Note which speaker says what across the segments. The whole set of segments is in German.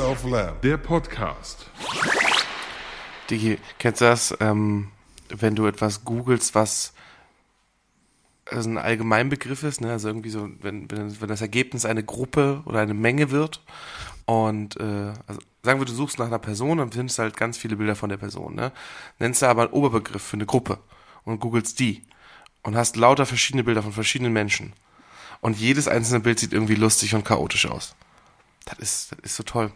Speaker 1: of Lamb.
Speaker 2: Der Podcast.
Speaker 3: Digi, kennst du das, ähm, wenn du etwas googelst, was also ein Allgemeinbegriff ist, ne? also irgendwie so, wenn, wenn wenn das Ergebnis eine Gruppe oder eine Menge wird und äh, also sagen wir, du suchst nach einer Person und findest halt ganz viele Bilder von der Person, ne? nennst da aber einen Oberbegriff für eine Gruppe und googelst die und hast lauter verschiedene Bilder von verschiedenen Menschen und jedes einzelne Bild sieht irgendwie lustig und chaotisch aus. Das ist, das ist so toll.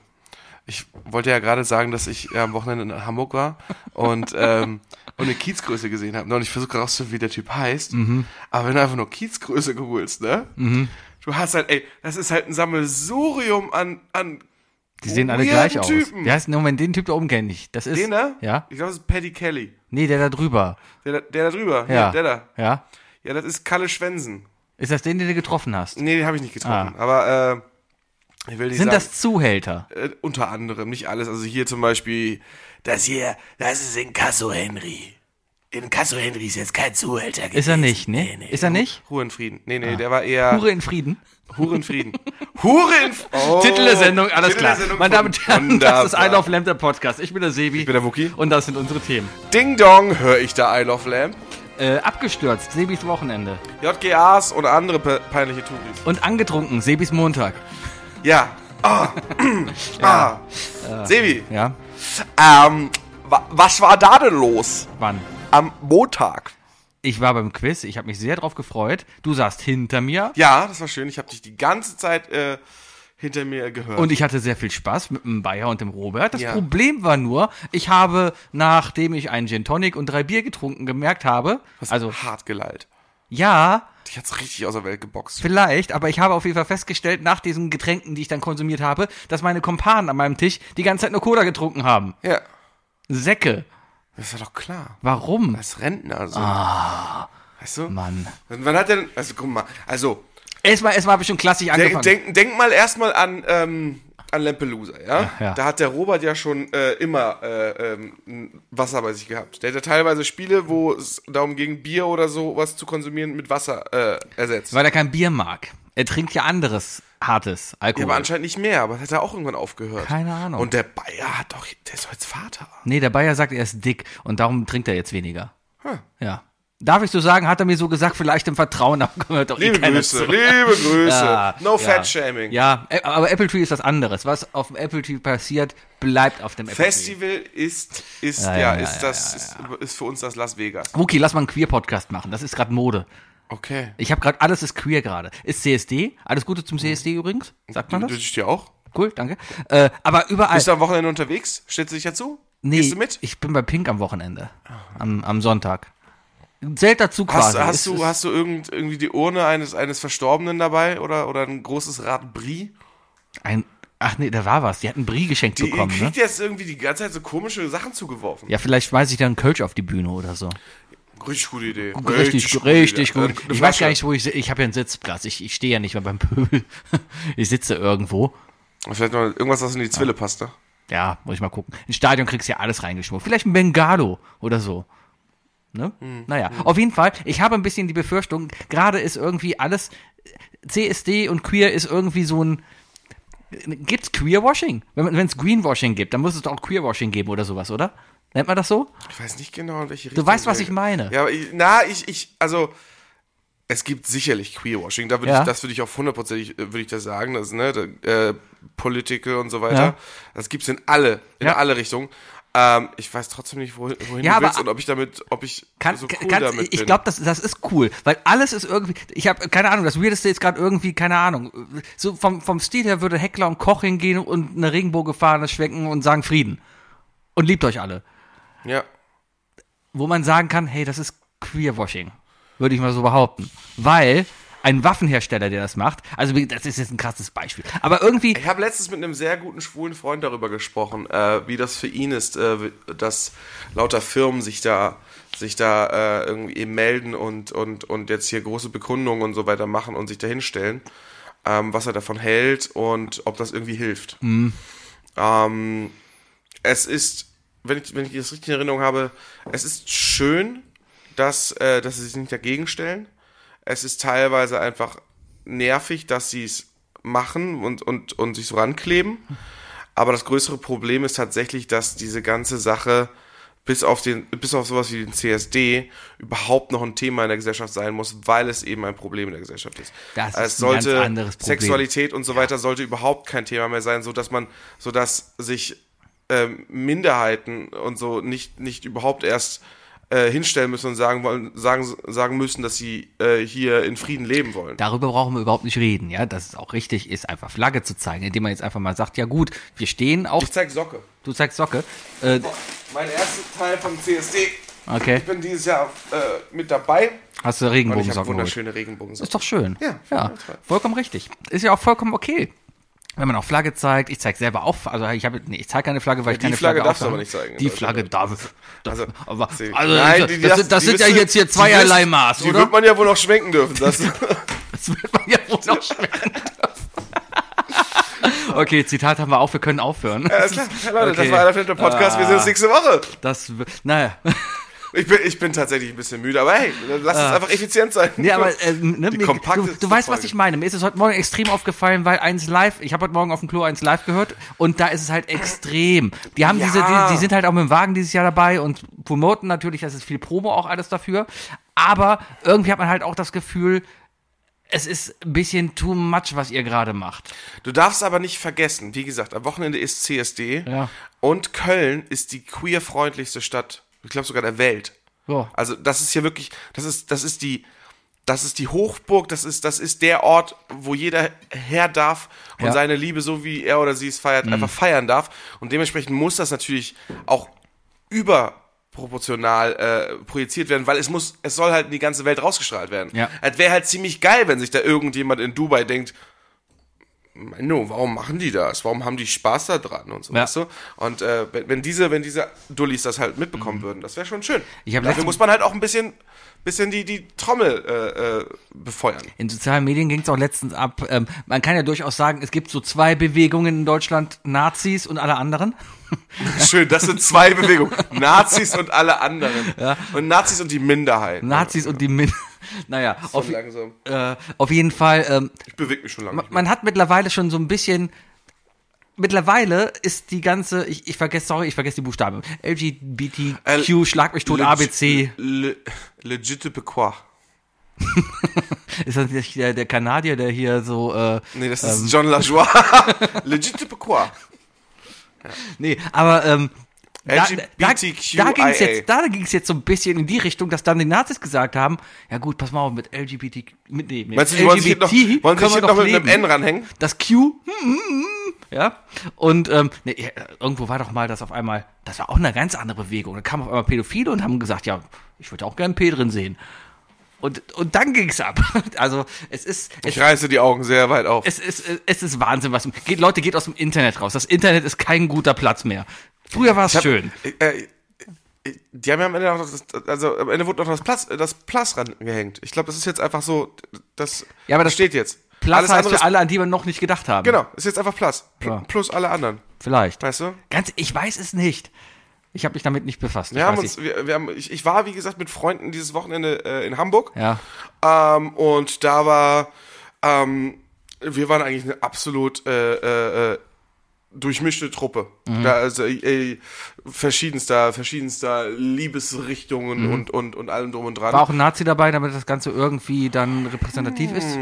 Speaker 3: Ich wollte ja gerade sagen, dass ich äh, am Wochenende in Hamburg war und, ähm, und eine Kiezgröße gesehen habe. Und ich versuche herauszufinden, wie der Typ heißt.
Speaker 4: Mhm.
Speaker 3: Aber wenn du einfach nur Kiezgröße googelst, ne? Du hast halt, ey, das ist halt ein Sammelsurium an, an
Speaker 4: Die sehen alle
Speaker 3: weirden
Speaker 4: gleich aus.
Speaker 3: Typen.
Speaker 4: Ja, ist, Moment, den Typ da oben kenne ich. Das ist.
Speaker 3: Den, ne?
Speaker 4: Ja.
Speaker 3: Ich glaube, das ist Paddy Kelly.
Speaker 4: Nee, der da drüber.
Speaker 3: Der, da- der da drüber. Hier,
Speaker 4: Ja.
Speaker 3: der da.
Speaker 4: Ja.
Speaker 3: Ja, das ist Kalle Schwensen.
Speaker 4: Ist das den, den du getroffen hast?
Speaker 3: Nee, den habe ich nicht getroffen. Aber, äh, ich will nicht
Speaker 4: Ah. Sind
Speaker 3: sagen.
Speaker 4: das Zuhälter?
Speaker 3: äh, unter anderem, nicht alles. Also hier zum Beispiel, das hier, das ist in Casso Henry. In Casso Henry ist jetzt kein Zuhälter gewesen.
Speaker 4: Ist er nicht, ne? Ist er nicht?
Speaker 3: Ruhe in Frieden. Nee, nee, der war eher
Speaker 4: Hure in Frieden.
Speaker 3: Hure in Frieden. Hure in Frieden. Oh.
Speaker 4: Titel der Sendung, alles
Speaker 3: Titel
Speaker 4: klar.
Speaker 3: der Sendung
Speaker 4: Meine Damen und Herren,
Speaker 3: wunderbar.
Speaker 4: das ist Isle of Lamb, der Podcast. Ich bin der Sebi. Ich
Speaker 3: bin der Wookie.
Speaker 4: Und das sind unsere Themen.
Speaker 3: Ding Dong höre ich da Isle of Lamb.
Speaker 4: Äh, abgestürzt, Sebis Wochenende.
Speaker 3: JGAs und andere pe peinliche Touris.
Speaker 4: Und angetrunken, Sebis Montag.
Speaker 3: Ja. Ah. ah. Sebi,
Speaker 4: Ja,
Speaker 3: ähm, wa was war da denn los
Speaker 4: wann?
Speaker 3: am Montag?
Speaker 4: Ich war beim Quiz, ich habe mich sehr drauf gefreut. Du saßt hinter mir
Speaker 3: Ja, das war schön. Ich habe dich die ganze Zeit äh, hinter mir gehört.
Speaker 4: und ich hatte sehr viel Spaß mit dem Bayer und dem Robert. Das
Speaker 3: Ja.
Speaker 4: Problem war nur, ich habe, nachdem ich einen Gin Tonic und drei Bier getrunken gemerkt habe, also
Speaker 3: hart geleilt.
Speaker 4: ja,
Speaker 3: Ich hat's richtig aus der Welt geboxt.
Speaker 4: Vielleicht, aber ich habe auf jeden Fall festgestellt, nach diesen Getränken, die ich dann konsumiert habe, dass meine Kumpanen an meinem Tisch die ganze Zeit nur Cola getrunken haben.
Speaker 3: Ja,
Speaker 4: Säcke.
Speaker 3: das ist doch klar.
Speaker 4: Warum?
Speaker 3: Als Rentner also. Weißt du?
Speaker 4: Ah, Mann.
Speaker 3: Wann hat denn also guck mal, also
Speaker 4: Erstmal, erstmal habe ich schon klassisch
Speaker 3: denk,
Speaker 4: angefangen.
Speaker 3: denk, denk mal erstmal an ähm, an Lampelusa, ja?
Speaker 4: ja.
Speaker 3: Da hat der Robert ja schon äh, immer äh, ähm, ein Wasser bei sich gehabt. Der hat ja teilweise Spiele, wo es darum ging, Bier oder so was zu konsumieren mit Wasser äh, ersetzt.
Speaker 4: Weil er kein Bier mag. Er trinkt ja anderes, hartes
Speaker 3: Ja,
Speaker 4: Alkohol.
Speaker 3: aber anscheinend nicht mehr, aber das hat er auch irgendwann aufgehört.
Speaker 4: Keine Ahnung.
Speaker 3: Und der Bayer hat doch, der ist doch jetzt Vater.
Speaker 4: nee, der Bayer sagt, er ist dick und darum trinkt er jetzt weniger. Ja. Darf ich so sagen, hat er mir so gesagt, vielleicht im Vertrauen, aber gehört doch eh
Speaker 3: Liebe
Speaker 4: keiner
Speaker 3: Grüße,
Speaker 4: zu.
Speaker 3: liebe Grüße.
Speaker 4: Ja,
Speaker 3: no
Speaker 4: ja.
Speaker 3: fat shaming.
Speaker 4: Ja, ä- aber Apple Tree ist was anderes. Was auf dem Apple Tree passiert, bleibt auf dem Apple Tree.
Speaker 3: Festival ist, ist, ja,
Speaker 4: ja,
Speaker 3: ist
Speaker 4: ja,
Speaker 3: das, Ist, ist für uns das Las Vegas.
Speaker 4: Wookie, lass mal einen Queer-Podcast machen. Das ist gerade Mode.
Speaker 3: Okay.
Speaker 4: Ich habe gerade, alles ist queer gerade. Ist CSD. Alles Gute zum CSD übrigens. Sagt man
Speaker 3: Du
Speaker 4: das?
Speaker 3: dich dir auch?
Speaker 4: Cool, danke. Äh, aber überall.
Speaker 3: Bist du am Wochenende unterwegs? Stellst du dich dazu?
Speaker 4: nee,
Speaker 3: Gehst du mit?
Speaker 4: ich bin bei Pink am Wochenende. Am, am Sonntag. Zählt dazu
Speaker 3: Hast,
Speaker 4: quasi.
Speaker 3: hast
Speaker 4: Es
Speaker 3: du,
Speaker 4: ist-
Speaker 3: hast du irgend, irgendwie die Urne eines, eines Verstorbenen dabei oder, oder ein großes Rad Brie?
Speaker 4: ein, ach nee, da war was. Die hat einen Brie geschenkt
Speaker 3: Die
Speaker 4: bekommen, ne?
Speaker 3: kriegt jetzt irgendwie die ganze Zeit so komische Sachen zugeworfen.
Speaker 4: Ja, vielleicht schmeiß ich dann einen Kölsch auf die Bühne oder so.
Speaker 3: Richtig gute Idee.
Speaker 4: Richtig,
Speaker 3: gute
Speaker 4: richtig
Speaker 3: Idee. Äh,
Speaker 4: gut.
Speaker 3: Eine
Speaker 4: Ich weiß
Speaker 3: Flasche.
Speaker 4: gar nicht, wo ich sitze. Ich habe ja einen Sitzplatz. Ich, ich stehe ja nicht mehr beim Pöbel. Ich sitze irgendwo.
Speaker 3: Vielleicht noch irgendwas, was in die Zwille passt, ne?
Speaker 4: Ja, muss ich mal gucken. Im Stadion kriegst du ja alles reingeschmuggelt. Vielleicht ein Bengalo oder so. Ne?
Speaker 3: Hm,
Speaker 4: Naja, auf jeden Fall, ich habe ein bisschen die Befürchtung, gerade ist irgendwie alles, CSD und Queer ist irgendwie so ein, gibt's Queerwashing? Wenn es Greenwashing gibt, dann muss es doch auch Queerwashing geben oder sowas, oder? Nennt man das so?
Speaker 3: Ich weiß nicht genau, in welche Richtung.
Speaker 4: weißt, was
Speaker 3: der-
Speaker 4: ich meine.
Speaker 3: Ja, aber ich, na, ich, ich, also, es gibt sicherlich Queerwashing, da würde
Speaker 4: Ja.
Speaker 3: ich, das würde ich auch hundertprozentig, äh, würde ich das sagen, das, ne, da, äh, Political und so weiter.
Speaker 4: Ja.
Speaker 3: Das gibt's in alle, in
Speaker 4: Ja.
Speaker 3: alle Richtungen. Ähm, ich weiß trotzdem nicht, wohin, wohin
Speaker 4: Ja,
Speaker 3: du
Speaker 4: aber-
Speaker 3: willst und ob ich damit, ob ich
Speaker 4: Kann,
Speaker 3: so Also cool
Speaker 4: kann,
Speaker 3: damit
Speaker 4: ich
Speaker 3: bin.
Speaker 4: glaube, das, das ist cool, weil alles ist irgendwie, ich habe keine Ahnung, das Weirdeste ist gerade irgendwie, keine Ahnung, so vom, vom Stil her würde Heckler und Koch hingehen und eine Regenbogenfahne schwenken und sagen Frieden. Und liebt euch alle.
Speaker 3: ja.
Speaker 4: Wo man sagen kann, hey, das ist Queerwashing, würde ich mal so behaupten. Weil ein Waffenhersteller, der das macht, also das ist jetzt ein krasses Beispiel, aber irgendwie,
Speaker 3: Ich habe letztens mit einem sehr guten schwulen Freund darüber gesprochen, äh, wie das für ihn ist, äh, wie- dass lauter Firmen sich da sich da äh, irgendwie eben melden und, und, und jetzt hier große Bekundungen und so weiter machen und sich da hinstellen, ähm, was er davon hält und ob das irgendwie hilft. Ähm, es ist, wenn ich, wenn ich das richtig in Erinnerung habe, es ist schön, dass, äh, dass sie sich nicht dagegen stellen. Es ist teilweise einfach nervig, dass sie es machen und, und, und sich so rankleben. Aber das größere Problem ist tatsächlich, dass diese ganze Sache bis auf den, bis auf sowas wie den CSD überhaupt noch ein Thema in der Gesellschaft sein muss, weil es eben ein Problem in der Gesellschaft ist.
Speaker 4: Das
Speaker 3: Also es
Speaker 4: ist ein ganz
Speaker 3: sollte
Speaker 4: anderes Problem.
Speaker 3: Sexualität und so weiter sollte überhaupt kein Thema mehr sein, so dass man, so dass sich ähm, Minderheiten und so nicht nicht überhaupt erst äh, hinstellen müssen und sagen wollen, sagen sagen müssen, dass sie äh, hier in Frieden leben wollen.
Speaker 4: Darüber brauchen wir überhaupt nicht reden, ja, dass es auch richtig ist, einfach Flagge zu zeigen, indem man jetzt einfach mal sagt, ja gut, wir stehen auch,
Speaker 3: Ich zeig Socke.
Speaker 4: du zeigst Socke, äh,
Speaker 3: Mein erster Teil vom CSD.
Speaker 4: okay,
Speaker 3: Ich bin dieses Jahr äh, mit dabei
Speaker 4: hast du
Speaker 3: und ich habe
Speaker 4: Regenbogensocken geholt.
Speaker 3: wunderschöne Regenbogensocken.
Speaker 4: Ist doch schön.
Speaker 3: Ja,
Speaker 4: ja. Vollkommen richtig. Ist ja auch vollkommen okay. Wenn man auch Flagge zeigt, ich zeige selber auch, also ich habe, nee, ich zeige keine Flagge, weil ich
Speaker 3: die
Speaker 4: keine
Speaker 3: Flagge
Speaker 4: Flagge
Speaker 3: darfst du
Speaker 4: aufhabe.
Speaker 3: aber nicht zeigen in
Speaker 4: Die
Speaker 3: Deutschland.
Speaker 4: Flagge darf.
Speaker 3: Also,
Speaker 4: Aber, also,
Speaker 3: Sie-
Speaker 4: das,
Speaker 3: die- die
Speaker 4: das,
Speaker 3: lassen-
Speaker 4: das
Speaker 3: die
Speaker 4: sind ja
Speaker 3: wissen-
Speaker 4: jetzt hier
Speaker 3: die
Speaker 4: zweierlei
Speaker 3: wissen-
Speaker 4: Maß,
Speaker 3: Die
Speaker 4: oder?
Speaker 3: wird man ja wohl noch schwenken dürfen. Das,
Speaker 4: Das wird man ja wohl noch schwer. Okay, Zitat haben wir auch, wir können aufhören.
Speaker 3: alles klar. Ja, Leute, das
Speaker 4: Okay. Ah.
Speaker 3: war einer Flinte Podcast. Wir sehen uns nächste Woche.
Speaker 4: Das, w- naja.
Speaker 3: Ich bin, ich bin tatsächlich ein bisschen müde, aber hey, lass uns einfach effizient sein.
Speaker 4: Ah. Nee, aber äh, ne,
Speaker 3: Die
Speaker 4: mir, du,
Speaker 3: kompakteste
Speaker 4: du weißt, was
Speaker 3: Folge.
Speaker 4: ich meine. Mir ist es heute Morgen extrem aufgefallen, weil eins live, ich habe heute Morgen auf dem Klo eins live gehört und da ist es halt extrem. Die haben
Speaker 3: Ja.
Speaker 4: diese, die, die sind halt auch mit dem Wagen dieses Jahr dabei und promoten natürlich, das ist viel Promo auch alles dafür. Aber irgendwie hat man halt auch das Gefühl, es ist ein bisschen too much, was ihr gerade macht.
Speaker 3: Du darfst aber nicht vergessen, wie gesagt, am Wochenende ist CSD
Speaker 4: Ja.
Speaker 3: und Köln ist die queerfreundlichste Stadt, ich glaube sogar der Welt.
Speaker 4: So.
Speaker 3: Also das ist hier wirklich, das ist, das ist die, das ist die Hochburg, das ist, das ist der Ort, wo jeder her darf und
Speaker 4: Ja. Mhm.
Speaker 3: seine Liebe, so wie er oder sie es feiert, einfach feiern darf. Und dementsprechend muss das natürlich auch überproportional äh, projiziert werden, weil es muss, es soll halt in die ganze Welt rausgestrahlt werden.
Speaker 4: Ja.
Speaker 3: Es wäre halt ziemlich geil, wenn sich da irgendjemand in Dubai denkt, No, warum machen die das? Warum haben die Spaß da dran und so,
Speaker 4: Ja.
Speaker 3: weißt du? Und äh, wenn, wenn diese, wenn diese Dullis das halt mitbekommen
Speaker 4: Mhm.
Speaker 3: würden, das wäre schon schön.
Speaker 4: Ich hab
Speaker 3: Dafür
Speaker 4: letztens-
Speaker 3: muss man halt auch ein bisschen, bisschen die, die Trommel äh, äh, befeuern.
Speaker 4: In sozialen Medien ging es auch letztens ab. Ähm, man kann ja durchaus sagen, es gibt so zwei Bewegungen in Deutschland, Nazis und alle anderen.
Speaker 3: Schön, das sind zwei Bewegungen. Nazis und alle anderen. Und Nazis und die Minderheit.
Speaker 4: Nazis und die Min. Naja,
Speaker 3: So
Speaker 4: auf,
Speaker 3: langsam.
Speaker 4: äh, auf jeden Fall, ähm,
Speaker 3: Ich bewege mich schon lange. nicht mehr.
Speaker 4: man hat mittlerweile schon so ein bisschen. Mittlerweile ist die ganze, ich, ich vergesse, sorry, ich vergesse die Buchstaben. LGBTQ,
Speaker 3: L-
Speaker 4: Schlag mich tot,
Speaker 3: Legi-
Speaker 4: ABC.
Speaker 3: Le, legit Pequois.
Speaker 4: Ist das nicht der, der Kanadier, der hier so, äh,
Speaker 3: Nee, das ist John Lajoie. legit Pequois.
Speaker 4: nee, aber, ähm, da, da, da ging
Speaker 3: LGBTQIA.
Speaker 4: es jetzt, da ging's jetzt so ein bisschen in die Richtung, dass dann die Nazis gesagt haben, ja gut, pass mal auf, mit LGBT, mit, nee, mit
Speaker 3: Meinst du, die wollen sich jetzt noch,
Speaker 4: LGBT
Speaker 3: wollen sich
Speaker 4: können wir
Speaker 3: jetzt noch
Speaker 4: doch
Speaker 3: mit einem
Speaker 4: leben.
Speaker 3: N ranhängen?
Speaker 4: das Q, hm, hm, hm, ja, und ähm, nee, ja, irgendwo war doch mal das auf einmal, das war auch eine ganz andere Bewegung. Da kamen auf einmal Pädophile und haben gesagt, ja, ich würde auch gerne P drin sehen. Und, und dann ging's ab. Also es ist, es,
Speaker 3: Ich reiße die Augen sehr weit auf.
Speaker 4: es ist, es ist Wahnsinn, was geht. Leute, geht aus dem Internet raus. Das Internet ist kein guter Platz mehr. Früher war es schön.
Speaker 3: Äh, äh, die haben ja am Ende noch das, also am Ende wurde noch das Platz, das Platz rangehängt. Ich glaube, das ist jetzt einfach so, das,
Speaker 4: Ja, aber das
Speaker 3: steht jetzt.
Speaker 4: Platz heißt
Speaker 3: andere
Speaker 4: für alle, an die wir noch nicht gedacht haben.
Speaker 3: Genau, ist jetzt einfach Platz. Pl
Speaker 4: Ja.
Speaker 3: Plus alle anderen.
Speaker 4: Vielleicht.
Speaker 3: Weißt du?
Speaker 4: Ganz, ich weiß es nicht. Ich habe mich damit nicht befasst.
Speaker 3: Wir
Speaker 4: ich
Speaker 3: haben
Speaker 4: weiß
Speaker 3: uns, wir, wir haben, ich, ich war, wie gesagt, mit Freunden dieses Wochenende äh, in Hamburg.
Speaker 4: nicht. Ja.
Speaker 3: Ähm, und da war, ähm, wir waren eigentlich eine absolut äh, äh, äh, durchmischte Truppe.
Speaker 4: Mhm.
Speaker 3: Da, also äh, äh, verschiedenster, verschiedenster Liebesrichtungen und, und, und allem drum und dran.
Speaker 4: Mhm. War auch ein Nazi dabei, damit das Ganze irgendwie
Speaker 3: Hm.
Speaker 4: dann repräsentativ ist?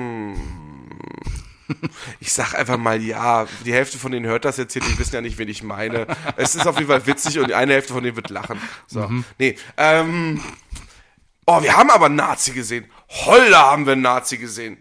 Speaker 3: Ich sag einfach mal ja. Die Hälfte von denen hört das jetzt hier, die wissen ja nicht, wen ich meine. Es ist auf jeden Fall witzig und die eine Hälfte von denen wird lachen. So.
Speaker 4: Mhm.
Speaker 3: Nee. Ähm, oh, wir haben aber einen Nazi gesehen. Holla haben wir einen Nazi gesehen.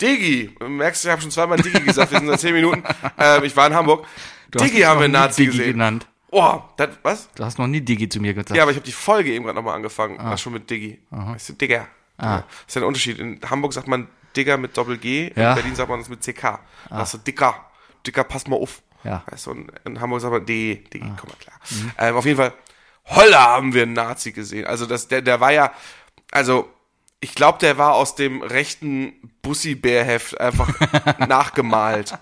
Speaker 3: Diggi, du merkst, ich habe schon zweimal Diggi gesagt, wir sind seit zehn Minuten. Ähm, ich war in Hamburg.
Speaker 4: Du hast
Speaker 3: Diggi
Speaker 4: mich
Speaker 3: haben
Speaker 4: noch
Speaker 3: wir einen
Speaker 4: nie
Speaker 3: Nazi
Speaker 4: Digi
Speaker 3: gesehen.
Speaker 4: genannt.
Speaker 3: Oh, das, was?
Speaker 4: Du hast noch nie Digi zu mir gesagt.
Speaker 3: Ja, aber ich habe die Folge eben gerade nochmal angefangen.
Speaker 4: Ah.
Speaker 3: Ach, schon mit Diggi. Weißt du, Digger. Ja. Ist ja ein Unterschied. In Hamburg sagt man Digger mit Doppel-G,
Speaker 4: Ja.
Speaker 3: in Berlin sagt man das mit CK. Ah. Ach so, Dicker. Dicker, pass mal auf.
Speaker 4: Ja.
Speaker 3: Weißt du, und in Hamburg sagt man D, Diggi, komm mal klar. Ähm, auf jeden Fall, holla, haben wir einen Nazi gesehen. Also das, der, der war ja, also ich glaube, der war aus dem rechten Bussi-Bär-Heft einfach nachgemalt.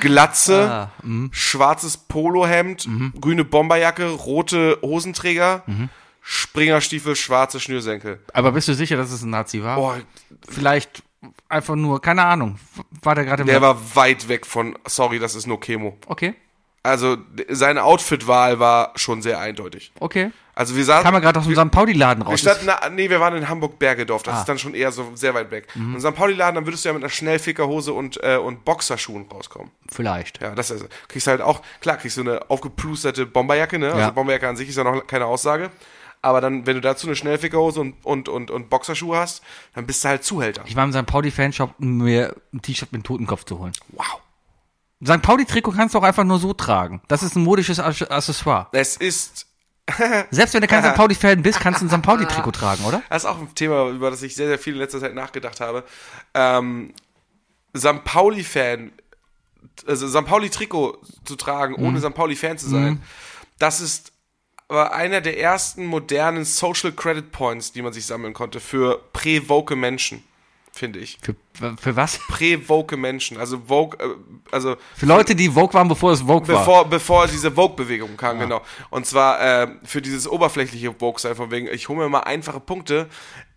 Speaker 3: Glatze, schwarzes Polohemd, grüne Bomberjacke, rote Hosenträger, Springerstiefel, schwarze Schnürsenkel.
Speaker 4: Aber bist du sicher, dass es ein Nazi war?
Speaker 3: Boah,
Speaker 4: Vielleicht einfach nur, keine Ahnung. War der gerade im
Speaker 3: der war weit weg von, sorry, das ist nur Chemo.
Speaker 4: Okay.
Speaker 3: Also seine Outfit-Wahl war schon sehr eindeutig.
Speaker 4: Okay.
Speaker 3: Also wir saßen,
Speaker 4: Kam er gerade aus dem St. Pauli-Laden
Speaker 3: wir
Speaker 4: raus.
Speaker 3: standen, na, nee, wir waren in Hamburg-Bergedorf, das
Speaker 4: Ah. Mhm.
Speaker 3: ist dann schon eher so sehr weit weg. Und St. Pauli-Laden, dann würdest du ja mit einer Schnellfickerhose und, äh, und Boxerschuhen rauskommen.
Speaker 4: Vielleicht.
Speaker 3: Ja, das ist, kriegst halt auch, klar, kriegst du eine aufgeplusterte Bomberjacke, ne?
Speaker 4: Ja.
Speaker 3: Also Bomberjacke an sich ist ja noch keine Aussage. Aber dann, wenn du dazu eine Schnellfickerhose und, und, und, und Boxerschuhe hast, dann bist du halt Zuhälter.
Speaker 4: Ich war im St. Pauli-Fanshop, um mir ein T-Shirt mit einem Totenkopf zu holen.
Speaker 3: Wow.
Speaker 4: St. Pauli-Trikot kannst du auch einfach nur so tragen. Das ist ein modisches Acce- Accessoire.
Speaker 3: Es ist,
Speaker 4: Selbst wenn du kein St. Pauli-Fan bist, kannst du ein St. Pauli-Trikot tragen, oder?
Speaker 3: das ist auch ein Thema, über das ich sehr, sehr viel in letzter Zeit nachgedacht habe. Ähm, St. Pauli-Fan, also St. Pauli-Trikot zu tragen, ohne St. Pauli-Fan zu sein, das ist aber einer der ersten modernen Social Credit Points, die man sich sammeln konnte für prävoke Menschen, finde ich.
Speaker 4: Für, für was?
Speaker 3: Prä-Vogue Menschen, also Vogue, äh, also
Speaker 4: Für Leute, die Vogue waren, bevor es Vogue war.
Speaker 3: bevor, bevor diese Vogue-Bewegung kam, genau. Und zwar äh, für dieses oberflächliche Vogue-Sein, von wegen, ich hole mir mal einfache Punkte,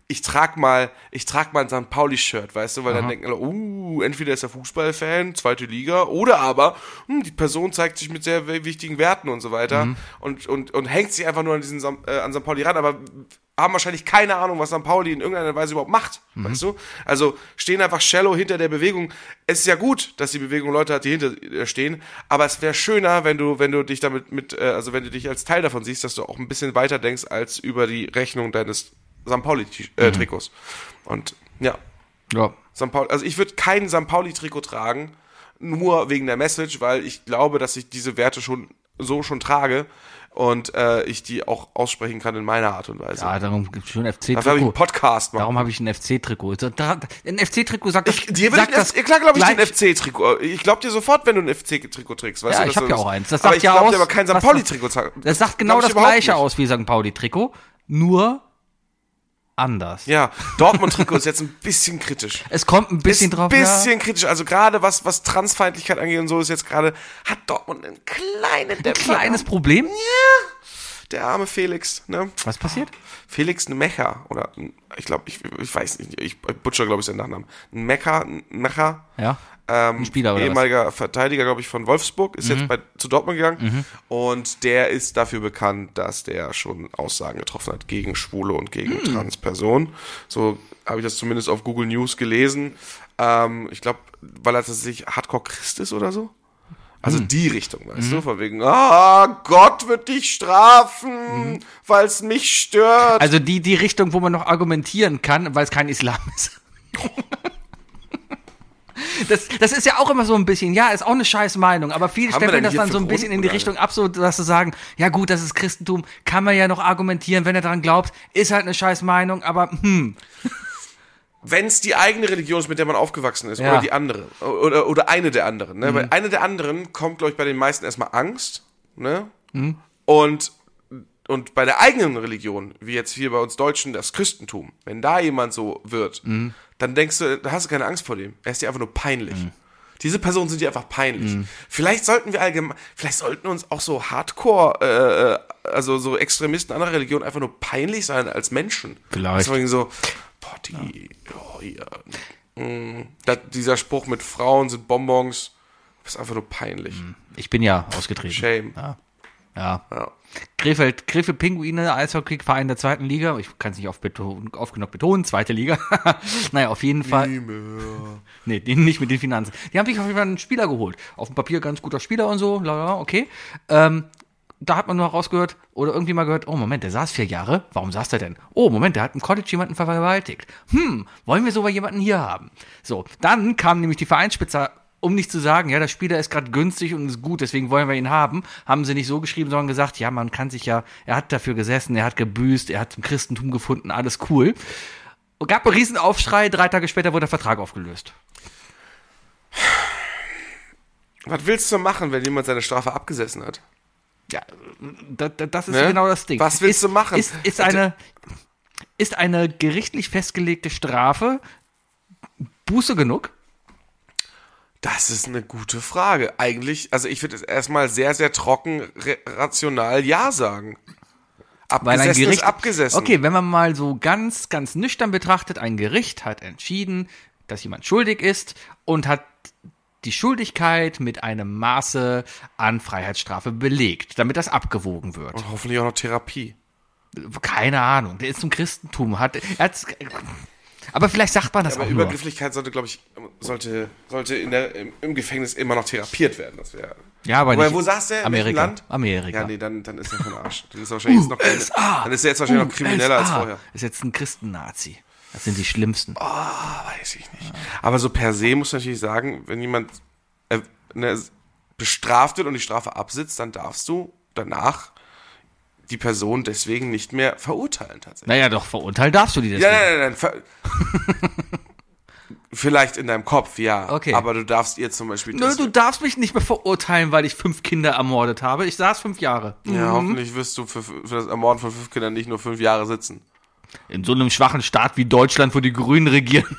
Speaker 3: ich trag mal, ich trag mal ein St. Pauli-Shirt, weißt du, weil dann denken alle, uh, entweder ist er Fußballfan, zweite Liga, oder aber, hm, die Person zeigt sich mit sehr w- wichtigen Werten und so weiter
Speaker 4: Mhm.
Speaker 3: und, und, und hängt sich einfach nur an diesen Sam- äh, an St. Pauli ran, aber haben wahrscheinlich keine Ahnung, was St. Pauli in irgendeiner Weise überhaupt macht, weißt du? Also stehen einfach shallow hinter der Bewegung. Es ist ja gut, dass die Bewegung Leute hat, die hinter dir stehen, aber es wäre schöner, wenn du, wenn du dich damit mit, äh, also wenn du dich als Teil davon siehst, dass du auch ein bisschen weiter denkst als über die Rechnung deines St. Pauli-Trikots. Und ja,
Speaker 4: Ja.
Speaker 3: St. Pauli, also ich würde kein St. Pauli-Trikot tragen, nur wegen der Message, weil ich glaube, dass ich diese Werte schon so schon trage und äh, ich die auch aussprechen kann in meiner Art und Weise.
Speaker 4: Ja, Ah, darum gibt's schon
Speaker 3: Dafür habe ich
Speaker 4: FC-Trikot.
Speaker 3: einen Podcast, Mann.
Speaker 4: Darum habe ich ein FC-Trikot. So, da- Ein FC-Trikot sagt
Speaker 3: Ich, dir will ich ein F- ja, klar glaube ich den FC-Trikot. Ich glaube dir sofort, wenn du ein FC-Trikot trägst. Weißt
Speaker 4: Ja,
Speaker 3: du,
Speaker 4: ich
Speaker 3: dass
Speaker 4: hab
Speaker 3: du
Speaker 4: ja auch eins. Das
Speaker 3: aber
Speaker 4: sagt
Speaker 3: ich
Speaker 4: ja
Speaker 3: glaub
Speaker 4: aus,
Speaker 3: dir aber kein St.
Speaker 4: was-
Speaker 3: Pauli-Trikot. zu-
Speaker 4: Das sagt genau
Speaker 3: glaub ich
Speaker 4: das
Speaker 3: überhaupt
Speaker 4: gleiche
Speaker 3: nicht.
Speaker 4: aus wie St. Pauli-Trikot, nur anders.
Speaker 3: Ja, Dortmund-Trikot ist jetzt ein bisschen kritisch.
Speaker 4: Es kommt ein bisschen
Speaker 3: ist
Speaker 4: drauf.
Speaker 3: bisschen kritisch. Also gerade was, was Transfeindlichkeit angeht und so ist jetzt gerade, hat Dortmund einen kleinen
Speaker 4: ja,
Speaker 3: Dämpfer.
Speaker 4: kleines Problem.
Speaker 3: Der arme Felix, ne?
Speaker 4: Was passiert?
Speaker 3: Felix Nemecher oder ich glaube, ich, ich weiß nicht, ich butcher glaube ich seinen Nachnamen. Nemecher, Nemecher,
Speaker 4: Ja.
Speaker 3: ähm,
Speaker 4: Ein Spieler oder was? Mhm.
Speaker 3: ehemaliger Verteidiger, glaube ich, von Wolfsburg, ist jetzt bei, zu Dortmund gegangen und der ist dafür bekannt, dass der schon Aussagen getroffen hat gegen Schwule und gegen
Speaker 4: Mhm.
Speaker 3: Transpersonen. So habe ich das zumindest auf Google News gelesen. Ähm, ich glaube, weil er tatsächlich Hardcore Christ ist oder so. Also
Speaker 4: Mhm.
Speaker 3: die Richtung, weißt du, von wegen, ah, Gott wird dich strafen, weil es mich stört.
Speaker 4: Mhm. Also die, die Richtung, wo man noch argumentieren kann, weil es kein Islam ist. Das, das ist ja auch immer so ein bisschen, ja, ist auch eine scheiß Meinung, aber viele
Speaker 3: Haben wir
Speaker 4: stempeln
Speaker 3: denn
Speaker 4: das
Speaker 3: hier
Speaker 4: dann
Speaker 3: für
Speaker 4: so ein bisschen in die
Speaker 3: Grundlagen?
Speaker 4: Richtung ab, so dass sie sagen, ja gut, das ist Christentum, kann man ja noch argumentieren, wenn er daran glaubt, ist halt eine scheiß Meinung, aber hm,
Speaker 3: wenn es die eigene Religion ist, mit der man aufgewachsen ist,
Speaker 4: Ja.
Speaker 3: oder die andere, oder, oder eine der anderen. Ne? Weil eine der anderen kommt, glaube ich, bei den meisten erstmal Angst. Ne? Und, und bei der eigenen Religion, wie jetzt hier bei uns Deutschen, das Christentum, wenn da jemand so wird, dann denkst du, da hast du keine Angst vor dem. Er ist dir einfach nur peinlich. Diese Personen sind dir einfach peinlich.
Speaker 4: Mhm.
Speaker 3: Vielleicht sollten wir allgemein, vielleicht sollten uns auch so Hardcore, äh, also so Extremisten anderer Religionen einfach nur peinlich sein als Menschen.
Speaker 4: Vielleicht.
Speaker 3: Deswegen so, boah, die, oh, ja. mm, da, dieser Spruch mit Frauen sind Bonbons, ist einfach nur peinlich.
Speaker 4: ich bin ja ausgetreten.
Speaker 3: Shame.
Speaker 4: Mhm. Ja. ja.
Speaker 3: Ja.
Speaker 4: Krefeld, Krefeld Pinguine, Eishockey-Verein der zweiten Liga. Ich kann es nicht oft, betonen, oft genug betonen, zweite Liga. naja, auf jeden Fall. Nee, die- nicht mit den Finanzen. Die haben sich auf jeden Fall einen Spieler geholt. Auf dem Papier ganz guter Spieler und so, la, la, la, okay. Ähm, da hat man nur rausgehört oder irgendwie mal gehört, oh Moment, der saß vier Jahre, warum saß der denn? Oh Moment, der hat im College jemanden vergewaltigt. Hm, wollen wir sogar jemanden hier haben? So, dann kam nämlich die Vereinsspitze, um nicht zu sagen, ja, der Spieler ist gerade günstig und ist gut, deswegen wollen wir ihn haben, haben sie nicht so geschrieben, sondern gesagt, ja, man kann sich ja, er hat dafür gesessen, er hat gebüßt, er hat zum Christentum gefunden, alles cool. Und gab einen Riesenaufschrei, drei Tage später wurde der Vertrag aufgelöst.
Speaker 3: Was willst du machen, wenn jemand seine Strafe abgesessen hat?
Speaker 4: Ja, das, das ist
Speaker 3: Ne?
Speaker 4: genau das Ding.
Speaker 3: Was willst
Speaker 4: ist,
Speaker 3: du machen?
Speaker 4: Ist, ist, eine, ist eine gerichtlich festgelegte Strafe Buße genug?
Speaker 3: Das ist eine gute Frage. Eigentlich, also ich würde jetzt erstmal sehr, sehr trocken, re- rational Ja sagen.
Speaker 4: Weil ein
Speaker 3: Abgesessen
Speaker 4: Gericht.
Speaker 3: ist abgesessen.
Speaker 4: Okay, wenn man mal so ganz, ganz nüchtern betrachtet, ein Gericht hat entschieden, dass jemand schuldig ist und hat die Schuldigkeit mit einem Maße an Freiheitsstrafe belegt, damit das abgewogen wird.
Speaker 3: Und hoffentlich auch noch Therapie.
Speaker 4: Keine Ahnung, der ist zum Christentum, hat, er hat's, aber vielleicht sagt man das
Speaker 3: Aber
Speaker 4: auch nur.
Speaker 3: Übergrifflichkeit sollte, glaube ich, sollte, sollte in der, im, im Gefängnis immer noch therapiert werden. Das wäre.
Speaker 4: Ja, aber
Speaker 3: Wobei,
Speaker 4: nicht-
Speaker 3: wo saß der? In welchem
Speaker 4: Amerika.
Speaker 3: Land?
Speaker 4: Amerika.
Speaker 3: Ja, nee, dann, dann ist er von Arsch. Dann ist er wahrscheinlich jetzt noch krimineller. Dann ist er jetzt wahrscheinlich noch krimineller als
Speaker 4: USA.
Speaker 3: vorher. Oh.
Speaker 4: Ist jetzt ein Christen-Nazi. Das sind die schlimmsten.
Speaker 3: Weiß ich nicht. Aber so per se muss ich natürlich sagen, wenn jemand äh, ne, bestraft wird und die Strafe absitzt, dann darfst du danach die Person deswegen nicht mehr verurteilen tatsächlich.
Speaker 4: Naja, doch, verurteilen darfst du die deswegen.
Speaker 3: Ja, nein, nein, nein. Ver Vielleicht in deinem Kopf, ja.
Speaker 4: Okay.
Speaker 3: Aber du darfst ihr zum Beispiel.
Speaker 4: Nö,
Speaker 3: das-
Speaker 4: du darfst mich nicht mehr verurteilen, weil ich fünf Kinder ermordet habe. Ich saß fünf Jahre.
Speaker 3: ja, hoffentlich wirst du für, für das Ermorden von fünf Kindern nicht nur fünf Jahre sitzen.
Speaker 4: In so einem schwachen Staat wie Deutschland, wo die Grünen regieren.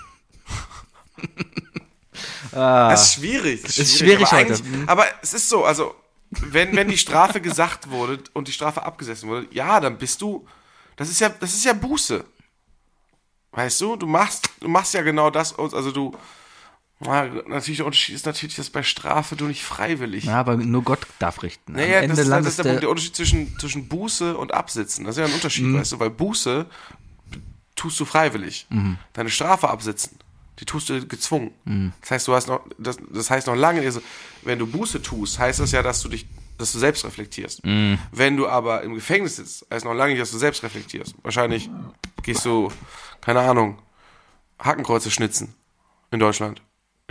Speaker 3: Das ist schwierig. Das
Speaker 4: Ah. Ist schwierig
Speaker 3: aber,
Speaker 4: heute. Mhm.
Speaker 3: eigentlich- aber es ist so, also wenn, wenn die Strafe gesagt wurde und die Strafe abgesessen wurde, ja, dann bist du. Das ist ja, das ist ja Buße. Weißt du, du machst, du machst ja genau das, also du. Na, natürlich der Unterschied ist natürlich, dass bei Strafe du nicht freiwillig.
Speaker 4: Ja, aber nur Gott darf richten.
Speaker 3: Naja,
Speaker 4: Am Ende
Speaker 3: das, ist, das
Speaker 4: landest
Speaker 3: ist der,
Speaker 4: du- Mhm.
Speaker 3: Punkt, der Unterschied zwischen, zwischen Buße und Absitzen. Das ist ja ein Unterschied, weißt du, weil Buße b- tust du freiwillig.
Speaker 4: Mhm.
Speaker 3: Deine Strafe absitzen, die tust du gezwungen. Das heißt, du hast noch, das, das heißt noch lange, also, wenn du Buße tust, heißt das ja, dass du dich, dass du selbst reflektierst.
Speaker 4: Mhm.
Speaker 3: Wenn du aber im Gefängnis sitzt, heißt noch lange nicht, dass du selbst reflektierst. Wahrscheinlich gehst du, keine Ahnung, Hakenkreuze schnitzen in Deutschland.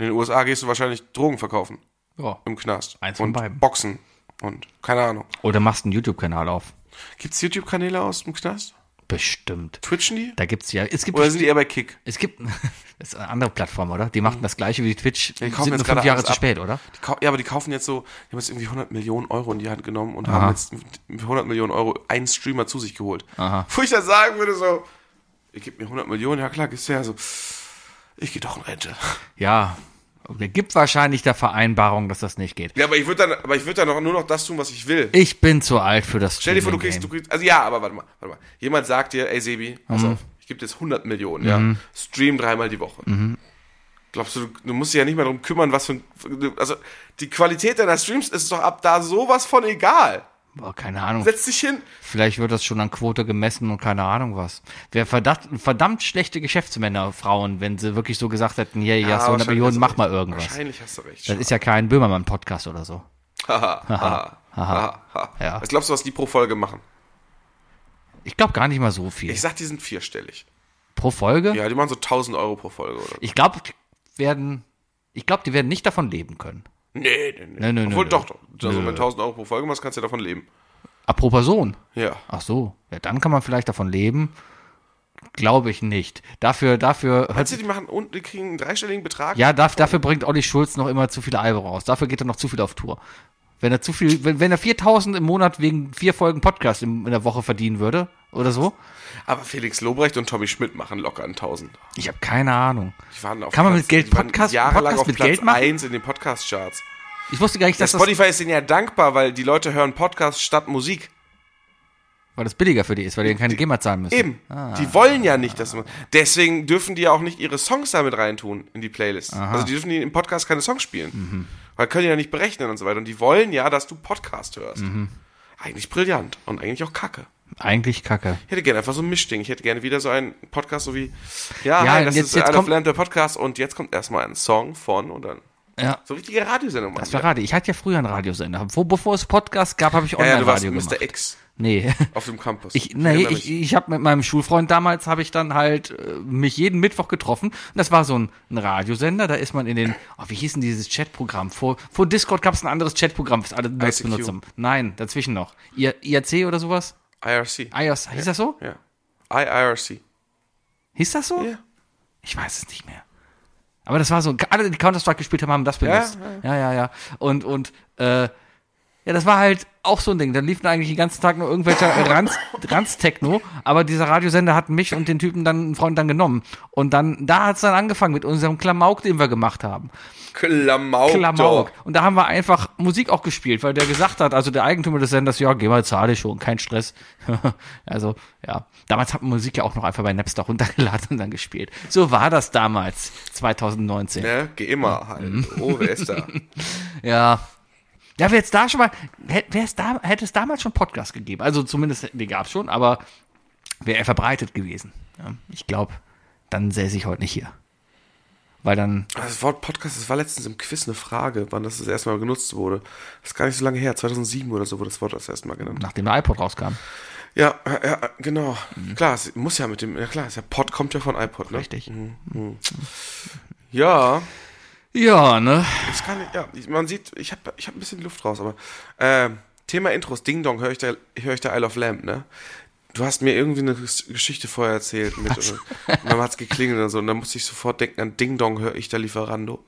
Speaker 3: In den USA gehst du wahrscheinlich Drogen verkaufen
Speaker 4: Ja.
Speaker 3: im Knast.
Speaker 4: Eins von
Speaker 3: und
Speaker 4: beiden.
Speaker 3: Boxen und keine Ahnung.
Speaker 4: Oder Oh, machst einen YouTube-Kanal auf.
Speaker 3: Gibt's YouTube-Kanäle aus dem Knast?
Speaker 4: Bestimmt.
Speaker 3: Twitchen die?
Speaker 4: Da gibt's ja. Es gibt,
Speaker 3: Oder sind die eher bei Kick?
Speaker 4: es gibt, das ist eine andere Plattform, oder? Die machten das gleiche wie Twitch.
Speaker 3: Die
Speaker 4: Die
Speaker 3: kaufen
Speaker 4: sind
Speaker 3: jetzt
Speaker 4: nur
Speaker 3: gerade
Speaker 4: fünf Jahre
Speaker 3: alles
Speaker 4: zu
Speaker 3: ab.
Speaker 4: spät, oder?
Speaker 3: Die kau- ja, aber die kaufen jetzt so, die haben jetzt irgendwie 100 Millionen Euro in die Hand genommen und haben jetzt mit 100 Millionen Euro einen Streamer zu sich geholt.
Speaker 4: Aha.
Speaker 3: Wo ich dann sagen würde so, ihr gebt mir 100 Millionen, ja klar, gehst du her, so, ich gehe doch in Rente.
Speaker 4: Ja. Der gibt wahrscheinlich der Vereinbarung, dass das nicht geht.
Speaker 3: Ja, aber ich würde dann, aber ich würde dann noch, nur noch das tun, was ich will.
Speaker 4: Ich bin zu alt für das
Speaker 3: Stell dir vor, du
Speaker 4: Streaming-Game.
Speaker 3: kriegst, du kriegst, also ja, aber warte mal, warte mal. Jemand sagt dir, ey Sebi, pass
Speaker 4: Mhm.
Speaker 3: auf, ich gebe dir jetzt 100 Millionen, ja, stream dreimal die Woche.
Speaker 4: Mhm.
Speaker 3: Glaubst du, du- du musst dich ja nicht mehr darum kümmern, was für ein, also die Qualität deiner Streams ist doch ab da sowas von egal.
Speaker 4: Boah, keine Ahnung.
Speaker 3: Setz dich hin.
Speaker 4: Vielleicht wird das schon an Quote gemessen und keine Ahnung was. Wäre verdammt, verdammt schlechte Geschäftsmänner, Frauen, wenn sie wirklich so gesagt hätten, hey, hier hast du 100
Speaker 3: wahrscheinlich
Speaker 4: Millionen,
Speaker 3: hast du
Speaker 4: mach
Speaker 3: recht.
Speaker 4: mal irgendwas.
Speaker 3: Wahrscheinlich hast du recht.
Speaker 4: Das ist ja kein Böhmermann-Podcast oder so.
Speaker 3: Haha, haha, haha,
Speaker 4: Ja.
Speaker 3: haha. Was glaubst du, was die pro Folge machen?
Speaker 4: Ich glaube gar nicht mal so viel.
Speaker 3: Ich sag, die sind vierstellig.
Speaker 4: pro Folge?
Speaker 3: Ja, die machen so 1000 Euro pro Folge, oder?
Speaker 4: Ich glaube, die werden, ich glaube, die werden nicht davon leben können.
Speaker 3: Nee, nee, nee.
Speaker 4: Nee, nee, nee,
Speaker 3: Obwohl,
Speaker 4: nee.
Speaker 3: doch, doch. Also,
Speaker 4: Nö.
Speaker 3: wenn 1000 Euro pro Folge machst, kannst du ja davon leben.
Speaker 4: Ah, pro Person.
Speaker 3: Ja.
Speaker 4: Ach so. Ja, dann kann man vielleicht davon leben. Glaube ich nicht. Dafür, dafür hört
Speaker 3: Meinst du, die machen und die kriegen einen dreistelligen Betrag?
Speaker 4: Ja, darf, dafür bringt Olli Schulz noch immer zu viele Alben raus. Dafür geht er noch zu viel auf Tour. Wenn er zu viel, wenn, wenn er 4000 im Monat wegen vier Folgen Podcast in, in der Woche verdienen würde oder so.
Speaker 3: Aber Felix Lobrecht und Tommy Schmidt machen locker einen Tausend.
Speaker 4: Ich habe keine Ahnung.
Speaker 3: Die waren auf
Speaker 4: Kann man
Speaker 3: Platz-
Speaker 4: mit Geld
Speaker 3: die waren
Speaker 4: Podcast-
Speaker 3: jahrelang
Speaker 4: Podcast
Speaker 3: auf
Speaker 4: mit
Speaker 3: Platz
Speaker 4: Geld machen?
Speaker 3: 1 in den Podcast-Charts.
Speaker 4: Ich wusste gar nicht, dass das,
Speaker 3: Spotify ist denen ja dankbar, weil die Leute hören Podcast statt Musik.
Speaker 4: weil das billiger für die ist, weil die keine GEMA zahlen müssen.
Speaker 3: E- Eben. Die wollen ja nicht, dass man. Deswegen dürfen die ja auch nicht ihre Songs damit reintun in die Playlist. Also die dürfen die im Podcast keine Songs spielen.
Speaker 4: Mhm.
Speaker 3: Weil können die ja nicht berechnen und so weiter. Und die wollen ja, dass du Podcast hörst.
Speaker 4: Mhm.
Speaker 3: Eigentlich brillant und eigentlich auch kacke.
Speaker 4: Eigentlich kacke.
Speaker 3: Ich hätte gerne einfach so ein Mischding. Ich hätte gerne wieder so einen Podcast, so wie, ja,
Speaker 4: Ja,
Speaker 3: hi, das
Speaker 4: jetzt-
Speaker 3: ist
Speaker 4: jetzt
Speaker 3: Out of
Speaker 4: kommt-
Speaker 3: Lamp, der Podcast und jetzt kommt erstmal ein Song von und dann
Speaker 4: Ja.
Speaker 3: so richtige Radiosendung machen.
Speaker 4: Das war Radio. Ich hatte ja früher einen Radiosender. Wo, bevor es Podcast gab, habe ich
Speaker 3: ja, ja, du warst
Speaker 4: Online-Radio gemacht.
Speaker 3: Mr. X
Speaker 4: Nee.
Speaker 3: auf dem Campus.
Speaker 4: Ich, nee,
Speaker 3: erinnere
Speaker 4: ich,
Speaker 3: mich.
Speaker 4: ich habe mit meinem Schulfreund damals, habe ich dann halt äh, mich jeden Mittwoch getroffen. Und das war so ein, ein Radiosender, da ist man in den, oh, wie hieß denn dieses Chatprogramm? Vor, vor Discord gab es ein anderes Chatprogramm, das alle Nerds
Speaker 3: ICQ.
Speaker 4: benutzt haben. Nein, dazwischen noch. I, IRC oder sowas?
Speaker 3: IRC.
Speaker 4: IRC, hieß das so?
Speaker 3: ja. IIRC.
Speaker 4: Hieß das so?
Speaker 3: Ja.
Speaker 4: Ich weiß es nicht mehr. Aber das war so, alle, die Counter-Strike gespielt haben, haben das benutzt. Ja, ja, ja. Und, und, äh, Ja, das war halt auch so ein Ding. Dann liefen eigentlich den ganzen Tag nur irgendwelcher Ranz, Ranz-Techno, aber dieser Radiosender hat mich und den Typen dann, einen Freund dann genommen. Und dann, da hat's dann angefangen mit unserem Klamauk, den wir gemacht haben.
Speaker 1: Klamauk.
Speaker 4: Klamauk. Und da haben wir einfach Musik auch gespielt, weil der gesagt hat, also der Eigentümer des Senders, ja, geh mal zahle schon, kein Stress. also, ja. Damals hat man Musik ja auch noch einfach bei Napster runtergeladen und dann gespielt. So war das damals, 2019.
Speaker 1: Ne? Geh immer
Speaker 4: Mhm.
Speaker 1: halt. Oh, wer ist da?
Speaker 4: Ja. Ja, wäre jetzt da schon mal, hätte es da, hätte es damals schon Podcast gegeben. Also zumindest, die gab es schon, aber wäre er verbreitet gewesen. Ja, ich glaube, dann säße ich heute nicht hier. Weil dann,
Speaker 3: Das Wort Podcast, das war letztens im Quiz eine Frage, wann das das erste Mal genutzt wurde. Das ist gar nicht so lange her, 2007 oder so wurde das Wort das erste Mal genannt.
Speaker 4: nachdem der iPod rauskam,
Speaker 3: Ja, ja, ja genau. Klar, es muss ja mit dem, ja klar, es ist ja Pod kommt ja von iPod, ne?
Speaker 4: Mhm. richtig. Mhm.
Speaker 3: Ja,
Speaker 4: Ja, ne?
Speaker 3: das kann ich, ja, ich- man sieht, ich habe ich hab ein bisschen Luft raus, aber ähm, Thema Intros, Ding Dong, höre ich da, höre ich da Isle of Lamp, ne? Du hast mir irgendwie eine Ges- Geschichte vorher erzählt mit, und dann hat's geklingelt und so, und dann musste ich sofort denken, an Ding Dong höre ich da Lieferando.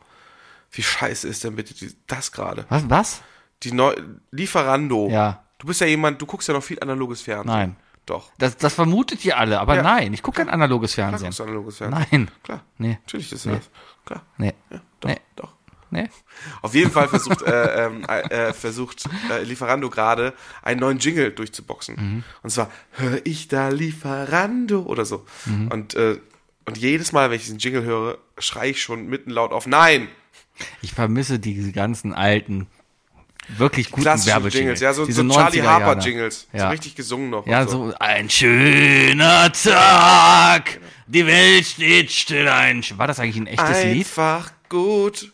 Speaker 3: Wie scheiße ist denn bitte die, das gerade?
Speaker 4: Was, was?
Speaker 3: Die neu Lieferando.
Speaker 4: Ja.
Speaker 3: Du bist ja jemand, du guckst ja noch viel analoges Fernsehen.
Speaker 4: Nein.
Speaker 3: Doch.
Speaker 4: Das, das vermutet ihr alle, aber
Speaker 3: Ja.
Speaker 4: nein, ich gucke kein analoges
Speaker 3: Klar
Speaker 4: Fernsehen.
Speaker 3: guckst du analoges Fernsehen.
Speaker 4: Nein.
Speaker 3: Klar.
Speaker 4: Nee.
Speaker 3: Natürlich ist das. Klar.
Speaker 4: Nee.
Speaker 3: Ja, doch,
Speaker 4: Nee.
Speaker 3: doch.
Speaker 4: Nee.
Speaker 3: Auf jeden Fall versucht, äh, ähm, äh, äh, versucht äh, Lieferando gerade einen neuen Jingle durchzuboxen.
Speaker 4: Mhm.
Speaker 3: Und zwar, hör ich da Lieferando oder so.
Speaker 4: Mhm.
Speaker 3: Und, äh, und jedes Mal, wenn ich diesen Jingle höre, schreie ich schon mitten laut auf, nein!
Speaker 4: Ich vermisse diese ganzen alten, wirklich guten
Speaker 3: Klassische
Speaker 4: Werbejingles.
Speaker 3: Jingles, ja, so,
Speaker 4: Diese
Speaker 3: so Charlie
Speaker 4: 90er
Speaker 3: Harper
Speaker 4: Jahre.
Speaker 3: Jingles. So
Speaker 4: Ja.
Speaker 3: richtig gesungen noch.
Speaker 4: Ja,
Speaker 3: und
Speaker 4: so ein schöner Tag, die Welt steht still. Ein Sch- War das eigentlich ein echtes Lied?
Speaker 3: Einfach gut.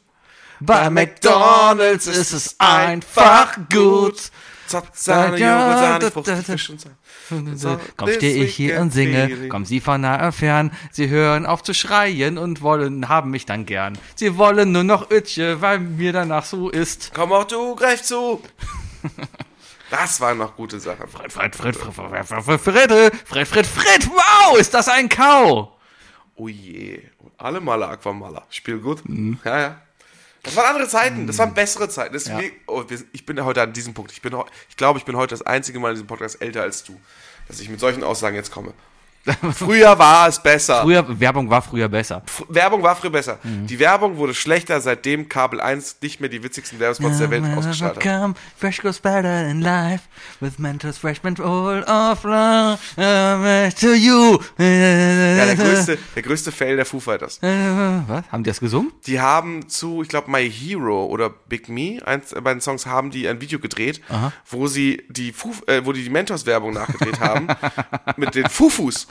Speaker 4: Bei McDonald's ist es einfach gut.
Speaker 3: Sahne, Joghurt, Sahne, Frucht, Fisch und Sahne. So,
Speaker 4: Komm, stehe ich hier und singe. Kommen Sie von nah und fern. Sie hören auf zu schreien und wollen, haben mich dann gern. Sie wollen nur noch Ötche, weil mir danach so ist.
Speaker 3: Komm auch du, greif zu. Das waren noch gute Sachen.
Speaker 4: Fred, Fred, Fred, Fred, Fred, Fred, Fred, Fred, Fred, Fred, Fred, wow, ist das ein Kau?
Speaker 3: Oh je. Alle Maler, Aquamaler. Spiel gut.
Speaker 4: Mhm.
Speaker 3: Ja, ja. Das waren andere Zeiten. Das waren bessere Zeiten. Das ist
Speaker 4: Ja.
Speaker 3: wie, oh, wir sind- ich bin ja heute an diesem Punkt. Ich, bin, heu- ich glaube, ich bin heute das einzige Mal in diesem Podcast älter als du, dass ich mit solchen Aussagen jetzt komme. Früher war es besser.
Speaker 4: Früher, Mhm. Werbung war früher besser.
Speaker 3: F- Werbung war früher besser. Die Werbung wurde schlechter, seitdem Kabel 1 nicht mehr die witzigsten Werbespots der Welt ausgestrahlt hat.
Speaker 4: Come, fresh goes better in life with Mentos Freshman all of love uh, to you.
Speaker 3: Ja, der größte, der größte Fail der Foo Fighters.
Speaker 4: Was? Haben die das gesungen?
Speaker 3: Die haben zu, ich glaube, My Hero oder Big Me, eins äh, beiden Songs, haben die ein Video gedreht, wo sie die Fu äh, wo die, die Mentors-Werbung nachgedreht haben mit den Fufus.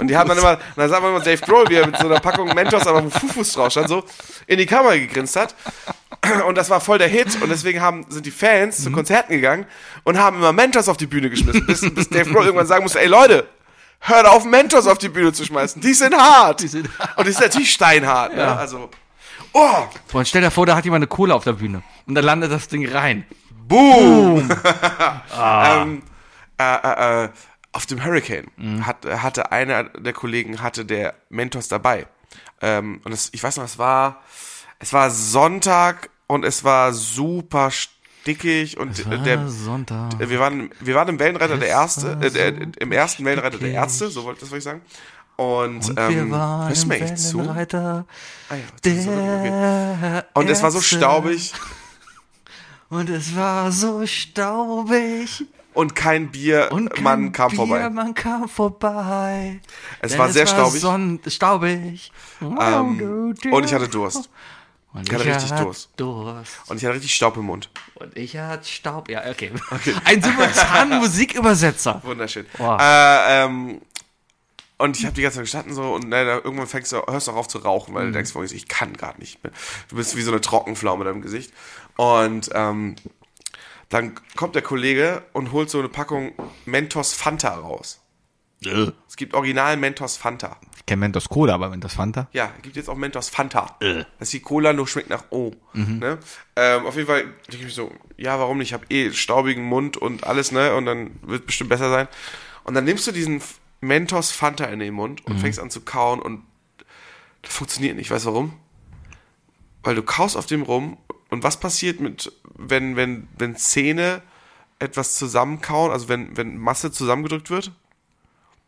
Speaker 3: Und die haben dann immer, und dann sagen wir immer Dave Grohl, wie er mit so einer Packung Mentos, aber wo Fufus drauf stand, so in die Kamera gegrinst hat. Und das war voll der Hit und deswegen haben, sind die Fans zu Konzerten gegangen und haben immer Mentos auf die Bühne geschmissen, bis, bis Dave Grohl irgendwann sagen musste, ey Leute, hört auf Mentos auf die Bühne zu schmeißen, die sind hart.
Speaker 4: sind-
Speaker 3: und die sind natürlich steinhart, ne? also... Oh,
Speaker 4: Boah, und stell dir vor, da hat jemand eine Kohle auf der Bühne. Und da landet das Ding rein.
Speaker 3: Boom!
Speaker 4: Ah.
Speaker 3: ähm, äh, äh, äh, auf dem Hurricane
Speaker 4: Mhm.
Speaker 3: hat, hatte einer der Kollegen hatte der Mentos dabei. Ähm, und es, ich weiß noch, es war, es war Sonntag und es war super stickig und der,
Speaker 4: Ah, Sonntag.
Speaker 3: äh, wir waren, wir waren im Wellenreiter der Erste, äh, der, im ersten Wellenreiter der Ärzte, so wollte das wollte ich sagen. Und,
Speaker 4: Und wir
Speaker 3: ähm,
Speaker 4: waren
Speaker 3: hörst du
Speaker 4: im
Speaker 3: mir echt zu?
Speaker 4: Wellenreiter
Speaker 3: Ah ja, das ist okay, okay.
Speaker 4: der
Speaker 3: Und es war so
Speaker 4: Ärzte.
Speaker 3: staubig
Speaker 4: Und es war so staubig.
Speaker 3: und kein Bier,
Speaker 4: Und kein
Speaker 3: Mann kam
Speaker 4: Bier,
Speaker 3: vorbei.
Speaker 4: Man kam vorbei.
Speaker 3: Es
Speaker 4: Denn
Speaker 3: war sehr staubig.
Speaker 4: sonn- staubig.
Speaker 3: Ähm, und ich hatte Durst.
Speaker 4: Und
Speaker 3: ich hatte richtig Durst.
Speaker 4: Durst.
Speaker 3: Und ich hatte richtig Staub im Mund.
Speaker 4: Und ich hatte Staub. Ja, okay. Ein simultaner Musikübersetzer.
Speaker 3: Wunderschön.
Speaker 4: Boah.
Speaker 3: Äh, ähm, und ich habe die ganze Zeit gestanden so und leider irgendwann fängst du, hörst du auch auf zu rauchen, weil du denkst, boah, ich kann gerade nicht mehr. Du bist wie so eine Trockenpflaume in deinem Gesicht. Und ähm, dann kommt der Kollege und holt so eine Packung Mentos Fanta raus.
Speaker 4: Ich
Speaker 3: Es gibt original Mentos Fanta.
Speaker 4: kenne Mentos Cola, aber Mentos Fanta.
Speaker 3: Ja, gibt jetzt auch Mentos Fanta. Das ist die Cola, nur schmeckt nach O. Ne? Ähm, auf jeden Fall denke ich mir so, ja, warum nicht? Ich habe eh staubigen Mund und alles, ne? Und dann wird bestimmt besser sein. Und dann nimmst du diesen F- Mentos Fanta in den Mund und fängst an zu kauen und das funktioniert nicht. Weißt du warum? Weil du kaust auf dem rum Und was passiert mit, wenn, wenn, wenn Szene etwas zusammenkauen, also wenn, wenn Masse zusammengedrückt wird?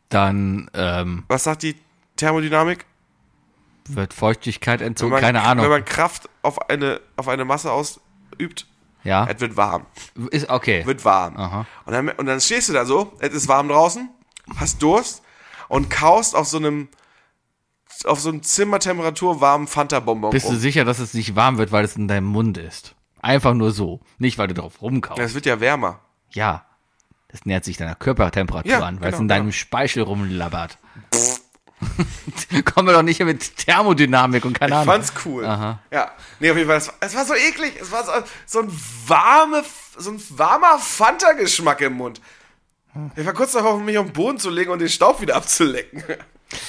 Speaker 4: Dann ähm,
Speaker 3: Was sagt die Thermodynamik?
Speaker 4: wird Feuchtigkeit
Speaker 3: Wenn
Speaker 4: entzogen,
Speaker 3: man,
Speaker 4: keine Ahnung.
Speaker 3: Wenn man Kraft auf eine, auf eine Masse ausübt,
Speaker 4: ja,
Speaker 3: es wird warm.
Speaker 4: ist okay.
Speaker 3: Wird warm.
Speaker 4: Aha.
Speaker 3: Und, dann, und dann stehst du da so, es ist warm draußen, hast Durst und kaust auf so einem auf so einem Zimmertemperatur warmen Fanta-Bonbon
Speaker 4: Bist du
Speaker 3: rum.
Speaker 4: sicher, dass es nicht warm wird, weil es in deinem Mund ist? Einfach nur so. Nicht, weil du drauf rumkaust.
Speaker 3: Es wird ja wärmer.
Speaker 4: Ja. Das nähert sich deiner Körpertemperatur
Speaker 3: Ja,
Speaker 4: an, weil es
Speaker 3: genau,
Speaker 4: in deinem
Speaker 3: genau.
Speaker 4: Speichel rumlabbert. Kommen wir doch nicht hier mit Thermodynamik und keine
Speaker 3: Ich
Speaker 4: Ahnung.
Speaker 3: fand's cool. Ja. Nee, auf jeden Fall, es war, es war so eklig. Es war so, so ein warme, so ein warmer Fanta-Geschmack im Mund. Ich war kurz davor, mich auf den Boden zu legen und den Staub wieder abzulecken.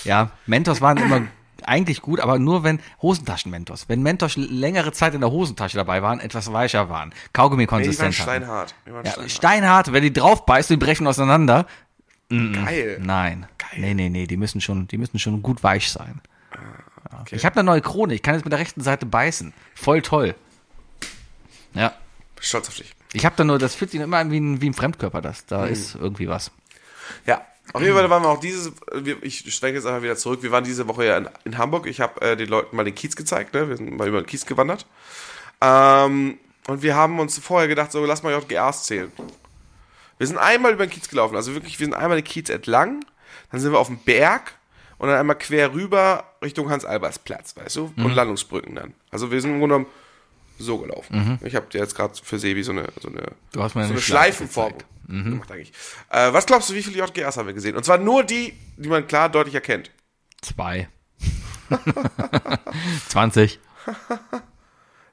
Speaker 4: Ja, Mentos waren immer eigentlich gut, aber nur wenn Hosentaschen-Mentos. Wenn Mentos längere Zeit in der Hosentasche dabei waren, etwas weicher waren.
Speaker 3: Die waren
Speaker 4: Kaugummi-konsistent. hatten.
Speaker 3: steinhart. Die waren
Speaker 4: ja,
Speaker 3: steinhart.
Speaker 4: steinhart, wenn die drauf beißt, die brechen auseinander.
Speaker 3: Geil.
Speaker 4: Nein. Nee, nee, nee, die müssen schon, die müssen schon gut weich sein.
Speaker 3: Ah,
Speaker 4: Ja. Ich habe eine neue Krone, ich kann jetzt mit der rechten Seite beißen. Voll toll. Ja.
Speaker 3: Stolz auf dich.
Speaker 4: Ich habe da nur, das fühlt sich immer an wie ein, wie ein Fremdkörper, das. Da
Speaker 3: Mhm.
Speaker 4: ist irgendwie was.
Speaker 3: Ja. Auf jeden Fall waren wir auch dieses, wir- ich schwenke jetzt einfach wieder zurück, wir waren diese Woche ja in, in Hamburg, ich habe äh, den Leuten mal den Kiez gezeigt, ne? wir sind mal über den Kiez gewandert ähm, und wir haben uns vorher gedacht, so lass mal JGAs zählen. Wir sind einmal über den Kiez gelaufen, also wirklich, wir sind einmal den Kiez entlang, dann sind wir auf dem Berg und dann einmal quer rüber Richtung Hans-Albers-Platz, weißt du,
Speaker 4: Mhm.
Speaker 3: und Landungsbrücken dann. Also wir sind im Grunde genommen so gelaufen. Ich habe dir jetzt gerade für Sebi so eine, so eine,
Speaker 4: Mhm. Du hast
Speaker 3: so
Speaker 4: mir eine Mhm.
Speaker 3: eine
Speaker 4: Schleife
Speaker 3: Schleifenform gemacht eigentlich. Äh, was glaubst du, wie viele JGRs haben wir gesehen? Und zwar nur die, die man klar deutlich erkennt.
Speaker 4: Zwei. 20.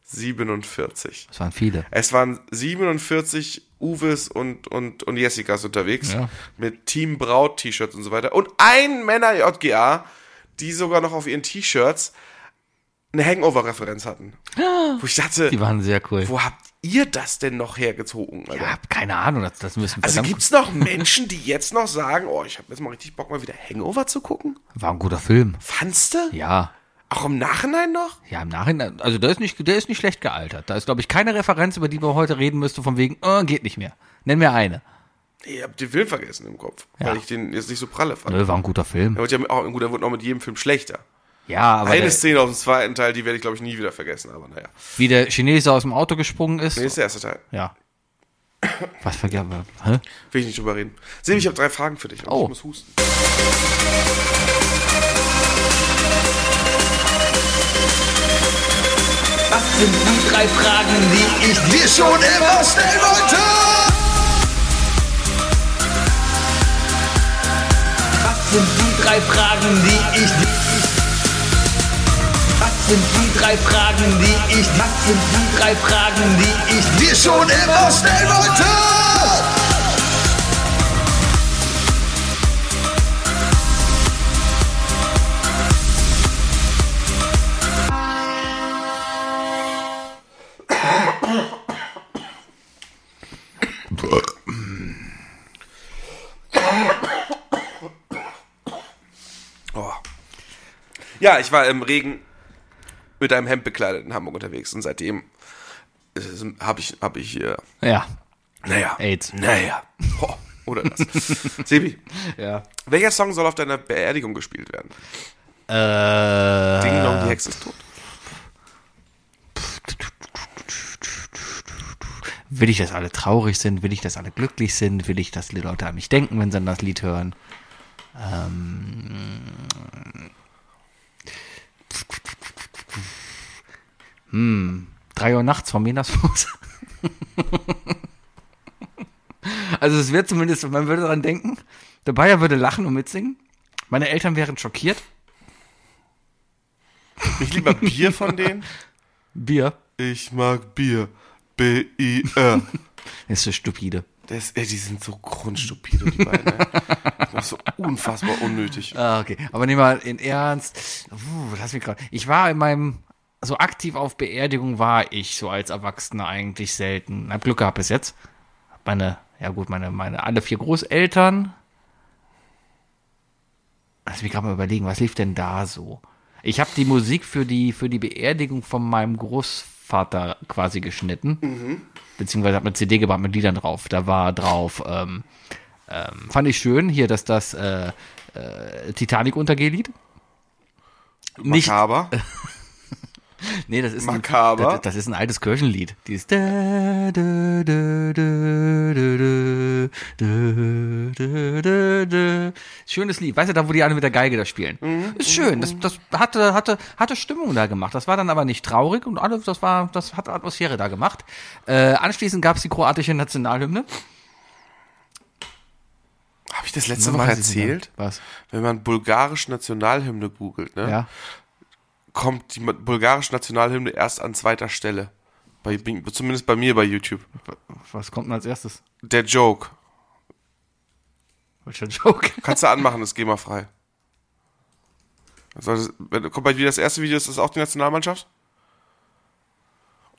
Speaker 3: 47.
Speaker 4: Das waren viele.
Speaker 3: Es waren 47 Uves und, und, und Jessicas unterwegs
Speaker 4: Ja.
Speaker 3: mit Team Braut T-Shirts und so weiter. Und ein Männer JGA, die sogar noch auf ihren T-Shirts eine Hangover-Referenz hatten. Wo ich dachte,
Speaker 4: Die waren sehr cool.
Speaker 3: wo habt ihr das denn noch hergezogen? Alter?
Speaker 4: Ich hab keine Ahnung, das, das müssen
Speaker 3: also
Speaker 4: verdammt-
Speaker 3: gibt's noch Menschen, die jetzt noch sagen, oh, ich habe jetzt mal richtig Bock, mal wieder Hangover zu gucken?
Speaker 4: War ein guter Film.
Speaker 3: Fandste?
Speaker 4: Ja.
Speaker 3: Auch im Nachhinein noch?
Speaker 4: Ja, im Nachhinein, also der ist nicht, der ist nicht schlecht gealtert. Da ist, glaube ich, keine Referenz, über die wir heute reden müssten, von wegen, äh, geht nicht mehr. Nenn mir eine.
Speaker 3: Ich hab den Film vergessen im Kopf, weil ich den jetzt nicht so pralle fand.
Speaker 4: Nö, war ein guter Film.
Speaker 3: Der wurde ja auch, gut, der wurde auch mit jedem Film schlechter.
Speaker 4: Ja, aber
Speaker 3: Eine
Speaker 4: der,
Speaker 3: Szene aus dem zweiten Teil, die werde ich, glaube ich, nie wieder vergessen, aber naja.
Speaker 4: wie der Chinese aus dem Auto gesprungen ist.
Speaker 3: Nee, ist der erste Teil.
Speaker 4: Ja. Was vergessen wir? Hä?
Speaker 3: Will ich nicht drüber reden. Sebi, ich habe drei Fragen für dich. aber
Speaker 4: Oh.
Speaker 3: Ich muss husten.
Speaker 2: Was sind die drei Fragen, die ich dir schon immer stellen wollte? Was sind die drei Fragen, die ich dir... Was sind die drei Fragen, die ich... Was sind die drei Fragen, die ich dir schon immer stellen wollte?
Speaker 3: Oh. Ja, ich war im Regen mit einem Hemd bekleidet in Hamburg unterwegs und seitdem habe ich, hab ich, äh,
Speaker 4: Ja.
Speaker 3: naja.
Speaker 4: AIDS.
Speaker 3: Naja. Oh, oder das. Sebi,
Speaker 4: Ja.
Speaker 3: welcher Song soll auf deiner Beerdigung gespielt werden?
Speaker 4: Äh,
Speaker 3: Ding Dong, die Hexe ist tot.
Speaker 4: will ich, dass alle traurig sind? Will ich, dass alle glücklich sind? Will ich, dass die Leute an mich denken, wenn sie an das Lied hören? Ähm, hm, drei Uhr nachts vom Menersfuß. also es wird zumindest, man würde daran denken, der Bayer würde lachen und mitsingen. Meine Eltern wären schockiert.
Speaker 3: Ich lieber Bier von denen.
Speaker 4: Bier
Speaker 3: Ich mag Bier. B-I-R.
Speaker 4: ist so stupide.
Speaker 3: Das, ey, die sind so grundstupide, die beiden. ey. Das ist so unfassbar unnötig.
Speaker 4: Ah, okay. Aber nehmen wir mal in Ernst. Puh, lass mich gerade. Ich war in meinem, so aktiv auf Beerdigung war ich so als Erwachsener eigentlich selten. Hab Glück gehabt bis jetzt. Hab Meine, ja gut, meine, meine alle vier Großeltern. Lass mich gerade mal überlegen, was lief denn da so? Ich habe die Musik für die, für die Beerdigung von meinem Großvater Vater quasi geschnitten. Beziehungsweise hat man CD gebaut mit Liedern drauf. Da war drauf, ähm, ähm, fand ich schön, hier, dass das äh, äh, Titanic-Untergehlied. Nicht,
Speaker 1: Makaber.
Speaker 4: nee, das ist, ein,
Speaker 1: Makaber.
Speaker 4: das, das ist ein altes Kirchenlied. Dieses da, da, da, da, da, da, da, da, da. Schönes Lied. Weißt du, da wo die alle mit der Geige da spielen. Ist schön. Das, das hatte, hatte, hatte Stimmung da gemacht. Das war dann aber nicht traurig und alles, das war, das hat Atmosphäre da gemacht. Äh, anschließend gab es die kroatische Nationalhymne.
Speaker 3: Habe ich das letzte Woche
Speaker 4: Weiß ich nicht mehr.
Speaker 3: erzählt?
Speaker 4: Was?
Speaker 3: Wenn man bulgarisch Nationalhymne googelt, ne,
Speaker 4: Ja.
Speaker 3: kommt die ma- bulgarische Nationalhymne erst an zweiter Stelle. Bei, zumindest bei mir bei YouTube.
Speaker 4: Was kommt denn als erstes?
Speaker 3: Der Joke.
Speaker 4: Wollte schon Joke.
Speaker 3: Kannst du anmachen, ist GEMA frei. Also, das- wenn- kommt bei dir das erste Video, ist das auch die Nationalmannschaft?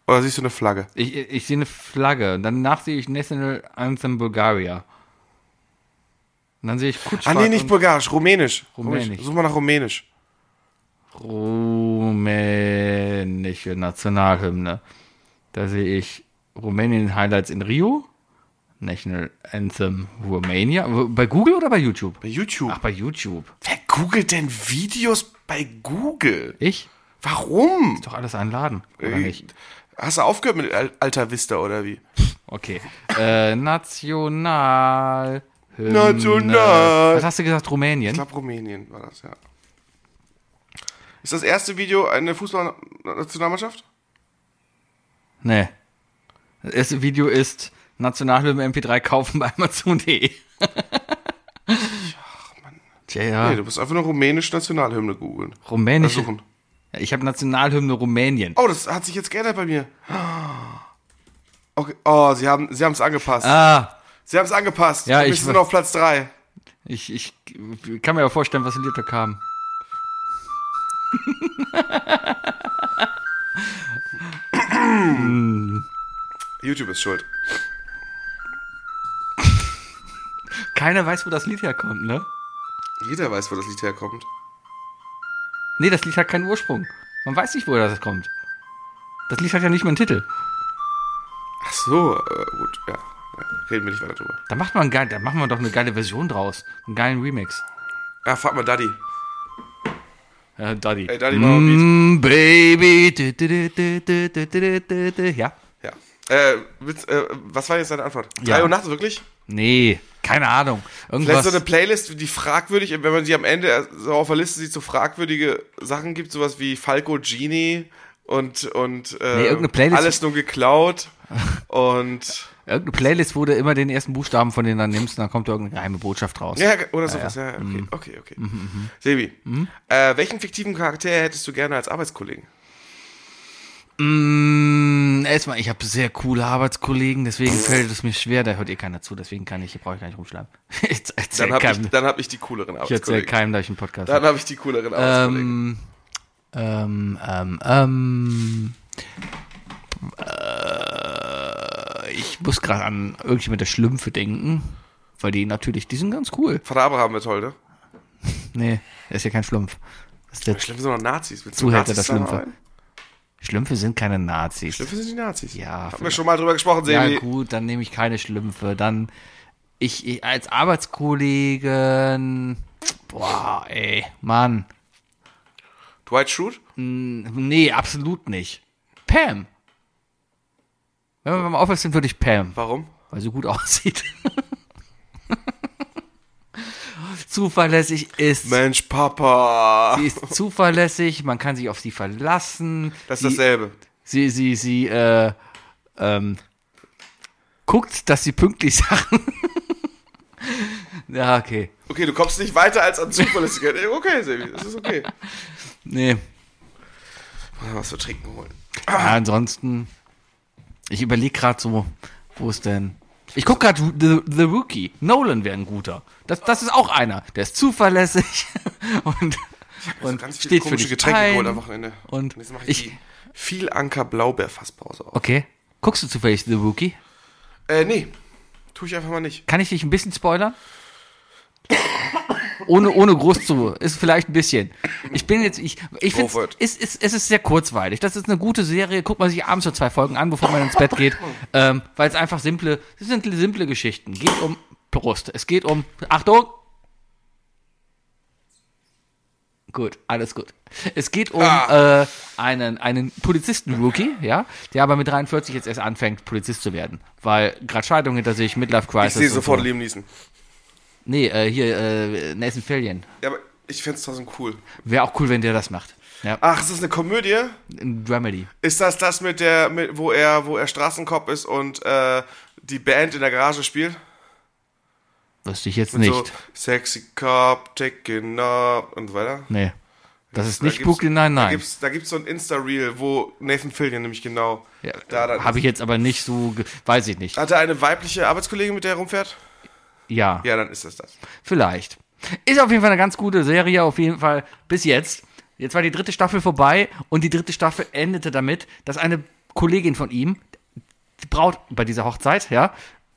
Speaker 3: Oder siehst du eine Flagge?
Speaker 4: Ich, ich sehe eine Flagge und danach sehe ich National Anthem Bulgaria. Und dann sehe ich Kutschfahrt
Speaker 3: Ah, nee, nicht
Speaker 4: und
Speaker 3: bulgarisch, rumänisch.
Speaker 4: Rumänisch.
Speaker 3: Such mal nach rumänisch.
Speaker 4: rumänische Nationalhymne. Da sehe ich Rumänien Highlights in Rio, National Anthem Romania. Wo- Bei Google oder bei YouTube?
Speaker 3: Bei YouTube.
Speaker 4: Ach, bei YouTube.
Speaker 3: Wer googelt denn Videos bei Google?
Speaker 4: Ich?
Speaker 3: Warum?
Speaker 4: Doch alles einladen, oder nicht?
Speaker 3: Äh, Hast du aufgehört mit Al- Alta Vista oder wie?
Speaker 4: Okay. Äh, National.
Speaker 3: National.
Speaker 4: Was hast du gesagt? Rumänien?
Speaker 3: Ich glaube, Rumänien war das, ja. Ist das erste Video eine Fußballnationalmannschaft?
Speaker 4: Ah. Nee. Das erste Video ist Nationalhymne MP3 kaufen bei Amazon.de. Ja,
Speaker 3: Nee, du musst einfach nur rumänische Nationalhymne googeln.
Speaker 4: rumänische.
Speaker 3: Versuchen.
Speaker 4: Ja, ich habe Nationalhymne Rumänien.
Speaker 3: Oh, das hat sich jetzt geändert bei mir. Okay. Oh, sie haben sie haben es angepasst.
Speaker 4: Ah,
Speaker 3: Sie haben es angepasst.
Speaker 4: Ja,
Speaker 3: wir
Speaker 4: ich-
Speaker 3: sind auf Platz 3.
Speaker 4: ich, ich kann mir ja vorstellen, was in dir da kam.
Speaker 3: YouTube ist schuld.
Speaker 4: Keiner weiß, wo das Lied herkommt, ne?
Speaker 3: Jeder weiß, wo das Lied herkommt.
Speaker 4: Nee, das Lied hat keinen Ursprung. Man weiß nicht, woher das kommt. Das Lied hat ja nicht mal einen Titel.
Speaker 3: Ach so, äh, gut, ja. ja. Reden wir nicht weiter drüber.
Speaker 4: Da macht man geil, da machen wir doch eine geile Version draus. Einen geilen Remix.
Speaker 3: Ja, frag mal Daddy.
Speaker 4: Äh, Daddy.
Speaker 3: Ey, Daddy, mach mal einen
Speaker 4: Mm, Baby. Du, du, du, du, du, du, du, du, du. Ja.
Speaker 3: Beat. Ja. Äh, willst, äh, was war jetzt deine Antwort?
Speaker 4: Ja.
Speaker 3: 3 Uhr nachts, wirklich?
Speaker 4: Nee, keine Ahnung.
Speaker 3: Vielleicht
Speaker 4: Irgendwas.
Speaker 3: so eine Playlist, die fragwürdig, wenn man die am Ende so auf der Liste sieht, so fragwürdige Sachen gibt, sowas wie Falco Genie und, und äh,
Speaker 4: Nee, irgendeine Playlist-
Speaker 3: alles nur geklaut und
Speaker 4: irgendeine Playlist, wo du immer den ersten Buchstaben von denen dann nimmst und dann kommt da irgendeine geheime Botschaft raus.
Speaker 3: ja, oder sowas. Ja, okay,
Speaker 4: Mhm.
Speaker 3: okay, okay. Sebi, äh, welchen fiktiven Charakter hättest du gerne als Arbeitskollegen?
Speaker 4: Mm, erstmal, ich habe sehr coole Arbeitskollegen, deswegen fällt es mir schwer, da hört ihr keiner zu, deswegen kann ich, brauche ich gar nicht rumschlagen. Ich erzähl
Speaker 3: Dann habe
Speaker 4: keinem,
Speaker 3: ich, dann hab ich die cooleren
Speaker 4: ich erzähl
Speaker 3: Arbeitskollegen.
Speaker 4: keinem, dass ich einen Podcast
Speaker 3: dann
Speaker 4: habe.
Speaker 3: habe ich die cooleren Arbeitskollegen.
Speaker 4: Ähm, ähm, ähm, ähm, äh, ich muss gerade an irgendjemand mit der Schlümpfe denken, weil die natürlich, die sind ganz cool.
Speaker 3: Vater Abraham wird ne? heute.
Speaker 4: Nee, er ist ja kein Schlumpf. Das ist der
Speaker 3: Schlimm sind noch Nazis. Willst du
Speaker 4: Zuhälter
Speaker 3: Nazis
Speaker 4: der Schlümpfe.
Speaker 3: zusammenarbeiten?
Speaker 4: Schlümpfe sind keine Nazis.
Speaker 3: Schlümpfe sind die Nazis.
Speaker 4: Ja,
Speaker 3: Haben wir schon mal drüber gesprochen, Sebi.
Speaker 4: ja, gut, dann nehme ich keine Schlümpfe. Dann ich, ich als Arbeitskollegen. Boah, ey, Mann.
Speaker 3: Dwight Schrute?
Speaker 4: Nee, absolut nicht. Pam. Wenn wir beim Office sind, würde ich Pam,
Speaker 3: Warum?
Speaker 4: weil sie gut aussieht. zuverlässig ist.
Speaker 3: Mensch, Papa.
Speaker 4: Sie ist zuverlässig, man kann sich auf sie verlassen.
Speaker 3: Das ist
Speaker 4: sie,
Speaker 3: dasselbe.
Speaker 4: sie, sie, sie, äh, ähm, guckt, dass sie pünktlich Sachen. ja, okay.
Speaker 3: Okay, du kommst nicht weiter als an Zuverlässigkeit. Ey, Okay, Sebi, das ist okay.
Speaker 4: Nee.
Speaker 3: Mal was zu trinken holen.
Speaker 4: Ja, ansonsten, ich überlege gerade so, wo ist denn. Ich gucke gerade The, The Rookie. Nolan wäre ein guter. Das, das ist auch einer. Der ist zuverlässig und, und
Speaker 3: Ganz viele
Speaker 4: steht für
Speaker 3: komische
Speaker 4: dich
Speaker 3: Getränke
Speaker 4: ein.
Speaker 3: geholt am Wochenende.
Speaker 4: und
Speaker 3: jetzt mache ich,
Speaker 4: ich-
Speaker 3: die viel Anker Blaubeerfaßpause auf.
Speaker 4: Okay. Guckst du zufällig The Rookie?
Speaker 3: Äh, nee. Tue ich einfach mal nicht.
Speaker 4: Kann ich dich ein bisschen spoilern? Ohne, ohne groß zu, ist vielleicht ein bisschen. Ich bin jetzt, ich, ich
Speaker 1: Go
Speaker 4: finde,
Speaker 1: for it.
Speaker 4: es ist, es ist sehr kurzweilig. Das ist eine gute Serie. Guckt man sich abends so zwei Folgen an, bevor man ins Bett geht, ähm, weil es einfach simple, es sind simple Geschichten. Geht um Brust. Es geht um, Achtung! Gut, alles gut. Es geht um
Speaker 3: Ah.
Speaker 4: äh, einen, einen Polizisten-Rookie, ja, der aber mit 43 jetzt erst anfängt, Polizist zu werden. Weil gerade Scheidung hinter sich,
Speaker 3: Ich
Speaker 4: Midlife-Crisis.
Speaker 3: sehe
Speaker 4: und
Speaker 3: sofort
Speaker 4: so.
Speaker 3: Liam Neeson.
Speaker 4: Nee, äh, hier, äh, Nathan Fillion.
Speaker 3: Ja, aber ich fände es trotzdem cool.
Speaker 4: Wäre auch cool, wenn der das macht. Ja,
Speaker 3: Ach, ist das eine Komödie?
Speaker 4: ein Dramedy.
Speaker 3: Ist das das mit der, mit, wo er, wo er Straßenkopf ist und äh, die Band in der Garage spielt?
Speaker 4: Wüsste ich jetzt
Speaker 3: Mit
Speaker 4: nicht.
Speaker 3: So Sexy Cop, Taking Up und so weiter.
Speaker 4: Nee. Das ist
Speaker 3: Da
Speaker 4: nicht
Speaker 3: gibt's-
Speaker 4: Brooklyn, nein,
Speaker 3: Da
Speaker 4: nein.
Speaker 3: gibt's, da gibt's so ein Insta-Reel, wo Nathan Fillion nämlich genau
Speaker 4: Ja,
Speaker 3: da dann.
Speaker 4: Habe ich jetzt aber nicht so, ge- weiß ich nicht.
Speaker 3: Hat er eine weibliche Arbeitskollegin, mit der er rumfährt?
Speaker 4: Ja,
Speaker 3: Ja, dann ist das das.
Speaker 4: vielleicht. Ist auf jeden Fall eine ganz gute Serie, auf jeden Fall bis jetzt. Jetzt war die dritte Staffel vorbei und die dritte Staffel endete damit, dass eine Kollegin von ihm, die Braut bei dieser Hochzeit, ja,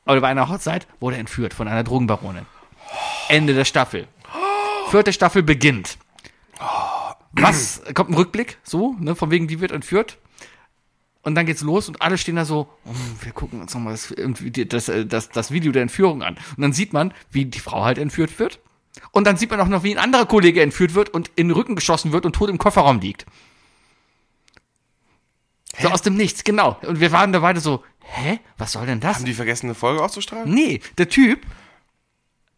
Speaker 4: oder bei einer Hochzeit, wurde entführt von einer Drogenbaronin. Ende der Staffel. Vierte Staffel beginnt. Was? Kommt ein Rückblick, so, ne, von wegen, die wird entführt. Und dann geht's los und alle stehen da so, "Oh, wir gucken uns nochmal das, das, äh, das, das Video der Entführung an. Und dann sieht man, wie die Frau halt entführt wird. Und dann sieht man auch noch, wie ein anderer Kollege entführt wird und in den Rücken geschossen wird und tot im Kofferraum liegt. So aus dem Nichts, genau. Und wir waren da beide so, hä? Was soll denn das?
Speaker 3: Haben die vergessen, eine Folge auszustrahlen?
Speaker 4: Nee, der Typ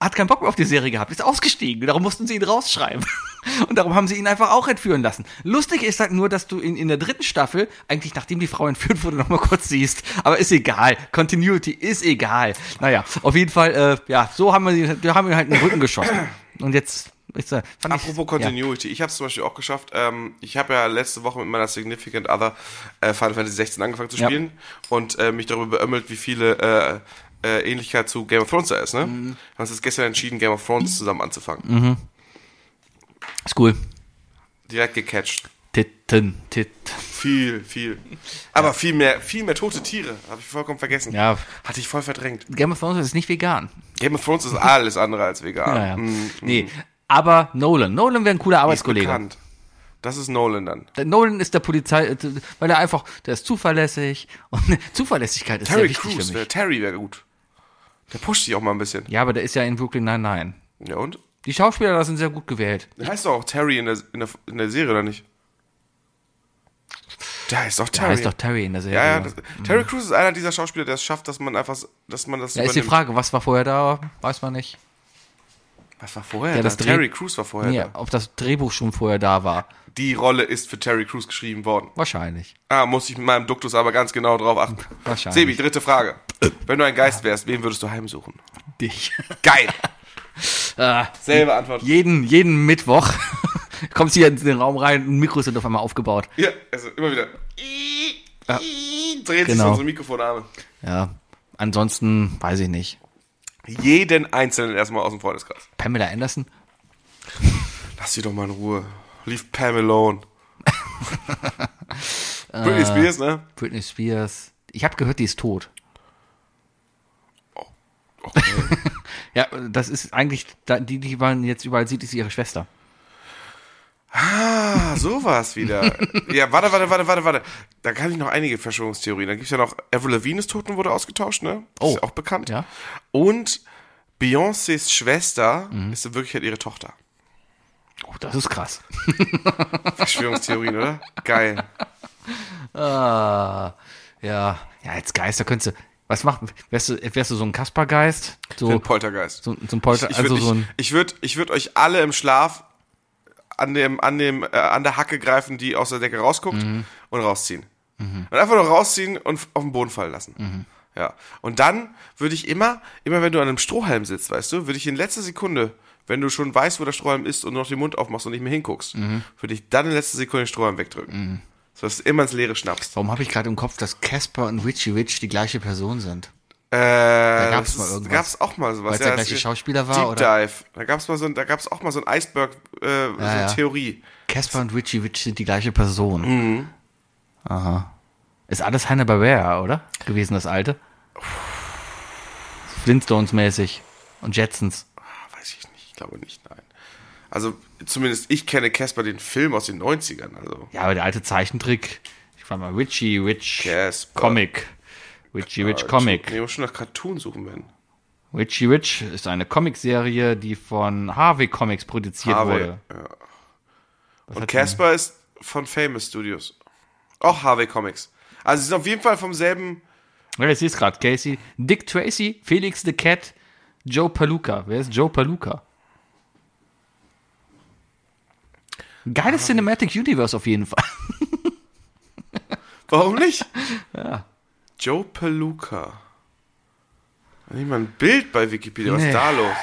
Speaker 4: hat keinen Bock mehr auf die Serie gehabt, ist ausgestiegen. Darum mussten sie ihn rausschreiben. Und darum haben sie ihn einfach auch entführen lassen. Lustig ist halt nur, dass du ihn in der dritten Staffel, eigentlich nachdem die Frau entführt wurde, nochmal kurz siehst. Aber ist egal. Continuity ist egal. Naja, auf jeden Fall, äh, ja, so haben wir, ihn- wir haben ihn halt in den Rücken geschossen. Und jetzt ist er. fand ich-
Speaker 3: Apropos Continuity, ich habe es zum Beispiel auch geschafft. Ähm, ich habe ja letzte Woche mit meiner Significant Other äh, Final Fantasy 16 angefangen zu
Speaker 4: Ja.
Speaker 3: spielen und äh, mich darüber beömmelt, wie viele äh, äh, Ähnlichkeit zu Game of Thrones da ist. Ne?
Speaker 4: Mhm.
Speaker 3: Wir haben uns jetzt gestern entschieden, Game of Thrones zusammen anzufangen.
Speaker 4: Ja, ist cool.
Speaker 3: Direkt gecatcht.
Speaker 4: Titten, Titten.
Speaker 3: Viel, viel. Aber viel mehr, viel mehr tote Tiere. Habe ich vollkommen vergessen.
Speaker 4: Ja.
Speaker 3: Hatte ich voll verdrängt.
Speaker 4: Game of Thrones ist nicht vegan.
Speaker 3: Game of Thrones ist alles andere als vegan.
Speaker 4: Naja.
Speaker 3: Mm,
Speaker 4: Nee. Aber Nolan. Nolan wäre ein cooler
Speaker 3: ist
Speaker 4: Arbeitskollege.
Speaker 3: bekannt. Das ist Nolan dann.
Speaker 4: Der Nolan ist der Polizei, äh, weil er einfach, der ist zuverlässig und Zuverlässigkeit ist sehr
Speaker 3: Terry
Speaker 4: wichtig
Speaker 3: Crews
Speaker 4: für
Speaker 3: wäre
Speaker 4: mich.
Speaker 3: Terry wäre gut. Der pusht dich auch mal ein bisschen.
Speaker 4: Ja, aber der ist ja in Brooklyn Nine-Nine.
Speaker 3: Ja und?
Speaker 4: Die Schauspieler da sind sehr gut gewählt.
Speaker 3: Der heißt doch auch Terry in der, in der, in der Serie, oder nicht? Der heißt doch
Speaker 4: Da
Speaker 3: Terry.
Speaker 4: heißt doch Terry Mhm. in der Serie.
Speaker 3: ja, ja, das, Terry Crews ist einer dieser Schauspieler, der es schafft, dass man einfach, s- dass man das
Speaker 4: da ist die Frage, was war vorher da, weiß man nicht.
Speaker 3: Was war vorher?
Speaker 4: Ja,
Speaker 3: da?
Speaker 4: das Dreh-
Speaker 3: Terry Crews war vorher.
Speaker 4: Nee,
Speaker 3: da.
Speaker 4: ob das Drehbuch schon vorher da war.
Speaker 3: Die Rolle ist für Terry Crews geschrieben worden.
Speaker 4: Wahrscheinlich.
Speaker 3: Ah, muss ich mit meinem Duktus aber ganz genau drauf achten.
Speaker 4: Wahrscheinlich.
Speaker 3: Sebi, dritte Frage. Wenn du ein Geist wärst, wen würdest du heimsuchen?
Speaker 4: Dich.
Speaker 3: Geil!
Speaker 4: äh,
Speaker 3: Selbe Antwort.
Speaker 4: jeden, jeden Mittwoch kommst du hier in den Raum rein und Mikros sind auf einmal aufgebaut.
Speaker 3: Ja, also immer wieder. Dreht sich um
Speaker 4: Genau.
Speaker 3: unsere Mikrofonarme.
Speaker 4: Ja. Ansonsten, weiß ich nicht.
Speaker 3: Jeden einzelnen erstmal aus dem Freundeskreis.
Speaker 4: Pamela Anderson?
Speaker 3: Lass sie doch mal in Ruhe. Leave Pam alone.
Speaker 4: Äh.
Speaker 3: Britney Spears, ne?
Speaker 4: Britney Spears? Ich habe gehört, die ist tot.
Speaker 3: Oh, Okay.
Speaker 4: Ja, das ist eigentlich, da- die, die man jetzt überall sieht, ist ihre Schwester.
Speaker 3: ah, sowas wieder. Ja, warte, warte, warte, warte, warte. Da kann ich noch einige Verschwörungstheorien. Da gibt's ja noch, Avril Lavigne ist tot und wurde ausgetauscht, ne?
Speaker 4: Oh.
Speaker 3: Ist ja auch bekannt.
Speaker 4: Ja.
Speaker 3: Und Beyoncés Schwester
Speaker 4: Mhm.
Speaker 3: ist in Wirklichkeit ihre Tochter.
Speaker 4: Oh, das ist krass.
Speaker 3: Verschwörungstheorien, oder? Geil.
Speaker 4: Ah, ja. Ja, als Geister könntest du. Was machen? Wärst du, wärst du so ein Kaspergeist?
Speaker 3: Ein
Speaker 4: So,
Speaker 3: Poltergeist.
Speaker 4: so, so ein Polter,
Speaker 3: Ich
Speaker 4: also
Speaker 3: würde
Speaker 4: so ein.
Speaker 3: ich, würd, ich würd euch alle im Schlaf an, dem, an, dem, äh, an der Hacke greifen, die aus der Decke rausguckt
Speaker 4: Mhm.
Speaker 3: und rausziehen. Und einfach nur rausziehen und f- auf den Boden fallen lassen.
Speaker 4: Mhm.
Speaker 3: Ja. Und dann würde ich immer, immer wenn du an einem Strohhalm sitzt, weißt du, würde ich in letzter Sekunde, wenn du schon weißt, wo der Strohhalm ist und noch den Mund aufmachst und nicht mehr hinguckst,
Speaker 4: Mhm.
Speaker 3: würde ich dann in letzter Sekunde den Strohhalm wegdrücken. So dass du immer ins Leere schnappst.
Speaker 4: Warum habe ich gerade im Kopf, dass Casper und Richie Rich die gleiche Person sind?
Speaker 3: Äh, da
Speaker 4: gab's mal irgendwas.
Speaker 3: gab's auch mal sowas.
Speaker 4: Weil's der gleiche
Speaker 3: das-
Speaker 4: Schauspieler war,
Speaker 3: Deep
Speaker 4: oder?
Speaker 3: Dive. Da gab's mal so, ein- da gab's auch mal so ein Eisberg, äh, so eine
Speaker 4: ja.
Speaker 3: Theorie.
Speaker 4: Casper und Richie Rich sind die gleiche Person. Mhm. Aha. Ist alles Hanna-Barbera, oder? Gewesen, das alte? Flintstones-mäßig. Und Jetsons.
Speaker 3: Ah, weiß ich nicht. Ich glaube nicht, nein. Also zumindest ich kenne Casper den Film aus den 90ern. Also
Speaker 4: Ja, aber der alte Zeichentrick. Ich war mal Richie Rich
Speaker 3: Casper. Äh,
Speaker 4: Comic. Richie Rich Comic.
Speaker 3: Nee, muss schon nach Cartoon suchen werden.
Speaker 4: Richie Rich ist eine Comicserie, die von Harvey Comics produziert
Speaker 3: Harvey,
Speaker 4: wurde.
Speaker 3: Und Casper ist von Famous Studios. Auch Harvey Comics. Also sie sind auf jeden Fall vom selben.
Speaker 4: Ja, ich sehe es gerade. Casey, Dick Tracy, Felix the Cat, Joe Paluca. Wer ist Joe Paluca? Geiles Cinematic Universe auf jeden Fall.
Speaker 3: Warum nicht? Joe Peluca. Hat Niemand ein Bild bei Wikipedia. Was
Speaker 4: Nee.
Speaker 3: ist da los?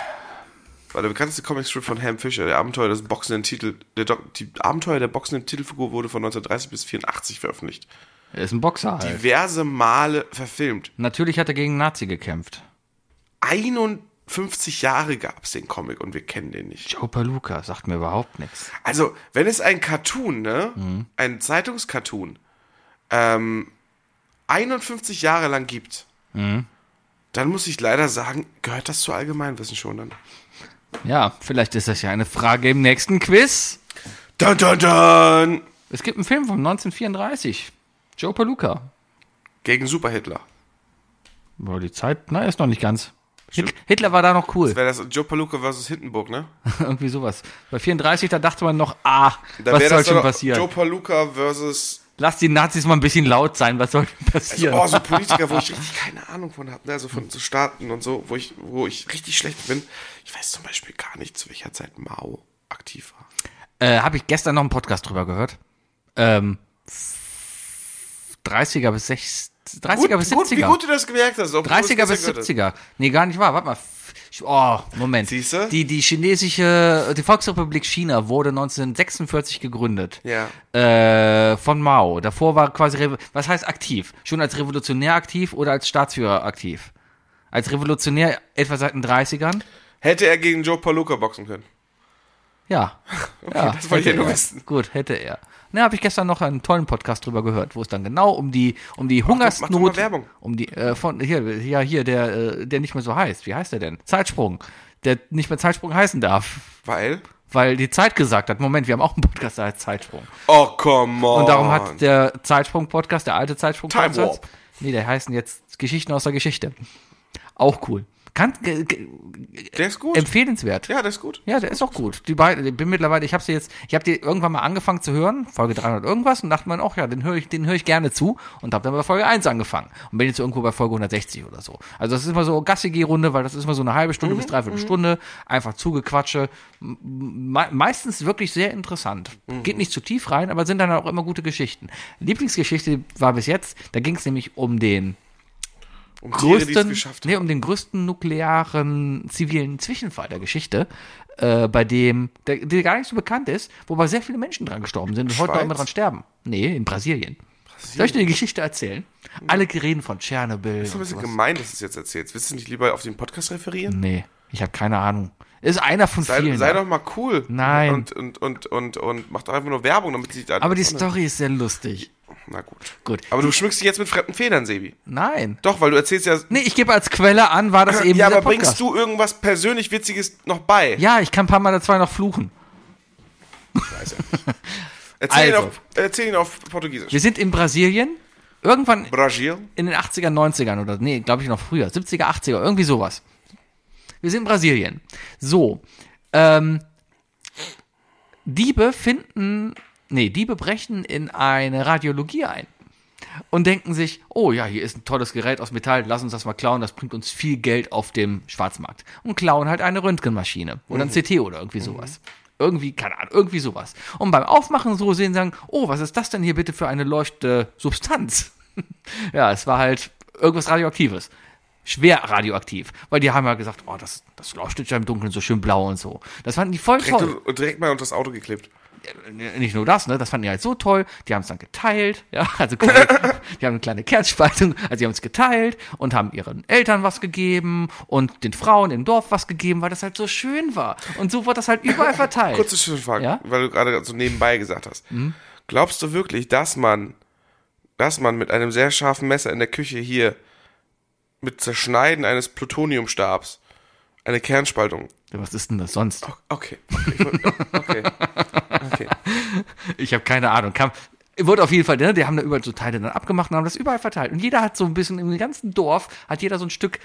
Speaker 3: War der bekannteste Comicstrip von Ham Fisher. Der Abenteuer des boxenden Titel, der Do die Abenteuer der boxenden Titelfigur wurde von 1930 bis 84 veröffentlicht.
Speaker 4: Er ist ein Boxer halt.
Speaker 3: Diverse Male verfilmt.
Speaker 4: Natürlich hat er gegen Nazi gekämpft.
Speaker 3: 51 Jahre gab es den Comic und wir kennen den nicht.
Speaker 4: Joe Paluca sagt mir überhaupt nichts.
Speaker 3: Also, wenn es ein Cartoon, ne?
Speaker 4: Mhm.
Speaker 3: Ein Zeitungscartoon, ähm, 51 Jahre lang gibt,
Speaker 4: Mhm.
Speaker 3: dann muss ich leider sagen, gehört das zur Allgemeinwissen schon dann.
Speaker 4: Ja, vielleicht ist das ja eine Frage im nächsten Quiz.
Speaker 3: Dun, dun, dun!
Speaker 4: Es gibt einen Film von 1934. Joe Paluca.
Speaker 3: Gegen Super Hitler.
Speaker 4: Boah, die Zeit, na, ist noch nicht ganz. Hit Hitler war da noch cool.
Speaker 3: Wäre das Joe Paluca versus Hindenburg, ne?
Speaker 4: Irgendwie sowas. Bei 34, da dachte man noch, ah,
Speaker 3: Da
Speaker 4: was
Speaker 3: wär
Speaker 4: soll
Speaker 3: das
Speaker 4: schon
Speaker 3: doch
Speaker 4: passieren?
Speaker 3: Joe Paluca versus
Speaker 4: Lass die Nazis mal ein bisschen laut sein, was soll denn passieren?
Speaker 3: oh, so Politiker, wo ich richtig keine Ahnung von habe, ne? also von so Staaten und so, wo ich, wo ich richtig schlecht bin. Ich weiß zum Beispiel gar nicht, zu welcher Zeit Mao aktiv war.
Speaker 4: äh, Habe ich gestern noch einen Podcast drüber gehört. Ähm, 30er bis 60, 30er bis 70er.
Speaker 3: gut, wie gut du das gemerkt hast. obwohl du es
Speaker 4: 30er bis
Speaker 3: gestern gehört hast.
Speaker 4: 70er. Nee, gar nicht wahr. Warte mal. Oh, Moment.
Speaker 3: Siehste?
Speaker 4: Die, die chinesische, die Volksrepublik China wurde 1946 gegründet.
Speaker 3: Ja.
Speaker 4: Äh, von Mao. Davor war quasi, Revo- was heißt aktiv? Schon als Revolutionär aktiv oder als Staatsführer aktiv? Als Revolutionär etwa seit den 30ern?
Speaker 3: Hätte er gegen Joe Paluca boxen können.
Speaker 4: Ja. ja
Speaker 3: das wollte ich
Speaker 4: hätte
Speaker 3: nur
Speaker 4: er.
Speaker 3: wissen.
Speaker 4: Gut, hätte er. Na, habe ich gestern noch einen tollen Podcast drüber gehört, wo es dann genau um die um die
Speaker 3: doch- mach doch mal
Speaker 4: Hungersnot
Speaker 3: Werbung.
Speaker 4: um die äh, von hier ja hier der äh, der nicht mehr so heißt. Wie heißt der denn? Zeitsprung. Der nicht mehr Zeitsprung heißen darf,
Speaker 3: Weil?
Speaker 4: weil die Zeit gesagt hat. Moment, wir haben auch einen Podcast der heißt Zeitsprung.
Speaker 3: Oh, come on.
Speaker 4: Und darum hat der Zeitsprung-Podcast, der alte Zeitsprung-Podcast,
Speaker 3: Time Warp.
Speaker 4: nee, der heißen jetzt Geschichten aus der Geschichte. Auch cool. Kann, ge, ge,
Speaker 3: der ist gut.
Speaker 4: empfehlenswert.
Speaker 3: Ja, der ist gut.
Speaker 4: Ja, der ist auch gut. Die beiden, ich bin mittlerweile, ich habe sie jetzt, ich habe die irgendwann mal angefangen zu hören, Folge 300 irgendwas und dachte man, ach ja, den höre ich, den höre ich gerne zu und habe dann bei Folge 1 angefangen und bin jetzt irgendwo bei Folge 160 oder so. Also das ist immer so Gassi-G-Runde, weil das ist immer so eine halbe Stunde bis dreiviertel Stunde, einfach zugequatsche. M- Me meistens wirklich sehr interessant. Geht nicht zu tief rein, aber sind dann auch immer gute Geschichten. Lieblingsgeschichte war bis jetzt, da ging es nämlich um den
Speaker 3: Um Tiere, die es
Speaker 4: größten,
Speaker 3: geschafft haben.
Speaker 4: nee, um den größten nuklearen zivilen Zwischenfall der Geschichte, äh, bei dem, der, der gar nicht so bekannt ist, wobei sehr viele Menschen dran gestorben sind und heute noch
Speaker 3: Schweiz?
Speaker 4: immer dran sterben. Nee, in Brasilien. Soll ich dir die Geschichte erzählen? Alle reden von Tschernobyl.
Speaker 3: Das ist ein
Speaker 4: und
Speaker 3: bisschen
Speaker 4: sowas.
Speaker 3: gemein, dass du es jetzt erzählst. Willst du nicht lieber auf den Podcast referieren?
Speaker 4: Nee, ich habe keine Ahnung. Ist einer von
Speaker 3: Sei,
Speaker 4: Hm, vielen.
Speaker 3: sei
Speaker 4: ja.
Speaker 3: doch mal cool.
Speaker 4: Nein.
Speaker 3: Und, und, und, und, und mach doch einfach nur Werbung, damit sie da.
Speaker 4: Aber die Story ist sehr lustig.
Speaker 3: Na gut.
Speaker 4: Gut.
Speaker 3: Aber du schmückst dich jetzt mit fremden Federn, Sebi.
Speaker 4: Nein.
Speaker 3: Doch, weil du erzählst ja.
Speaker 4: Nee, ich gebe als Quelle an, war das eben
Speaker 3: ja,
Speaker 4: dieser
Speaker 3: aber
Speaker 4: Podcast.
Speaker 3: bringst du irgendwas persönlich Witziges noch bei?
Speaker 4: Ja, ich kann ein paar Mal dazu noch fluchen.
Speaker 3: Erzähl,
Speaker 4: Also.
Speaker 3: ihn auf, erzähl ihn auf Portugiesisch.
Speaker 4: Wir sind in Brasilien. Irgendwann
Speaker 3: Brasil.
Speaker 4: in den 80er, 90ern oder nee, glaube ich noch früher, 70er, 80er, irgendwie sowas. Wir sind in Brasilien. So, ähm, Diebe finden, nee, Diebe brechen in eine Radiologie ein und denken sich, oh ja, hier ist ein tolles Gerät aus Metall, lass uns das mal klauen, das bringt uns viel Geld auf dem Schwarzmarkt. Und klauen halt eine Röntgenmaschine oder ein CT oder irgendwie sowas. Irgendwie, keine Ahnung, irgendwie sowas. Und beim Aufmachen so sehen, sagen, oh, was ist das denn hier bitte für eine leuchtende Substanz? ja, es war halt irgendwas Radioaktives. Schwer radioaktiv. Weil die haben ja gesagt, oh, das, das leuchtet ja im Dunkeln so schön blau und so. Das fanden die voll
Speaker 3: Direkt,
Speaker 4: toll.
Speaker 3: und direkt mal unter das Auto geklebt.
Speaker 4: Nicht nur das, ne? Das fanden die halt so toll. Die haben es dann geteilt. Ja, also kleine, die haben eine kleine Kerzspaltung. Also die haben es geteilt und haben ihren Eltern was gegeben und den Frauen im Dorf was gegeben, weil das halt so schön war. Und so wurde das halt überall verteilt.
Speaker 3: Kurze Zwischenfrage,
Speaker 4: Ja? Mhm.
Speaker 3: weil du gerade so nebenbei gesagt hast. Glaubst du wirklich, dass man, dass man mit einem sehr scharfen Messer in der Küche hier mit Zerschneiden eines Plutoniumstabs eine Kernspaltung
Speaker 4: Ja, Was ist denn das sonst?
Speaker 3: Okay. Ich wollt- Okay. Okay.
Speaker 4: Ich habe keine Ahnung. Kam, wurde auf jeden Fall, ne, die haben da überall so Teile dann abgemacht und haben das überall verteilt. Und jeder hat so ein bisschen, im ganzen Dorf hat jeder so ein Stück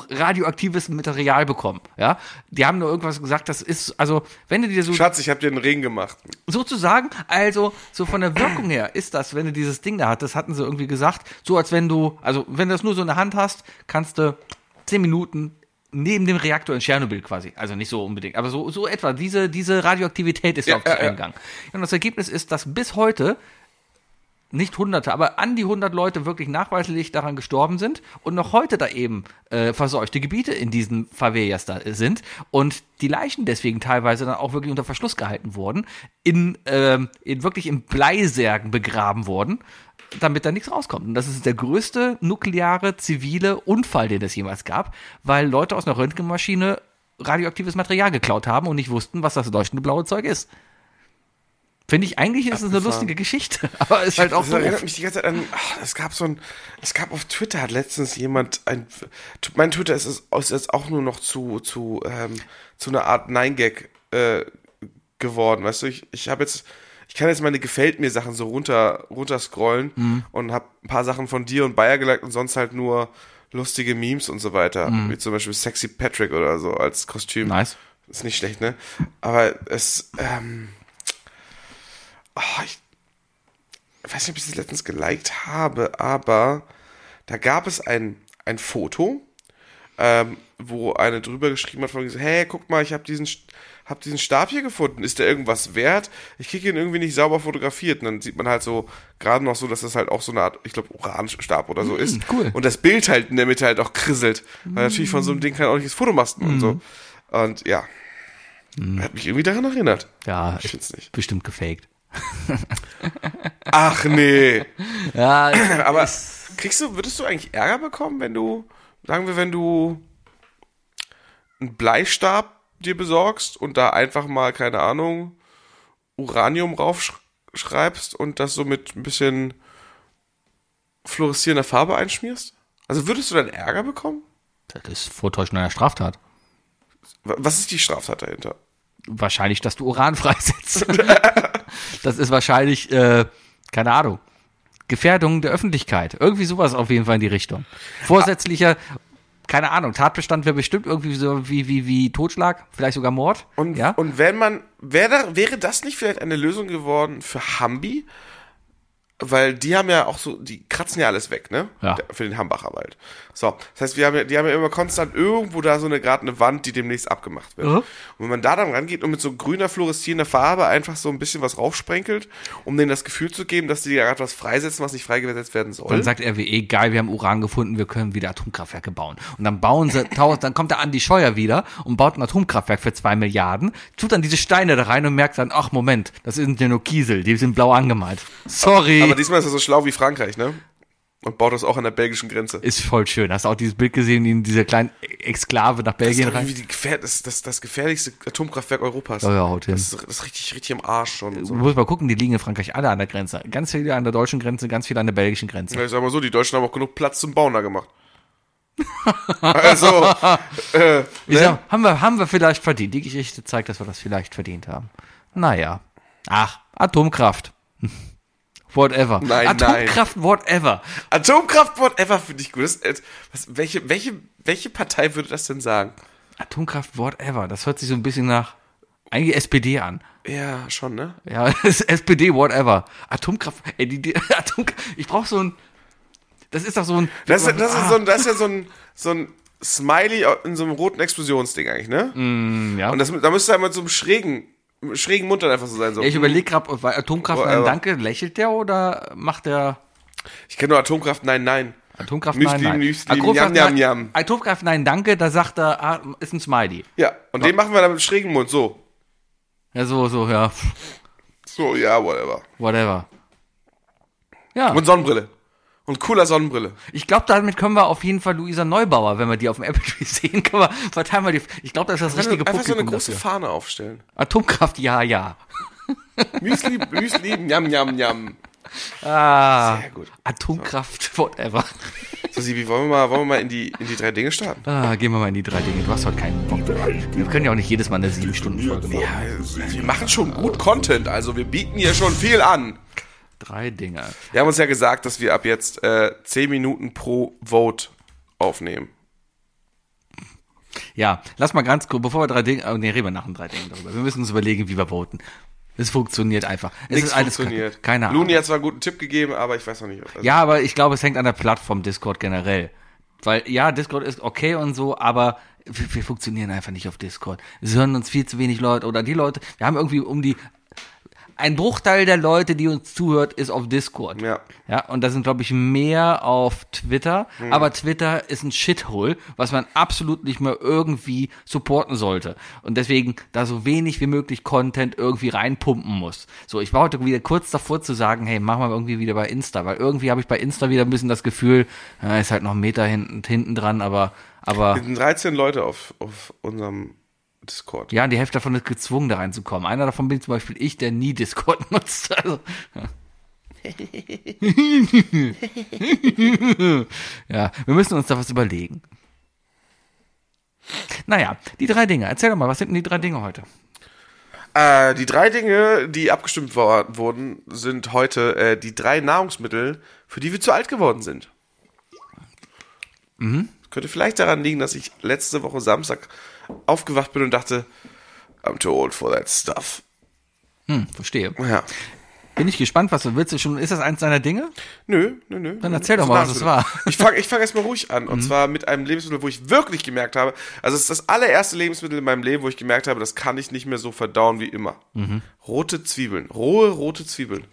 Speaker 4: hochradioaktives Material bekommen. Ja, die haben nur irgendwas gesagt, das ist, also, wenn du dir so
Speaker 3: Schatz, ich habe dir einen Regen gemacht.
Speaker 4: sozusagen, also so von der Wirkung her ist das, wenn du dieses Ding da hattest, hatten sie irgendwie gesagt, so als wenn du, also wenn du das nur so in der Hand hast, kannst du zehn Minuten neben dem Reaktor in Tschernobyl quasi, also nicht so unbedingt, aber so, so etwa, diese, diese Radioaktivität ist ja, auf
Speaker 3: ja,
Speaker 4: den
Speaker 3: ja.
Speaker 4: Eingang. Und das Ergebnis ist, dass bis heute nicht hunderte, aber an die 100 Leute wirklich nachweislich daran gestorben sind und noch heute da eben äh, verseuchte Gebiete in diesen Favelas da sind und die Leichen deswegen teilweise dann auch wirklich unter Verschluss gehalten wurden, in, ähm, in wirklich in Bleisärgen begraben wurden, damit da nichts rauskommt. Und das ist der größte nukleare zivile Unfall, den es jemals gab, weil Leute aus einer Röntgenmaschine radioaktives Material geklaut haben und nicht wussten, was das leuchtende blaue Zeug ist. Finde ich, eigentlich ist es eine lustige Geschichte, aber ist halt auch
Speaker 3: das
Speaker 4: doof.
Speaker 3: erinnert mich die ganze Zeit an. ach, Es gab so ein. Es gab auf Twitter hat letztens jemand ein. Mein Twitter ist, es- ist jetzt auch nur noch zu zu ähm, zu einer Art Nein-Gag äh, geworden. Weißt du, ich, ich habe jetzt. Ich kann jetzt meine gefällt mir Sachen so runter runter scrollen
Speaker 4: Mhm.
Speaker 3: und habe ein paar Sachen von dir und Bayer geliked und sonst halt nur lustige Memes und so weiter, wie zum Beispiel Sexy Patrick oder so als Kostüm.
Speaker 4: Mhm. Nice.
Speaker 3: Ist nicht schlecht, ne? Aber es, ähm, ah, ich ich weiß nicht, ob ich das letztens geliked habe, aber da gab es ein, ein Foto, ähm, wo eine drüber geschrieben hat, von wegen so, hey, guck mal, ich habe diesen, St- hab diesen Stab hier gefunden, ist der irgendwas wert? Ich kriege ihn irgendwie nicht sauber fotografiert. Und dann sieht man halt so, gerade noch so, dass das halt auch so eine Art, ich glaube, Uranstab oder so ist.
Speaker 4: cool.
Speaker 3: Und das Bild halt in der Mitte halt auch krisselt. Weil natürlich von so einem Ding kein ordentliches Foto machst und so. Und ja, hat mich irgendwie daran erinnert.
Speaker 4: Ja,
Speaker 3: Ich find's nicht.
Speaker 4: Bestimmt gefaked.
Speaker 3: Ach nee.
Speaker 4: Ja, ist-
Speaker 3: Aber kriegst du, würdest du eigentlich Ärger bekommen, wenn du, sagen wir, wenn du einen Bleistab dir besorgst und da einfach mal, keine Ahnung, Uranium raufschreibst und das so mit ein bisschen fluoreszierender Farbe einschmierst? Also würdest du dann Ärger bekommen?
Speaker 4: das ist Vortäuschen einer Straftat.
Speaker 3: Wa- Was ist die Straftat dahinter?
Speaker 4: Wahrscheinlich, dass du Uran freisetzt. das ist wahrscheinlich, äh, keine Ahnung, Gefährdung der Öffentlichkeit. Irgendwie sowas auf jeden Fall in die Richtung. Vorsätzlicher, keine Ahnung, Tatbestand wäre bestimmt irgendwie so wie, wie, wie Totschlag, vielleicht sogar Mord.
Speaker 3: Und,
Speaker 4: ja?
Speaker 3: und wenn man, wär da, wäre das nicht vielleicht eine Lösung geworden für Hambi? Weil die haben ja auch so, die kratzen ja alles weg, ne?
Speaker 4: Ja.
Speaker 3: Der- Für den Hambacher Wald. So, das heißt, wir haben ja, die haben ja immer konstant irgendwo da so eine gerade eine Wand, die demnächst abgemacht wird.
Speaker 4: Mhm.
Speaker 3: Und wenn man da dann rangeht und mit so grüner, fluoreszierender Farbe einfach so ein bisschen was raufsprenkelt, um denen das Gefühl zu geben, dass die gerade was freisetzen, was nicht freigesetzt werden soll.
Speaker 4: Dann sagt RWE, geil, wir haben Uran gefunden, wir können wieder Atomkraftwerke bauen. Und dann bauen sie, tausend, dann kommt der Andi Scheuer wieder und baut ein Atomkraftwerk für zwei Milliarden, tut dann diese Steine da rein und merkt dann, ach Moment, das sind ja nur Kiesel, die sind blau angemalt. Sorry.
Speaker 3: Aber diesmal ist er so schlau wie Frankreich, ne? Und baut das auch an der belgischen Grenze.
Speaker 4: ist voll schön. Hast du auch dieses Bild gesehen, in diese kleinen Exklave
Speaker 3: Das
Speaker 4: nach
Speaker 3: ist
Speaker 4: Belgien
Speaker 3: doch
Speaker 4: rein?
Speaker 3: irgendwie die gefähr das, das, das gefährlichste Atomkraftwerk Europas.
Speaker 4: Ja, ja, haut hin.
Speaker 3: Das ist, das ist richtig, richtig im Arsch schon.
Speaker 4: Du
Speaker 3: So.
Speaker 4: musst mal gucken, die liegen in Frankreich alle an der Grenze. Ganz viele an der deutschen Grenze, ganz viele an der belgischen Grenze.
Speaker 3: Ja, Ich sag mal so, die Deutschen haben auch genug Platz zum Bauen da gemacht. also, äh,
Speaker 4: Ich
Speaker 3: ne?
Speaker 4: sag, haben wir, haben wir vielleicht verdient. Die Geschichte zeigt, dass wir das vielleicht verdient haben. Naja. Ach, Atomkraft. whatever.
Speaker 3: Nein,
Speaker 4: Atomkraft, whatever.
Speaker 3: Atomkraft, whatever, finde ich gut. Das, äh, was, welche, welche, welche Partei würde das denn sagen?
Speaker 4: Atomkraft, whatever. Das hört sich so ein bisschen nach eigentlich SPD an.
Speaker 3: Ja, schon, ne?
Speaker 4: Ja, das ist SPD, whatever. Atomkraft, ey, die, die Atomkraft, ich brauche so ein, das ist doch so ein,
Speaker 3: Das, ist- das, ist, so ein, das ist ja so ein, so ein Smiley in so einem roten Explosionsding eigentlich, ne?
Speaker 4: Mm, ja.
Speaker 3: Und das, da müsste er mit so einem schrägen, mit einem schrägen Mund dann einfach so sein. So.
Speaker 4: ich überlege gerade, bei Atomkraft, nein,
Speaker 3: Whatever.
Speaker 4: danke, lächelt der oder macht der
Speaker 3: ich kenne nur Atomkraft, nein, nein.
Speaker 4: Atomkraft,
Speaker 3: Müsli,
Speaker 4: nein, nein.
Speaker 3: Müsli, Yam,
Speaker 4: Atomkraft,
Speaker 3: Yam,
Speaker 4: nein-
Speaker 3: Yam.
Speaker 4: Atomkraft, nein, danke, da sagt er, ah, ist ein Smiley.
Speaker 3: Ja, und den machen wir dann mit einem schrägen Mund, so.
Speaker 4: Ja, so, so, ja,
Speaker 3: So, ja, whatever.
Speaker 4: whatever. Ja,
Speaker 3: Und Sonnenbrille. Und cooler Sonnenbrille.
Speaker 4: ich glaube, damit können wir auf jeden Fall Luisa Neubauer, wenn wir die auf dem Apple Tree sehen, können wir, verteilen wir die, ich glaube, das ist das richtige
Speaker 3: Einfach so eine
Speaker 4: Publikum
Speaker 3: große
Speaker 4: dafür.
Speaker 3: Fahne aufstellen.
Speaker 4: Atomkraft, ja, ja.
Speaker 3: Müsli, Müsli, Njam, Njam, Njam.
Speaker 4: Ah,
Speaker 3: Sehr gut.
Speaker 4: Atomkraft, whatever.
Speaker 3: So, Sibi, wollen wir mal, wollen wir mal in, die, in die drei Dinge starten?
Speaker 4: Ah, gehen wir mal in die drei Dinge. Du hast heute keinen Bock. Wir können ja auch nicht jedes Mal eine sieben Stunden Folge machen.
Speaker 3: Ja, Also, wir machen schon gut Content, also wir bieten hier schon viel an.
Speaker 4: Drei Dinge.
Speaker 3: Wir haben uns ja gesagt, dass wir ab jetzt äh, 10 Minuten pro Vote aufnehmen.
Speaker 4: Ja, lass mal ganz kurz, bevor wir drei Dinge, oh, nee, reden wir nach den drei Dingen darüber. Wir müssen uns überlegen, wie wir voten. Es funktioniert einfach. Es
Speaker 3: Nichts
Speaker 4: ist alles
Speaker 3: funktioniert.
Speaker 4: Keine Ahnung.
Speaker 3: Luni hat zwar einen guten Tipp gegeben, aber ich weiß noch nicht. Also,
Speaker 4: Ja, aber ich glaube, es hängt an der Plattform Discord generell. Weil, ja, Discord ist okay und so, aber wir, wir funktionieren einfach nicht auf Discord. Es hören uns viel zu wenig Leute oder die Leute, wir haben irgendwie um die, ein Bruchteil der Leute, die uns zuhört, ist auf Discord.
Speaker 3: Ja.
Speaker 4: Ja, und da sind, glaube ich, mehr auf Twitter. Aber Twitter ist ein Shithole, was man absolut nicht mehr irgendwie supporten sollte. Und deswegen da so wenig wie möglich Content irgendwie reinpumpen muss. So, ich war heute wieder kurz davor zu sagen, hey, mach mal irgendwie wieder bei Insta, weil irgendwie habe ich bei Insta wieder ein bisschen das Gefühl, äh, ist halt noch ein Meter hinten, hinten dran, aber, aber.
Speaker 3: Wir sind 13 Leute auf, auf unserem Discord.
Speaker 4: Ja, die Hälfte davon ist gezwungen, da reinzukommen. Einer davon bin zum Beispiel ich, der nie Discord nutzt. Also, ja, wir müssen uns da was überlegen. Naja, die drei Dinge. Erzähl doch mal, was sind denn die drei Dinge heute?
Speaker 3: Äh, die drei Dinge, die abgestimmt wor- wurden, sind heute äh, die drei Nahrungsmittel, für die wir zu alt geworden sind.
Speaker 4: Mhm.
Speaker 3: Das könnte vielleicht daran liegen, dass ich letzte Woche Samstag aufgewacht bin und dachte, I'm too old for that stuff.
Speaker 4: Hm, verstehe.
Speaker 3: Ja.
Speaker 4: Bin ich gespannt, was du willst. du Schon, ist das eins deiner Dinge?
Speaker 3: Nö, nö, nö.
Speaker 4: Dann erzähl doch mal, was es war. Mhm.
Speaker 3: Ich fange ich fang erstmal ruhig an. Und zwar mit einem Lebensmittel, wo ich wirklich gemerkt habe, also es ist das allererste Lebensmittel in meinem Leben, wo ich gemerkt habe, das kann ich nicht mehr so verdauen wie immer.
Speaker 4: Mhm.
Speaker 3: Rote Zwiebeln. Rohe rote Zwiebeln.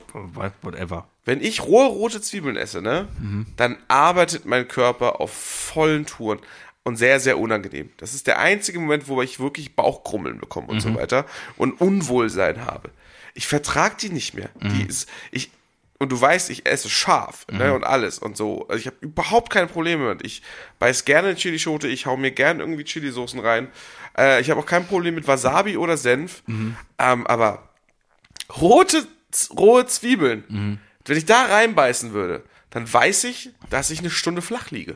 Speaker 4: Whatever.
Speaker 3: Wenn ich rohe rote Zwiebeln esse, ne, dann arbeitet mein Körper auf vollen Touren und sehr, sehr unangenehm. Das ist der einzige Moment, wo ich wirklich Bauchkrummeln bekomme und so weiter und Unwohlsein habe. Ich vertrag die nicht mehr. Die ist, ich, und du weißt, ich esse scharf ne, und alles und so. Also ich habe überhaupt keine Probleme mit. Ich beiß gerne in Chilischote, ich hau mir gerne irgendwie Chilisoßen rein. Äh, ich habe auch kein Problem mit Wasabi oder Senf. Ähm, aber rote, Z- rohe Zwiebeln,
Speaker 4: Mhm.
Speaker 3: wenn ich da reinbeißen würde, dann weiß ich, dass ich eine Stunde flach liege.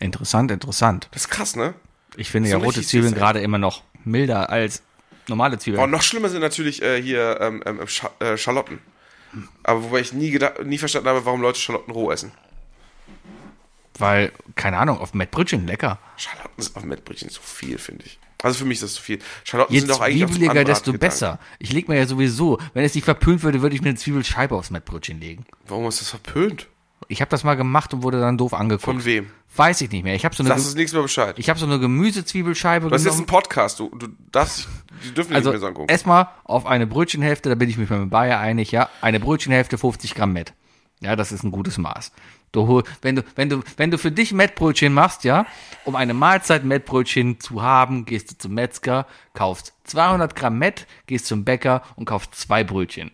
Speaker 4: Interessant, interessant.
Speaker 3: Das ist krass, ne?
Speaker 4: Ich finde ja
Speaker 3: So
Speaker 4: rote
Speaker 3: richtig
Speaker 4: Zwiebeln
Speaker 3: süß,
Speaker 4: gerade immer noch milder als normale
Speaker 3: Und
Speaker 4: Zwiebeln.
Speaker 3: noch schlimmer sind natürlich äh, hier ähm, ähm, Scha äh, Schalotten. Aber wobei ich nie, gedacht, nie verstanden habe, warum Leute Schalotten roh essen.
Speaker 4: Weil, keine Ahnung, auf Mettbrötchen lecker.
Speaker 3: Schalotten ist auf Mettbrötchen zu viel, finde ich. Also für mich ist das zu viel. Schalotten
Speaker 4: Je
Speaker 3: sind auch eigentlich auf zum
Speaker 4: zwiebeliger,
Speaker 3: Anbraten
Speaker 4: desto
Speaker 3: gedacht.
Speaker 4: besser. Ich leg mir ja sowieso, wenn es nicht verpönt würde, würde ich mir eine Zwiebelscheibe aufs Mettbrötchen legen.
Speaker 3: Warum ist das verpönt?
Speaker 4: Ich habe das mal gemacht und wurde dann doof angeguckt.
Speaker 3: Von wem?
Speaker 4: Weiß ich nicht mehr. Ich habe so eine,
Speaker 3: Lass
Speaker 4: Ge-
Speaker 3: uns nächstes Mal Bescheid.
Speaker 4: Also ich habe so eine Gemüsezwiebelscheibe
Speaker 3: Das ist jetzt
Speaker 4: genommen.
Speaker 3: ein Podcast. Du, du darfst, die dürfen
Speaker 4: also
Speaker 3: nicht mehr so angucken.
Speaker 4: erstmal auf eine Brötchenhälfte, da bin ich mich mit dem Bayer einig, ja, eine Brötchenhälfte 50 Gramm Mett. Ja, das ist ein gutes Maß. Du, hol- wenn du, wenn du, wenn du für dich Mettbrötchen machst, ja, um eine Mahlzeit Mettbrötchen zu haben, gehst du zum Metzger, kaufst 200 Gramm Mett, gehst zum Bäcker und kaufst zwei Brötchen.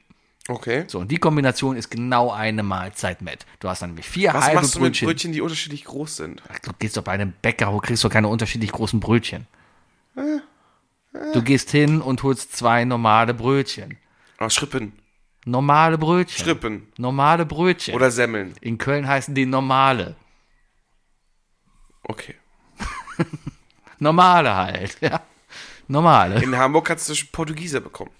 Speaker 3: Okay.
Speaker 4: So, und die Kombination ist genau eine Mahlzeit mit. Du hast dann nämlich vier
Speaker 3: Was
Speaker 4: halbe
Speaker 3: machst du mit
Speaker 4: Brötchen.
Speaker 3: Brötchen, die unterschiedlich groß sind?
Speaker 4: Du gehst doch bei einem Bäcker, wo kriegst du keine unterschiedlich großen Brötchen.
Speaker 3: Äh,
Speaker 4: Du gehst hin und holst zwei normale Brötchen.
Speaker 3: Oh, Schrippen.
Speaker 4: Normale Brötchen.
Speaker 3: Schrippen.
Speaker 4: Normale Brötchen.
Speaker 3: Oder Semmeln.
Speaker 4: In Köln heißen die normale.
Speaker 3: Okay.
Speaker 4: Normale halt, ja. Normale.
Speaker 3: In Hamburg hast du Portugieser bekommen.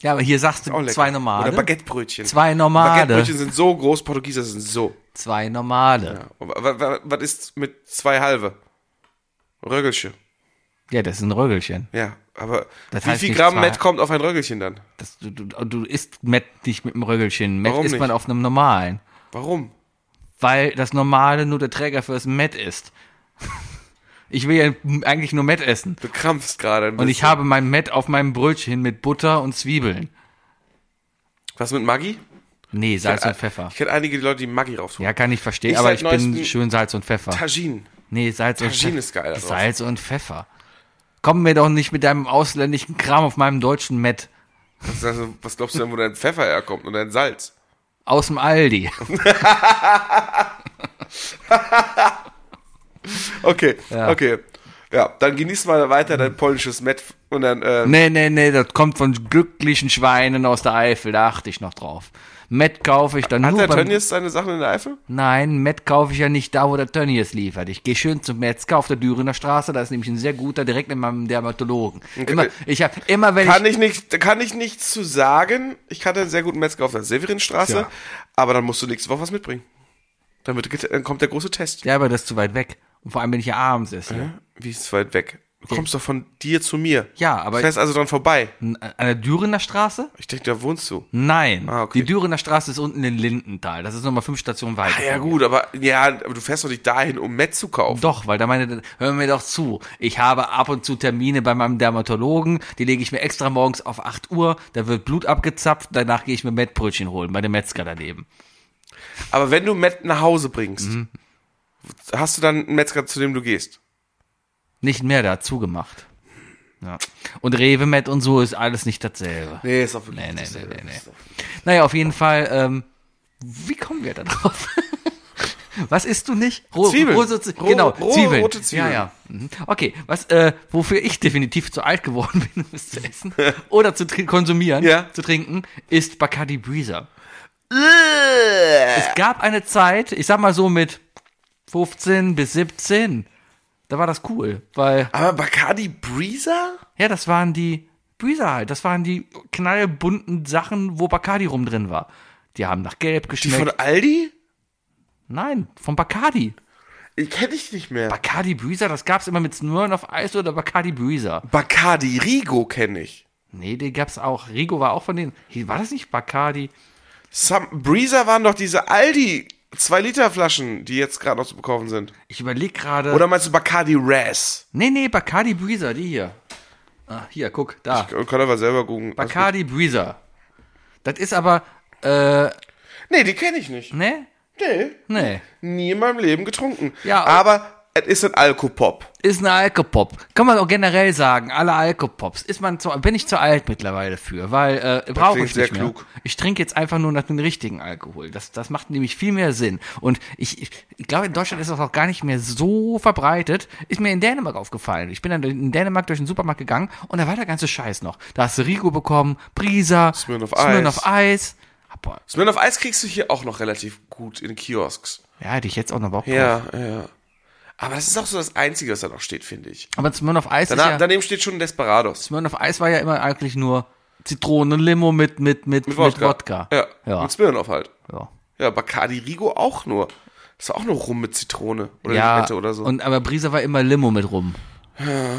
Speaker 4: Ja, aber hier sagst
Speaker 3: Auch
Speaker 4: du
Speaker 3: lecker.
Speaker 4: zwei normale.
Speaker 3: Oder Baguettebrötchen.
Speaker 4: Zwei normale.
Speaker 3: Baguettebrötchen sind so groß, Portugieser sind so.
Speaker 4: Zwei normale.
Speaker 3: Ja. Und wa- wa- Was ist mit zwei halbe? Rögelsche.
Speaker 4: Ja, das ist ein Rögelchen.
Speaker 3: Ja, aber
Speaker 4: Das
Speaker 3: wie
Speaker 4: heißt
Speaker 3: viel
Speaker 4: nicht
Speaker 3: Gramm
Speaker 4: zwei-
Speaker 3: Met kommt auf ein Rögelchen dann?
Speaker 4: Das, du, du, du isst Mett nicht mit einem Rögelchen. Mett
Speaker 3: Warum
Speaker 4: isst man
Speaker 3: nicht?
Speaker 4: auf einem normalen.
Speaker 3: Warum?
Speaker 4: weil das normale nur der Träger fürs Met ist. Ich will ja eigentlich nur Met essen.
Speaker 3: Du krampfst gerade ein
Speaker 4: Und ich
Speaker 3: bisschen.
Speaker 4: habe mein Met auf meinem Brötchen mit Butter und Zwiebeln.
Speaker 3: Was mit Maggi?
Speaker 4: Nee, Salz und Also Pfeffer.
Speaker 3: Ich kenne einige die Leute, die Maggi rauf tun.
Speaker 4: Ja, kann ich
Speaker 3: äh,
Speaker 4: verstehen,
Speaker 3: Ich
Speaker 4: aber
Speaker 3: seit
Speaker 4: ich bin
Speaker 3: neuestem-
Speaker 4: schön Salz und Pfeffer.
Speaker 3: Tagine.
Speaker 4: Nee, Salz und
Speaker 3: Tagine
Speaker 4: Pfeffer.
Speaker 3: ist geil da drauf.
Speaker 4: Salz und Pfeffer. Komm mir doch nicht mit deinem ausländischen Kram auf meinem deutschen Met.
Speaker 3: Was, also, was glaubst du denn, wo dein Pfeffer herkommt und dein Salz?
Speaker 4: Aus dem Aldi.
Speaker 3: Okay, okay. Ja, dann genieß mal weiter dein polnisches Met und dann, äh,
Speaker 4: Nee, nee, nee, das kommt von glücklichen Schweinen aus der Eifel, da achte ich noch drauf. Met kaufe ich dann
Speaker 3: hat
Speaker 4: nur
Speaker 3: der
Speaker 4: Oh, beim,
Speaker 3: Tönnies seine Sachen in der Eifel?
Speaker 4: Nein, Met kaufe ich ja nicht da, wo der Tönnies liefert. Ich gehe schön zum Metzger auf der Dürener Straße, da ist nämlich ein sehr guter direkt in meinem Dermatologen. Immer, ich habe immer wenn
Speaker 3: Kann
Speaker 4: ich,
Speaker 3: ich nicht, kann ich nichts zu sagen. Ich hatte einen sehr guten Metzger auf der Severinstraße,
Speaker 4: Tja.
Speaker 3: aber dann musst du nächste Woche was mitbringen. Dann, wird, get- dann kommt der große Test.
Speaker 4: ja, aber das ist zu weit weg und vor allem wenn ich ja abends esse.
Speaker 3: Wie ist es weit weg? Du kommst doch von dir zu mir.
Speaker 4: Ja, aber-
Speaker 3: Du fährst also dran vorbei.
Speaker 4: N- An der Dürener Straße?
Speaker 3: Ich denke, da wohnst du.
Speaker 4: Nein,
Speaker 3: Ah, okay.
Speaker 4: die Dürener Straße ist unten in Lindenthal. Das ist nochmal fünf Stationen weiter.
Speaker 3: Ah, Ja, gut, aber, ja, aber du fährst doch nicht dahin, um Met zu kaufen.
Speaker 4: Doch, weil da meine, hör mir doch zu. Ich habe ab und zu Termine bei meinem Dermatologen, die lege ich mir extra morgens auf 8 Uhr, da wird Blut abgezapft, danach gehe ich mir Mettbrötchen holen bei dem Metzger daneben.
Speaker 3: Aber wenn du Met nach Hause bringst,
Speaker 4: Mhm.
Speaker 3: hast du dann einen Metzger, zu dem du gehst?
Speaker 4: Nicht mehr dazu gemacht. Ja. Und Rewe-Mett und so ist alles nicht dasselbe.
Speaker 3: Nee, ist auch wirklich
Speaker 4: Nee, nee, nee, nee,
Speaker 3: nee.
Speaker 4: nee. Naja, auf jeden Fall, ähm, wie kommen wir da drauf? Was isst du nicht? Roh,
Speaker 3: Zwiebeln.
Speaker 4: Rohe, Zwie-
Speaker 3: Rohe-
Speaker 4: genau,
Speaker 3: rohe,
Speaker 4: Zwiebeln.
Speaker 3: rote Zwiebeln.
Speaker 4: Ja, ja. Mhm. Okay, was, äh, wofür ich definitiv zu alt geworden bin, um es zu essen oder zu trin- konsumieren,
Speaker 3: Ja.
Speaker 4: zu trinken, ist Bacardi Breezer. Es gab eine Zeit, ich sag mal so mit 15 bis 17, da war das cool, weil
Speaker 3: Aber Bacardi Breezer?
Speaker 4: ja, das waren die Breezer halt. Das waren die knallbunten Sachen, wo Bacardi rum drin war. Die haben nach Gelb
Speaker 3: Die
Speaker 4: geschmeckt.
Speaker 3: von Aldi?
Speaker 4: Nein, von Bacardi.
Speaker 3: Ich kenne ich nicht mehr.
Speaker 4: Bacardi Breezer, das gab's immer mit Smirnoff Eis oder Bacardi Breezer.
Speaker 3: Bacardi Rigo kenne ich.
Speaker 4: Nee, den gab's auch. Rigo war auch von denen. Hey, War das nicht Bacardi?
Speaker 3: Some, Breezer waren doch diese Aldi 2-Liter-Flaschen, die jetzt gerade noch zu bekaufen sind.
Speaker 4: Ich überleg gerade.
Speaker 3: Oder meinst du Bacardi Ras?
Speaker 4: Nee, nee, Bacardi Breezer, die hier. Ah, hier, guck, da.
Speaker 3: Können aber selber Also, gucken. Alles gut.
Speaker 4: Bacardi Breezer. Das ist aber, äh,
Speaker 3: Nee, die kenne ich nicht.
Speaker 4: ne?
Speaker 3: Nee,
Speaker 4: Nee.
Speaker 3: nie in meinem Leben getrunken.
Speaker 4: Ja,
Speaker 3: aber es ist ein Alkopop.
Speaker 4: ist ein Alkopop. Kann man auch generell sagen, alle Alkopops. Ist man zu, bin ich zu alt mittlerweile für, weil äh, brauche
Speaker 3: klingt
Speaker 4: ich
Speaker 3: sehr
Speaker 4: nicht mehr.
Speaker 3: klug.
Speaker 4: Ich trinke jetzt einfach nur nach dem richtigen Alkohol. Das, das macht nämlich viel mehr Sinn. Und ich, ich, ich glaube, in Deutschland ist das auch gar nicht mehr so verbreitet. Ist mir in Dänemark aufgefallen. Ich bin dann in Dänemark durch den Supermarkt gegangen und da war der ganze Scheiß noch. Da hast du Rigo bekommen, Brisa,
Speaker 3: Smirnoff
Speaker 4: Smirnoff Eis. Boah,
Speaker 3: Smirnoff Eis kriegst du hier auch noch relativ gut in Kiosks.
Speaker 4: Ja, hätte ich jetzt auch noch Bock drauf.
Speaker 3: Ja, ja. Aber das ist auch so das Einzige, was da noch steht, finde ich.
Speaker 4: Aber Smirnoff Eis
Speaker 3: Danach,
Speaker 4: ist ja,
Speaker 3: Daneben steht schon Desperados.
Speaker 4: Smirnoff Eis war ja immer eigentlich nur Zitronen, Limo mit, mit, mit, mit Wodka.
Speaker 3: Ja,
Speaker 4: Ja.
Speaker 3: mit Smirnoff halt.
Speaker 4: ja.
Speaker 3: Ja, Bacardi Rigo auch nur. Ist auch nur rum mit Zitrone oder
Speaker 4: ja
Speaker 3: Limette oder so.
Speaker 4: Und, aber Brisa war immer Limo mit rum.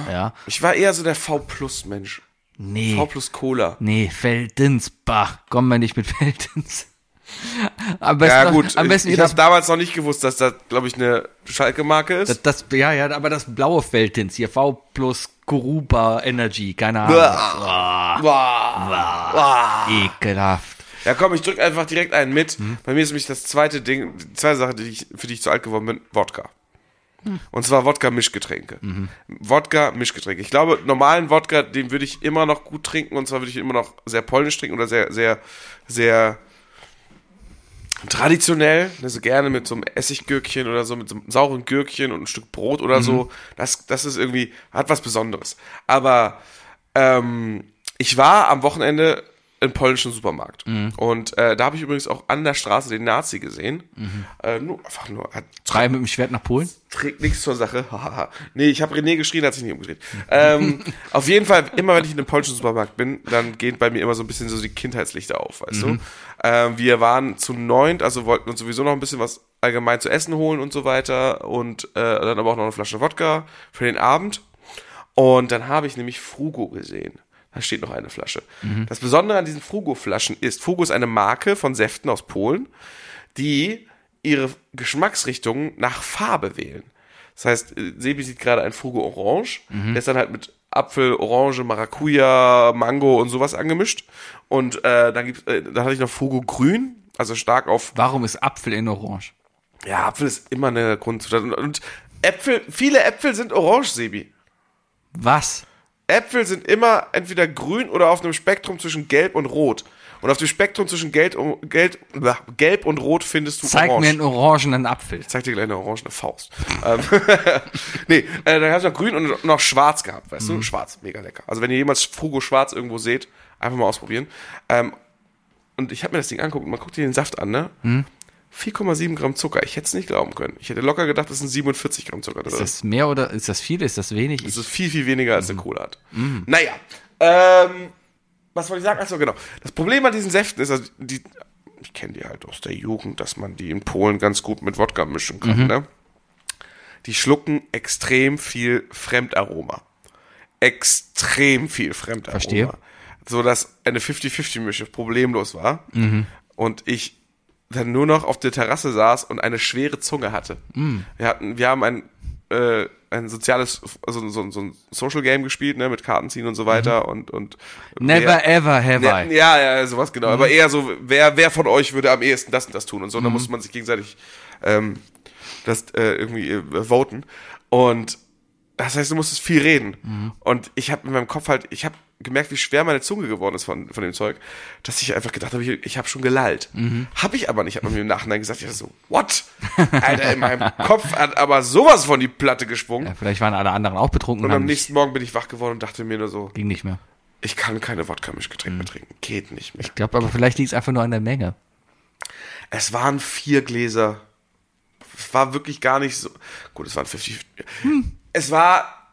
Speaker 4: Ja.
Speaker 3: ich war eher so der V-Plus-Mensch.
Speaker 4: Nee.
Speaker 3: V plus Cola.
Speaker 4: Nee, Feldensbach. Komm mal nicht mit Feldens. Am besten,
Speaker 3: Ja
Speaker 4: noch-
Speaker 3: gut,
Speaker 4: am besten
Speaker 3: ich,
Speaker 4: ihr
Speaker 3: ich
Speaker 4: das,
Speaker 3: habe damals noch nicht gewusst, dass das, glaube ich, eine Schalke-Marke ist.
Speaker 4: das, das, ja, ja, aber das blaue Feldins hier, V plus Kuruba Energy, keine Ahnung.
Speaker 3: Uah. Uah. Uah.
Speaker 4: Ekelhaft.
Speaker 3: Ja komm, ich drück einfach direkt einen mit.
Speaker 4: Hm.
Speaker 3: Bei mir ist nämlich das zweite Ding, die zweite Sache, die ich, für die ich zu alt geworden bin, Wodka. Und zwar Wodka-Mischgetränke. Wodka-Mischgetränke. Ich glaube, normalen Wodka, den würde ich immer noch gut trinken. Und zwar würde ich ihn immer noch sehr polnisch trinken oder sehr, sehr, sehr traditionell. Also gerne mit so einem Essiggürkchen oder so, mit so einem sauren Gürkchen und ein Stück Brot oder so. Das, das ist irgendwie, hat was Besonderes. Aber ähm, ich war am Wochenende im polnischen Supermarkt. Und äh, da habe ich übrigens auch an der Straße den Nazi gesehen. Äh, nur, einfach nur, hat
Speaker 4: Drei mit dem Schwert nach Polen?
Speaker 3: trägt nichts zur Sache. Hahaha. nee, ich habe René geschrien, hat sich nicht umgedreht. Ähm, auf jeden Fall, immer wenn ich in einem polnischen Supermarkt bin, dann gehen bei mir immer so ein bisschen so die Kindheitslichter auf, weißt du? Ähm, wir waren zu neunt, also wollten uns sowieso noch ein bisschen was allgemein zu essen holen und so weiter und äh, dann aber auch noch eine Flasche Wodka für den Abend. Und dann habe ich nämlich Frugo gesehen. Da steht noch eine Flasche. Das Besondere an diesen Frugo-Flaschen ist, Frugo ist eine Marke von Säften aus Polen, die ihre Geschmacksrichtungen nach Farbe wählen. Das heißt, äh, Sebi sieht gerade ein Frugo Orange,
Speaker 4: Mhm.
Speaker 3: der ist dann halt mit Apfel, Orange, Maracuja, Mango und sowas angemischt. Und äh, dann, gibt's, äh, dann hatte ich noch Frugo Grün, also stark auf
Speaker 4: Warum ist Apfel in Orange?
Speaker 3: ja, Apfel ist immer eine Grundzutat. Und, und Äpfel, viele Äpfel sind orange, Sebi.
Speaker 4: Was?
Speaker 3: Äpfel sind immer entweder grün oder auf einem Spektrum zwischen gelb und rot. Und auf dem Spektrum zwischen Geld, und- Geld, Gelb und Rot findest du
Speaker 4: Zeig mir
Speaker 3: Orange.
Speaker 4: einen orangenen Apfel.
Speaker 3: Ich zeig dir gleich eine orangene Faust. ähm, nee, äh, dann hast du noch grün und noch schwarz gehabt, weißt du? Schwarz, mega lecker. Also wenn ihr jemals Frugo Schwarz irgendwo seht, einfach mal ausprobieren. Ähm, und ich habe mir das Ding angeguckt, man guckt dir den Saft an, ne? 4,7 Gramm Zucker. Ich hätte es nicht glauben können. Ich hätte locker gedacht, das sind 47 Gramm Zucker. Das
Speaker 4: Ist
Speaker 3: ist,
Speaker 4: das mehr oder ist das viel? Ist das wenig?
Speaker 3: das ist viel, viel weniger, als eine Cola hat. Naja, ähm, was wollte ich sagen? Achso, genau. Das Problem an diesen Säften ist, also die, ich kenne die halt aus der Jugend, dass man die in Polen ganz gut mit Wodka mischen kann, ne? Die schlucken extrem viel Fremdaroma. Extrem viel Fremdaroma.
Speaker 4: Verstehe.
Speaker 3: So dass eine 50-50-Mische problemlos war. Und ich dann nur noch auf der Terrasse saß und eine schwere Zunge hatte. Wir hatten, wir haben ein, äh, ein soziales, also so, so ein Social Game gespielt, ne, mit Kartenziehen und so weiter und, und
Speaker 4: Never
Speaker 3: wer- Ne,
Speaker 4: ever have
Speaker 3: ja,
Speaker 4: I.
Speaker 3: ja, ja, sowas genau. Aber eher so, wer, wer von euch würde am ehesten das und das tun und so. Und dann musste man sich gegenseitig ähm, das äh, irgendwie äh, voten. Und das heißt, du musstest viel reden. Und ich habe in meinem Kopf halt, ich habe gemerkt, wie schwer meine Zunge geworden ist von, von dem Zeug, dass ich einfach gedacht habe, ich, ich habe schon gelallt. Habe ich aber nicht, habe mir im Nachhinein gesagt, ich dachte so, what? Alter, in meinem Kopf hat aber sowas von die Platte gesprungen.
Speaker 4: Ja, vielleicht waren alle anderen auch betrunken und,
Speaker 3: Und am
Speaker 4: haben nicht,
Speaker 3: nächsten Morgen bin ich wach geworden und dachte mir nur so,
Speaker 4: ging nicht mehr.
Speaker 3: ich kann keine Wodka-Mischgetränke mehr trinken. Geht nicht mehr.
Speaker 4: Ich glaube, aber vielleicht liegt es einfach nur an der Menge.
Speaker 3: Es waren vier Gläser. Es war wirklich gar nicht so. Gut, es waren 50.
Speaker 4: Hm.
Speaker 3: Es war.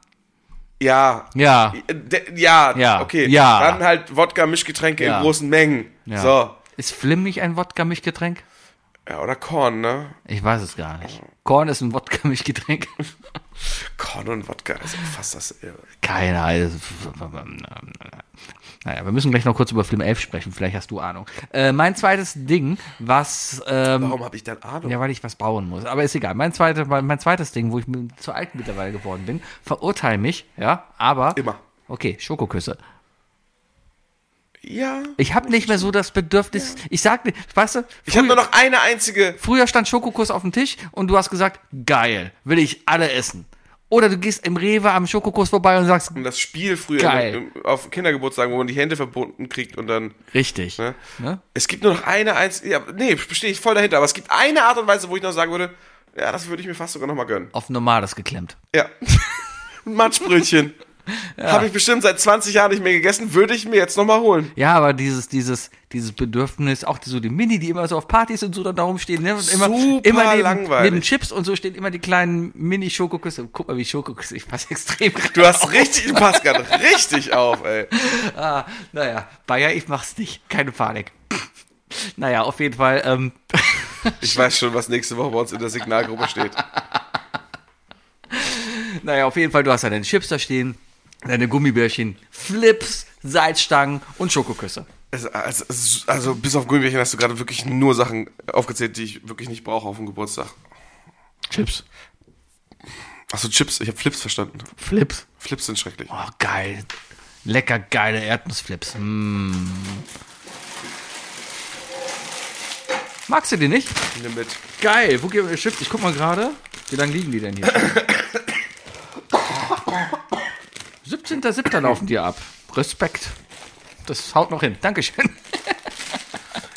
Speaker 3: Ja.
Speaker 4: Ja.
Speaker 3: De, ja,
Speaker 4: Ja.
Speaker 3: okay.
Speaker 4: Ja.
Speaker 3: Dann halt Wodka-Mischgetränke
Speaker 4: Ja.
Speaker 3: in großen Mengen.
Speaker 4: Ja.
Speaker 3: So.
Speaker 4: Ist Flim nicht ein Wodka-Mischgetränk?
Speaker 3: Ja, oder Korn, ne?
Speaker 4: Ich weiß es gar nicht. Korn ist ein Wodka-Mischgetränk.
Speaker 3: Korn und Wodka, das ist auch fast das. äh,
Speaker 4: Keine Ahnung. Naja, wir müssen gleich noch kurz über Film 11 sprechen. Vielleicht hast du Ahnung. Äh, mein zweites Ding, was. Ähm,
Speaker 3: Warum habe ich dann Ahnung?
Speaker 4: ja, weil ich was bauen muss. Aber ist egal. Mein, zweite, mein, mein zweites Ding, wo ich mir zu alt mittlerweile geworden bin, verurteil mich, ja, aber.
Speaker 3: Immer.
Speaker 4: Okay, Schokoküsse.
Speaker 3: Ja.
Speaker 4: Ich habe nicht mehr so das Bedürfnis. Ich sag dir, weißt du,
Speaker 3: Ich habe nur noch eine einzige.
Speaker 4: Früher stand Schokokuss auf dem Tisch und du hast gesagt, geil, will ich alle essen. Oder du gehst im Rewe am Schokokuss vorbei und sagst,
Speaker 3: Das Spiel früher
Speaker 4: Geil.
Speaker 3: im- im- auf Kindergeburtstagen, wo man die Hände verbunden kriegt und dann.
Speaker 4: richtig.
Speaker 3: Ne?
Speaker 4: Ne?
Speaker 3: Es gibt nur noch eine einzige. Ja, nee, stehe ich voll dahinter. Aber es gibt eine Art und Weise, wo ich noch sagen würde, ja, das würde ich mir fast sogar noch mal gönnen.
Speaker 4: Auf Normales geklemmt.
Speaker 3: Ja. Ein Matschbrötchen. Habe ich bestimmt seit 20 Jahren nicht mehr gegessen, würde ich mir jetzt noch mal holen.
Speaker 4: Ja, aber dieses, dieses, dieses Bedürfnis, auch so die Mini, die immer so auf Partys und so dann da rumstehen, ne? und immer,
Speaker 3: Super
Speaker 4: immer neben,
Speaker 3: langweilig.
Speaker 4: neben Chips und so stehen immer die kleinen Mini-Schokoküsse. Guck mal, wie Schokoküsse, ich passe extrem
Speaker 3: Du hast richtig, du passt gerade richtig auf, ey.
Speaker 4: Ah, naja, Bayer, ich mach's nicht. Keine Panik. Naja, auf jeden Fall, ähm,
Speaker 3: Ich weiß schon, was nächste Woche bei uns in der Signalgruppe steht.
Speaker 4: Naja, auf jeden Fall, du hast ja deine Chips da stehen, deine Gummibärchen, Flips, Salzstangen und Schokoküsse.
Speaker 3: Also, also, also bis auf Gummibärchen hast du gerade wirklich nur Sachen aufgezählt, die ich wirklich nicht brauche auf dem Geburtstag.
Speaker 4: Chips.
Speaker 3: Achso, Chips, ich habe Flips verstanden.
Speaker 4: Flips.
Speaker 3: Flips sind schrecklich.
Speaker 4: Oh, geil. Lecker geile Erdnussflips. Mm. Magst du die nicht?
Speaker 3: Nimm mit.
Speaker 4: Geil. Wo geht Chips? Ich guck mal gerade. Wie lange liegen die denn hier? 17.07. laufen die ab. Respekt. Das haut noch hin. Dankeschön.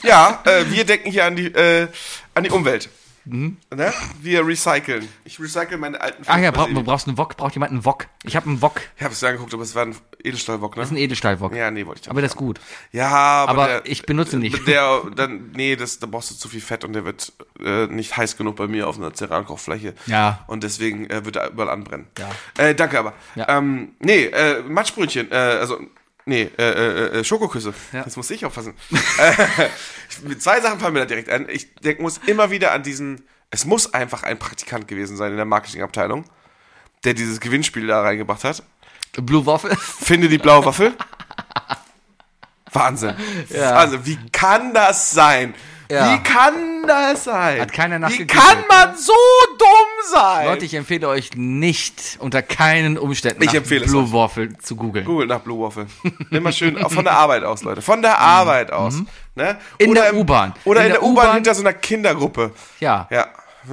Speaker 3: Ja, äh, wir denken hier an die, äh, an die Umwelt. Ne? Wir recyceln. Ich recycle meine alten
Speaker 4: Mhm. Ach ja,
Speaker 3: Flips,
Speaker 4: brauch,
Speaker 3: was ich-
Speaker 4: brauchst du einen Wok? Braucht jemand einen Wok? Ich habe einen Wok.
Speaker 3: Ich habe es angeguckt, aber es war ein Edelstahlbock, ne?
Speaker 4: Das ist ein Edelstahlwok.
Speaker 3: Ja, nee, wollte ich
Speaker 4: Aber das ist gut.
Speaker 3: Ja, aber,
Speaker 4: Aber ich benutze ihn nicht.
Speaker 3: Äh, Der, dann, nee, das, da brauchst du zu viel Fett und der wird äh, nicht heiß genug bei mir auf einer Cerankochfläche.
Speaker 4: Ja.
Speaker 3: Und deswegen äh, wird er überall anbrennen.
Speaker 4: Ja.
Speaker 3: Äh, danke aber.
Speaker 4: Ja.
Speaker 3: Ähm, nee, äh, Matschbrötchen, äh, also. Nee, äh, äh, äh, Schokoküsse.
Speaker 4: Ja.
Speaker 3: Jetzt muss ich aufpassen. äh, ich- mit zwei Sachen fallen mir da direkt ein. Ich denk, muss immer wieder an diesen. Es muss einfach ein Praktikant gewesen sein in der Marketingabteilung, der dieses Gewinnspiel da reingebracht hat.
Speaker 4: Blue Waffle.
Speaker 3: Finde die blaue Waffel. Wahnsinn. Wahnsinn. Wie kann das sein?
Speaker 4: Ja.
Speaker 3: Wie kann das sein?
Speaker 4: Hat keiner
Speaker 3: Wie
Speaker 4: nachgegoogelt,
Speaker 3: kann man so dumm sein?
Speaker 4: ne? Leute, ich empfehle euch nicht unter keinen Umständen
Speaker 3: Ich
Speaker 4: nach
Speaker 3: empfehle es
Speaker 4: Blue
Speaker 3: euch.
Speaker 4: Waffle zu googeln.
Speaker 3: Google nach Blue Waffel. Immer schön auch von der Arbeit aus, Leute. Von der Arbeit aus. Ne?
Speaker 4: In
Speaker 3: Oder
Speaker 4: der
Speaker 3: im-
Speaker 4: U-Bahn.
Speaker 3: Oder
Speaker 4: Mhm. In
Speaker 3: in,
Speaker 4: der
Speaker 3: der U-Bahn
Speaker 4: U-Bahn.
Speaker 3: hinter so einer Kindergruppe.
Speaker 4: Ja.
Speaker 3: Ja.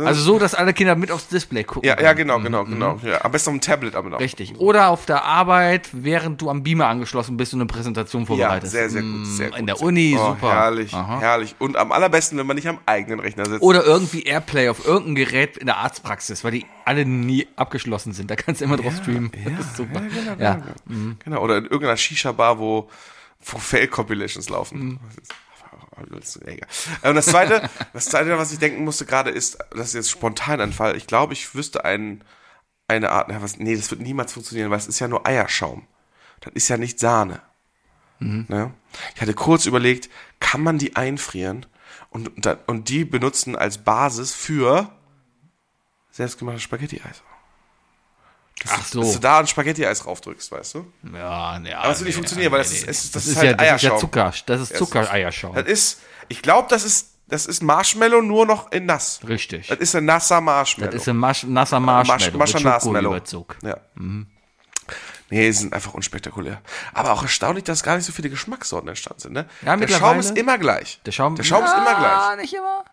Speaker 4: Also so, dass alle Kinder mit aufs Display gucken.
Speaker 3: Ja, ja,
Speaker 4: können.
Speaker 3: genau, genau, genau. Ja, am besten auf dem Tablet aber noch.
Speaker 4: Richtig. Oder auf der Arbeit, während du am Beamer angeschlossen bist und eine Präsentation
Speaker 3: Ja,
Speaker 4: vorbereitest. Mm,
Speaker 3: sehr, sehr gut. Sehr
Speaker 4: Mhm. in
Speaker 3: gut,
Speaker 4: der
Speaker 3: sehr
Speaker 4: Uni,
Speaker 3: gut.
Speaker 4: super.
Speaker 3: Herrlich,
Speaker 4: Aha. Oh,
Speaker 3: herrlich. Und am allerbesten, wenn man nicht am eigenen Rechner sitzt.
Speaker 4: Oder irgendwie Airplay auf irgendein Gerät in der Arztpraxis, weil die alle nie abgeschlossen sind. Da kannst du immer drauf streamen. das ist super. Ja,
Speaker 3: Genau, oder in irgendeiner Shisha-Bar, wo, wo Fail-Compilations laufen.
Speaker 4: Mhm.
Speaker 3: Das ist- egal. Und das zweite, das zweite, was ich denken musste gerade ist, das ist jetzt spontan ein Fall. Ich glaube, ich wüsste einen, eine Art, na, was, nee, das wird niemals funktionieren, weil es ist ja nur Eierschaum. Das ist ja nicht Sahne.
Speaker 4: Mhm.
Speaker 3: Ne? Ich hatte kurz überlegt, kann man die einfrieren und, und, dann- und die benutzen als Basis für selbstgemachtes Spaghetti-Eis. Dass
Speaker 4: Ach
Speaker 3: du- Dass
Speaker 4: so.
Speaker 3: du da ein Spaghetti-Eis raufdrückst, weißt du?
Speaker 4: Ja, nee,
Speaker 3: Aber es wird nicht funktionieren, weil das ist- es ist- das ist halt
Speaker 4: ja, Das ist ja
Speaker 3: Eierschaum.
Speaker 4: Zucker, das ist Zuckereierschaum.
Speaker 3: Das ist, ich glaube, das ist, das ist Marshmallow nur noch in nass.
Speaker 4: Richtig.
Speaker 3: Das ist ein nasser Marshmallow. Äh,
Speaker 4: Das ist ein Masch, nasser Marshmallow
Speaker 3: Masch-
Speaker 4: mit Schokoüberzug. Mhm.
Speaker 3: Ja. Nee, die sind einfach unspektakulär. Aber auch erstaunlich, dass gar nicht so viele Geschmackssorten entstanden sind, ne?
Speaker 4: Ja,
Speaker 3: der
Speaker 4: mittlerweile-
Speaker 3: Schaum ist immer gleich.
Speaker 4: Der Schaum,
Speaker 3: der Schaum ist immer gleich.
Speaker 4: Ah, nicht immer.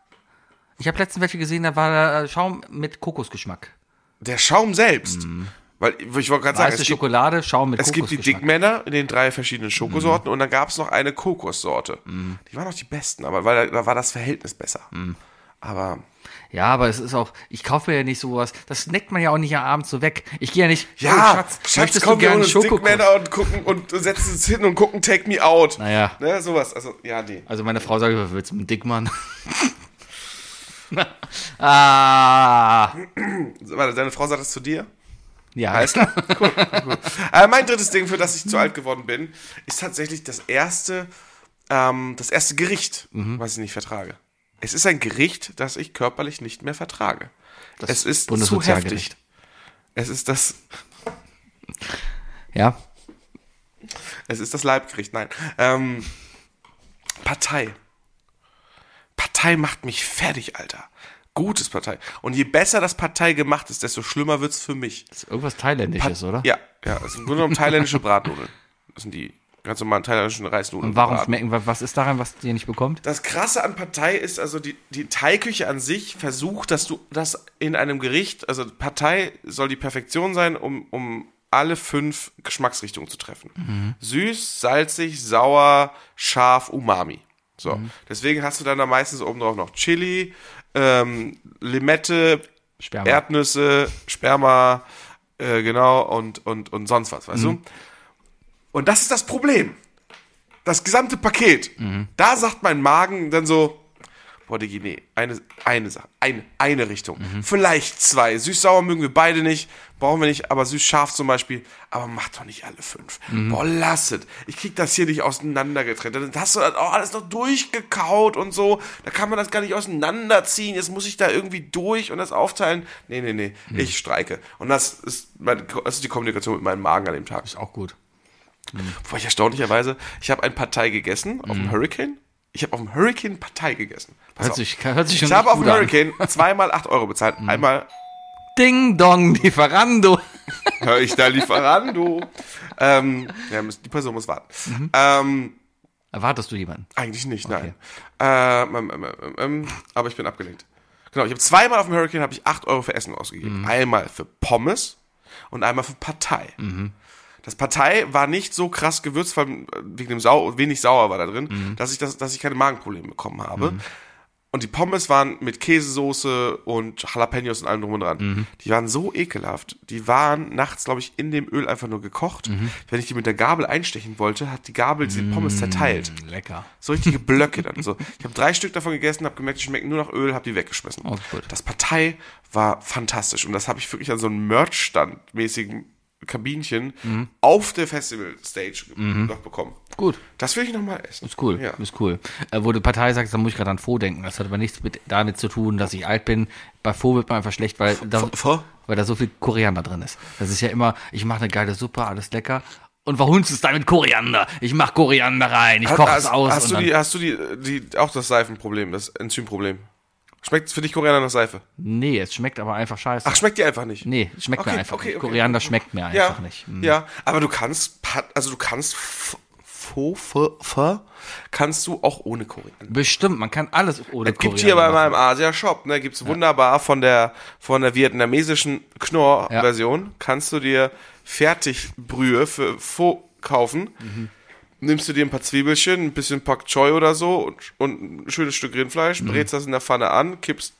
Speaker 4: Ich habe letztens welche gesehen, da war der Schaum mit Kokosgeschmack.
Speaker 3: Der Schaum selbst. Weil ich wollte gerade sagen,
Speaker 4: Mhm. Weiße
Speaker 3: es gibt,
Speaker 4: Schokolade, Schaum mit
Speaker 3: es gibt die
Speaker 4: Kokosgeschmack.
Speaker 3: Dickmänner in den drei verschiedenen
Speaker 4: Mhm.
Speaker 3: Schokosorten und dann gab es noch eine Kokossorte. Die waren noch die besten, aber weil, da- da war das Verhältnis besser.
Speaker 4: Mhm.
Speaker 3: Aber
Speaker 4: Ja, aber es ist auch, ich kaufe mir ja nicht sowas. Das snackt man ja auch nicht am Abend so weg. Ich gehe ja nicht,
Speaker 3: Ja,
Speaker 4: oh, Schatz, möchtest du gerne Schokokuchen?
Speaker 3: Stickmänner und gucken und setzen uns hin und gucken Take Me Out.
Speaker 4: Naja.
Speaker 3: Ne, sowas. Also, ja, nee.
Speaker 4: Also meine Frau sagt, was willst du mit dem Dickmann? ah,
Speaker 3: Warte, deine Frau sagt das zu dir?
Speaker 4: ja.
Speaker 3: Alles klar. cool, cool. Aber mein drittes Ding, für das ich zu alt geworden bin, ist tatsächlich das erste, ähm, das erste Gericht,
Speaker 4: Mhm.
Speaker 3: was ich nicht vertrage. Es ist ein Gericht, das ich körperlich nicht mehr vertrage. es ist zu heftig.
Speaker 4: Bundessozialgericht.
Speaker 3: Es ist das
Speaker 4: Ja.
Speaker 3: Es ist das Leibgericht, nein. Ähm, Partei. Partei macht mich fertig, Alter. Gutes Partei. Und je besser das Partei gemacht ist, desto schlimmer wird's für mich.
Speaker 4: Ist irgendwas Thailändisches, oder?
Speaker 3: Ja, ja, es sind im Grunde genommen thailändische Bratnudeln. Das sind die ganz normalen thailändischen Reisnudeln.
Speaker 4: Und warum
Speaker 3: gebraten.
Speaker 4: schmecken, wa- was ist daran, was ihr nicht bekommt?
Speaker 3: Das Krasse an Partei ist also, die, die Teigküche an sich versucht, dass du das in einem Gericht, also Partei soll die Perfektion sein, um, um alle fünf Geschmacksrichtungen zu treffen. Süß, salzig, sauer, scharf, umami. So, deswegen hast du dann da meistens obendrauf noch Chili, ähm, Limette,
Speaker 4: Sperma.
Speaker 3: Erdnüsse, Sperma, äh, genau, und, und, und sonst was, weißt du? Und das ist das Problem. Das gesamte Paket. Da sagt mein Magen dann so, boah, Digi, nee, eine, eine Sache, eine, eine Richtung. Vielleicht zwei. Süß-sauer mögen wir beide nicht, brauchen wir nicht, aber süß-scharf zum Beispiel. Aber mach doch nicht alle fünf.
Speaker 4: Mhm.
Speaker 3: Boah, lass es. Ich krieg das hier nicht auseinandergetrennt. Dann hast du das auch alles noch durchgekaut und so. Da kann man das gar nicht auseinanderziehen. Jetzt muss ich da irgendwie durch und das aufteilen. Nee, nee, nee,
Speaker 4: Mhm.
Speaker 3: ich streike. Und das ist, mein, das ist die Kommunikation mit meinem Magen an dem Tag.
Speaker 4: Ist auch gut.
Speaker 3: Wobei ich erstaunlicherweise, ich habe ein Partei gegessen auf dem Hurricane. Ich habe auf dem Hurricane Partei gegessen. Pass
Speaker 4: Mhm. Hört
Speaker 3: auf.
Speaker 4: sich, hört sich schon
Speaker 3: Ich habe
Speaker 4: nicht
Speaker 3: auf
Speaker 4: gut Mhm.
Speaker 3: dem Hurricane zweimal 8 Euro bezahlt. Einmal
Speaker 4: an. Ding Dong, Lieferando.
Speaker 3: höre ich da Lieferando. ähm, ja, muss- die Person muss warten.
Speaker 4: Mhm.
Speaker 3: Ähm,
Speaker 4: Erwartest du jemanden?
Speaker 3: eigentlich nicht, nein. Ähm, ähm, ähm, ähm, ähm, aber ich bin abgelenkt. Genau, ich habe zweimal auf dem Hurricane habe ich 8 Euro für Essen ausgegeben. Einmal für Pommes und einmal für Partei. Das Partei war nicht so krass gewürzt, weil äh, wegen dem Sau wenig sauer war da drin, dass ich das, dass ich keine Magenprobleme bekommen habe. Und die Pommes waren mit Käsesoße und Jalapenos und allem drum und dran. Die waren so ekelhaft. Die waren nachts, glaube ich, in dem Öl einfach nur gekocht. Wenn ich die mit der Gabel einstechen wollte, hat die Gabel diese Pommes zerteilt.
Speaker 4: Hm, Lecker.
Speaker 3: So richtige Blöcke dann. So. Ich habe drei Stück davon gegessen, habe gemerkt, die schmecken nur nach Öl, habe die weggeschmissen.
Speaker 4: Oh, gut.
Speaker 3: das Partei war fantastisch und das habe ich wirklich an so einem Merch-Stand-mäßigen Kabinchen
Speaker 4: Mhm.
Speaker 3: auf der Festival-Stage noch bekommen.
Speaker 4: Gut.
Speaker 3: Das will ich nochmal essen.
Speaker 4: Mhm. Ist cool,
Speaker 3: Ja.
Speaker 4: ist cool. Äh, wo du Partei sagst, da muss ich gerade an Faux denken. Das hat aber nichts mit, damit zu tun, dass ich alt bin. Bei Faux wird man einfach schlecht, weil da,
Speaker 3: Pho?
Speaker 4: weil da so viel Koriander drin ist. Das ist ja immer, ich mache eine geile Suppe, alles lecker. Und verhunzt es dann mit Koriander. Ich mach Koriander rein, ich koche es
Speaker 3: hast,
Speaker 4: aus.
Speaker 3: hast
Speaker 4: und
Speaker 3: du,
Speaker 4: dann,
Speaker 3: die, hast du die, die auch das Seifenproblem, das Enzymproblem? Schmeckt für dich Koreaner nach Seife?
Speaker 4: nee, es schmeckt aber einfach scheiße.
Speaker 3: Ach, schmeckt dir einfach nicht?
Speaker 4: nee, es schmeckt
Speaker 3: okay,
Speaker 4: mir einfach
Speaker 3: okay,
Speaker 4: nicht. Mhm.
Speaker 3: okay.
Speaker 4: Koriander schmeckt mir einfach
Speaker 3: ja,
Speaker 4: nicht.
Speaker 3: Ja, aber du kannst, Pat- also du kannst F- Pfeffer kannst du auch ohne Koriander.
Speaker 4: Bestimmt, man kann alles ohne
Speaker 3: Es gibt hier bei meinem Asia-Shop, ne, gibt's wunderbar von der, von der vietnamesischen
Speaker 4: Ja.
Speaker 3: Knorr-Version, kannst du dir Fertigbrühe für Pho kaufen.
Speaker 4: Mhm.
Speaker 3: Nimmst du dir ein paar Zwiebelchen, ein bisschen Pak Choi oder so und, und ein schönes Stück Rindfleisch,
Speaker 4: Mhm.
Speaker 3: brätst das in der Pfanne an, kippst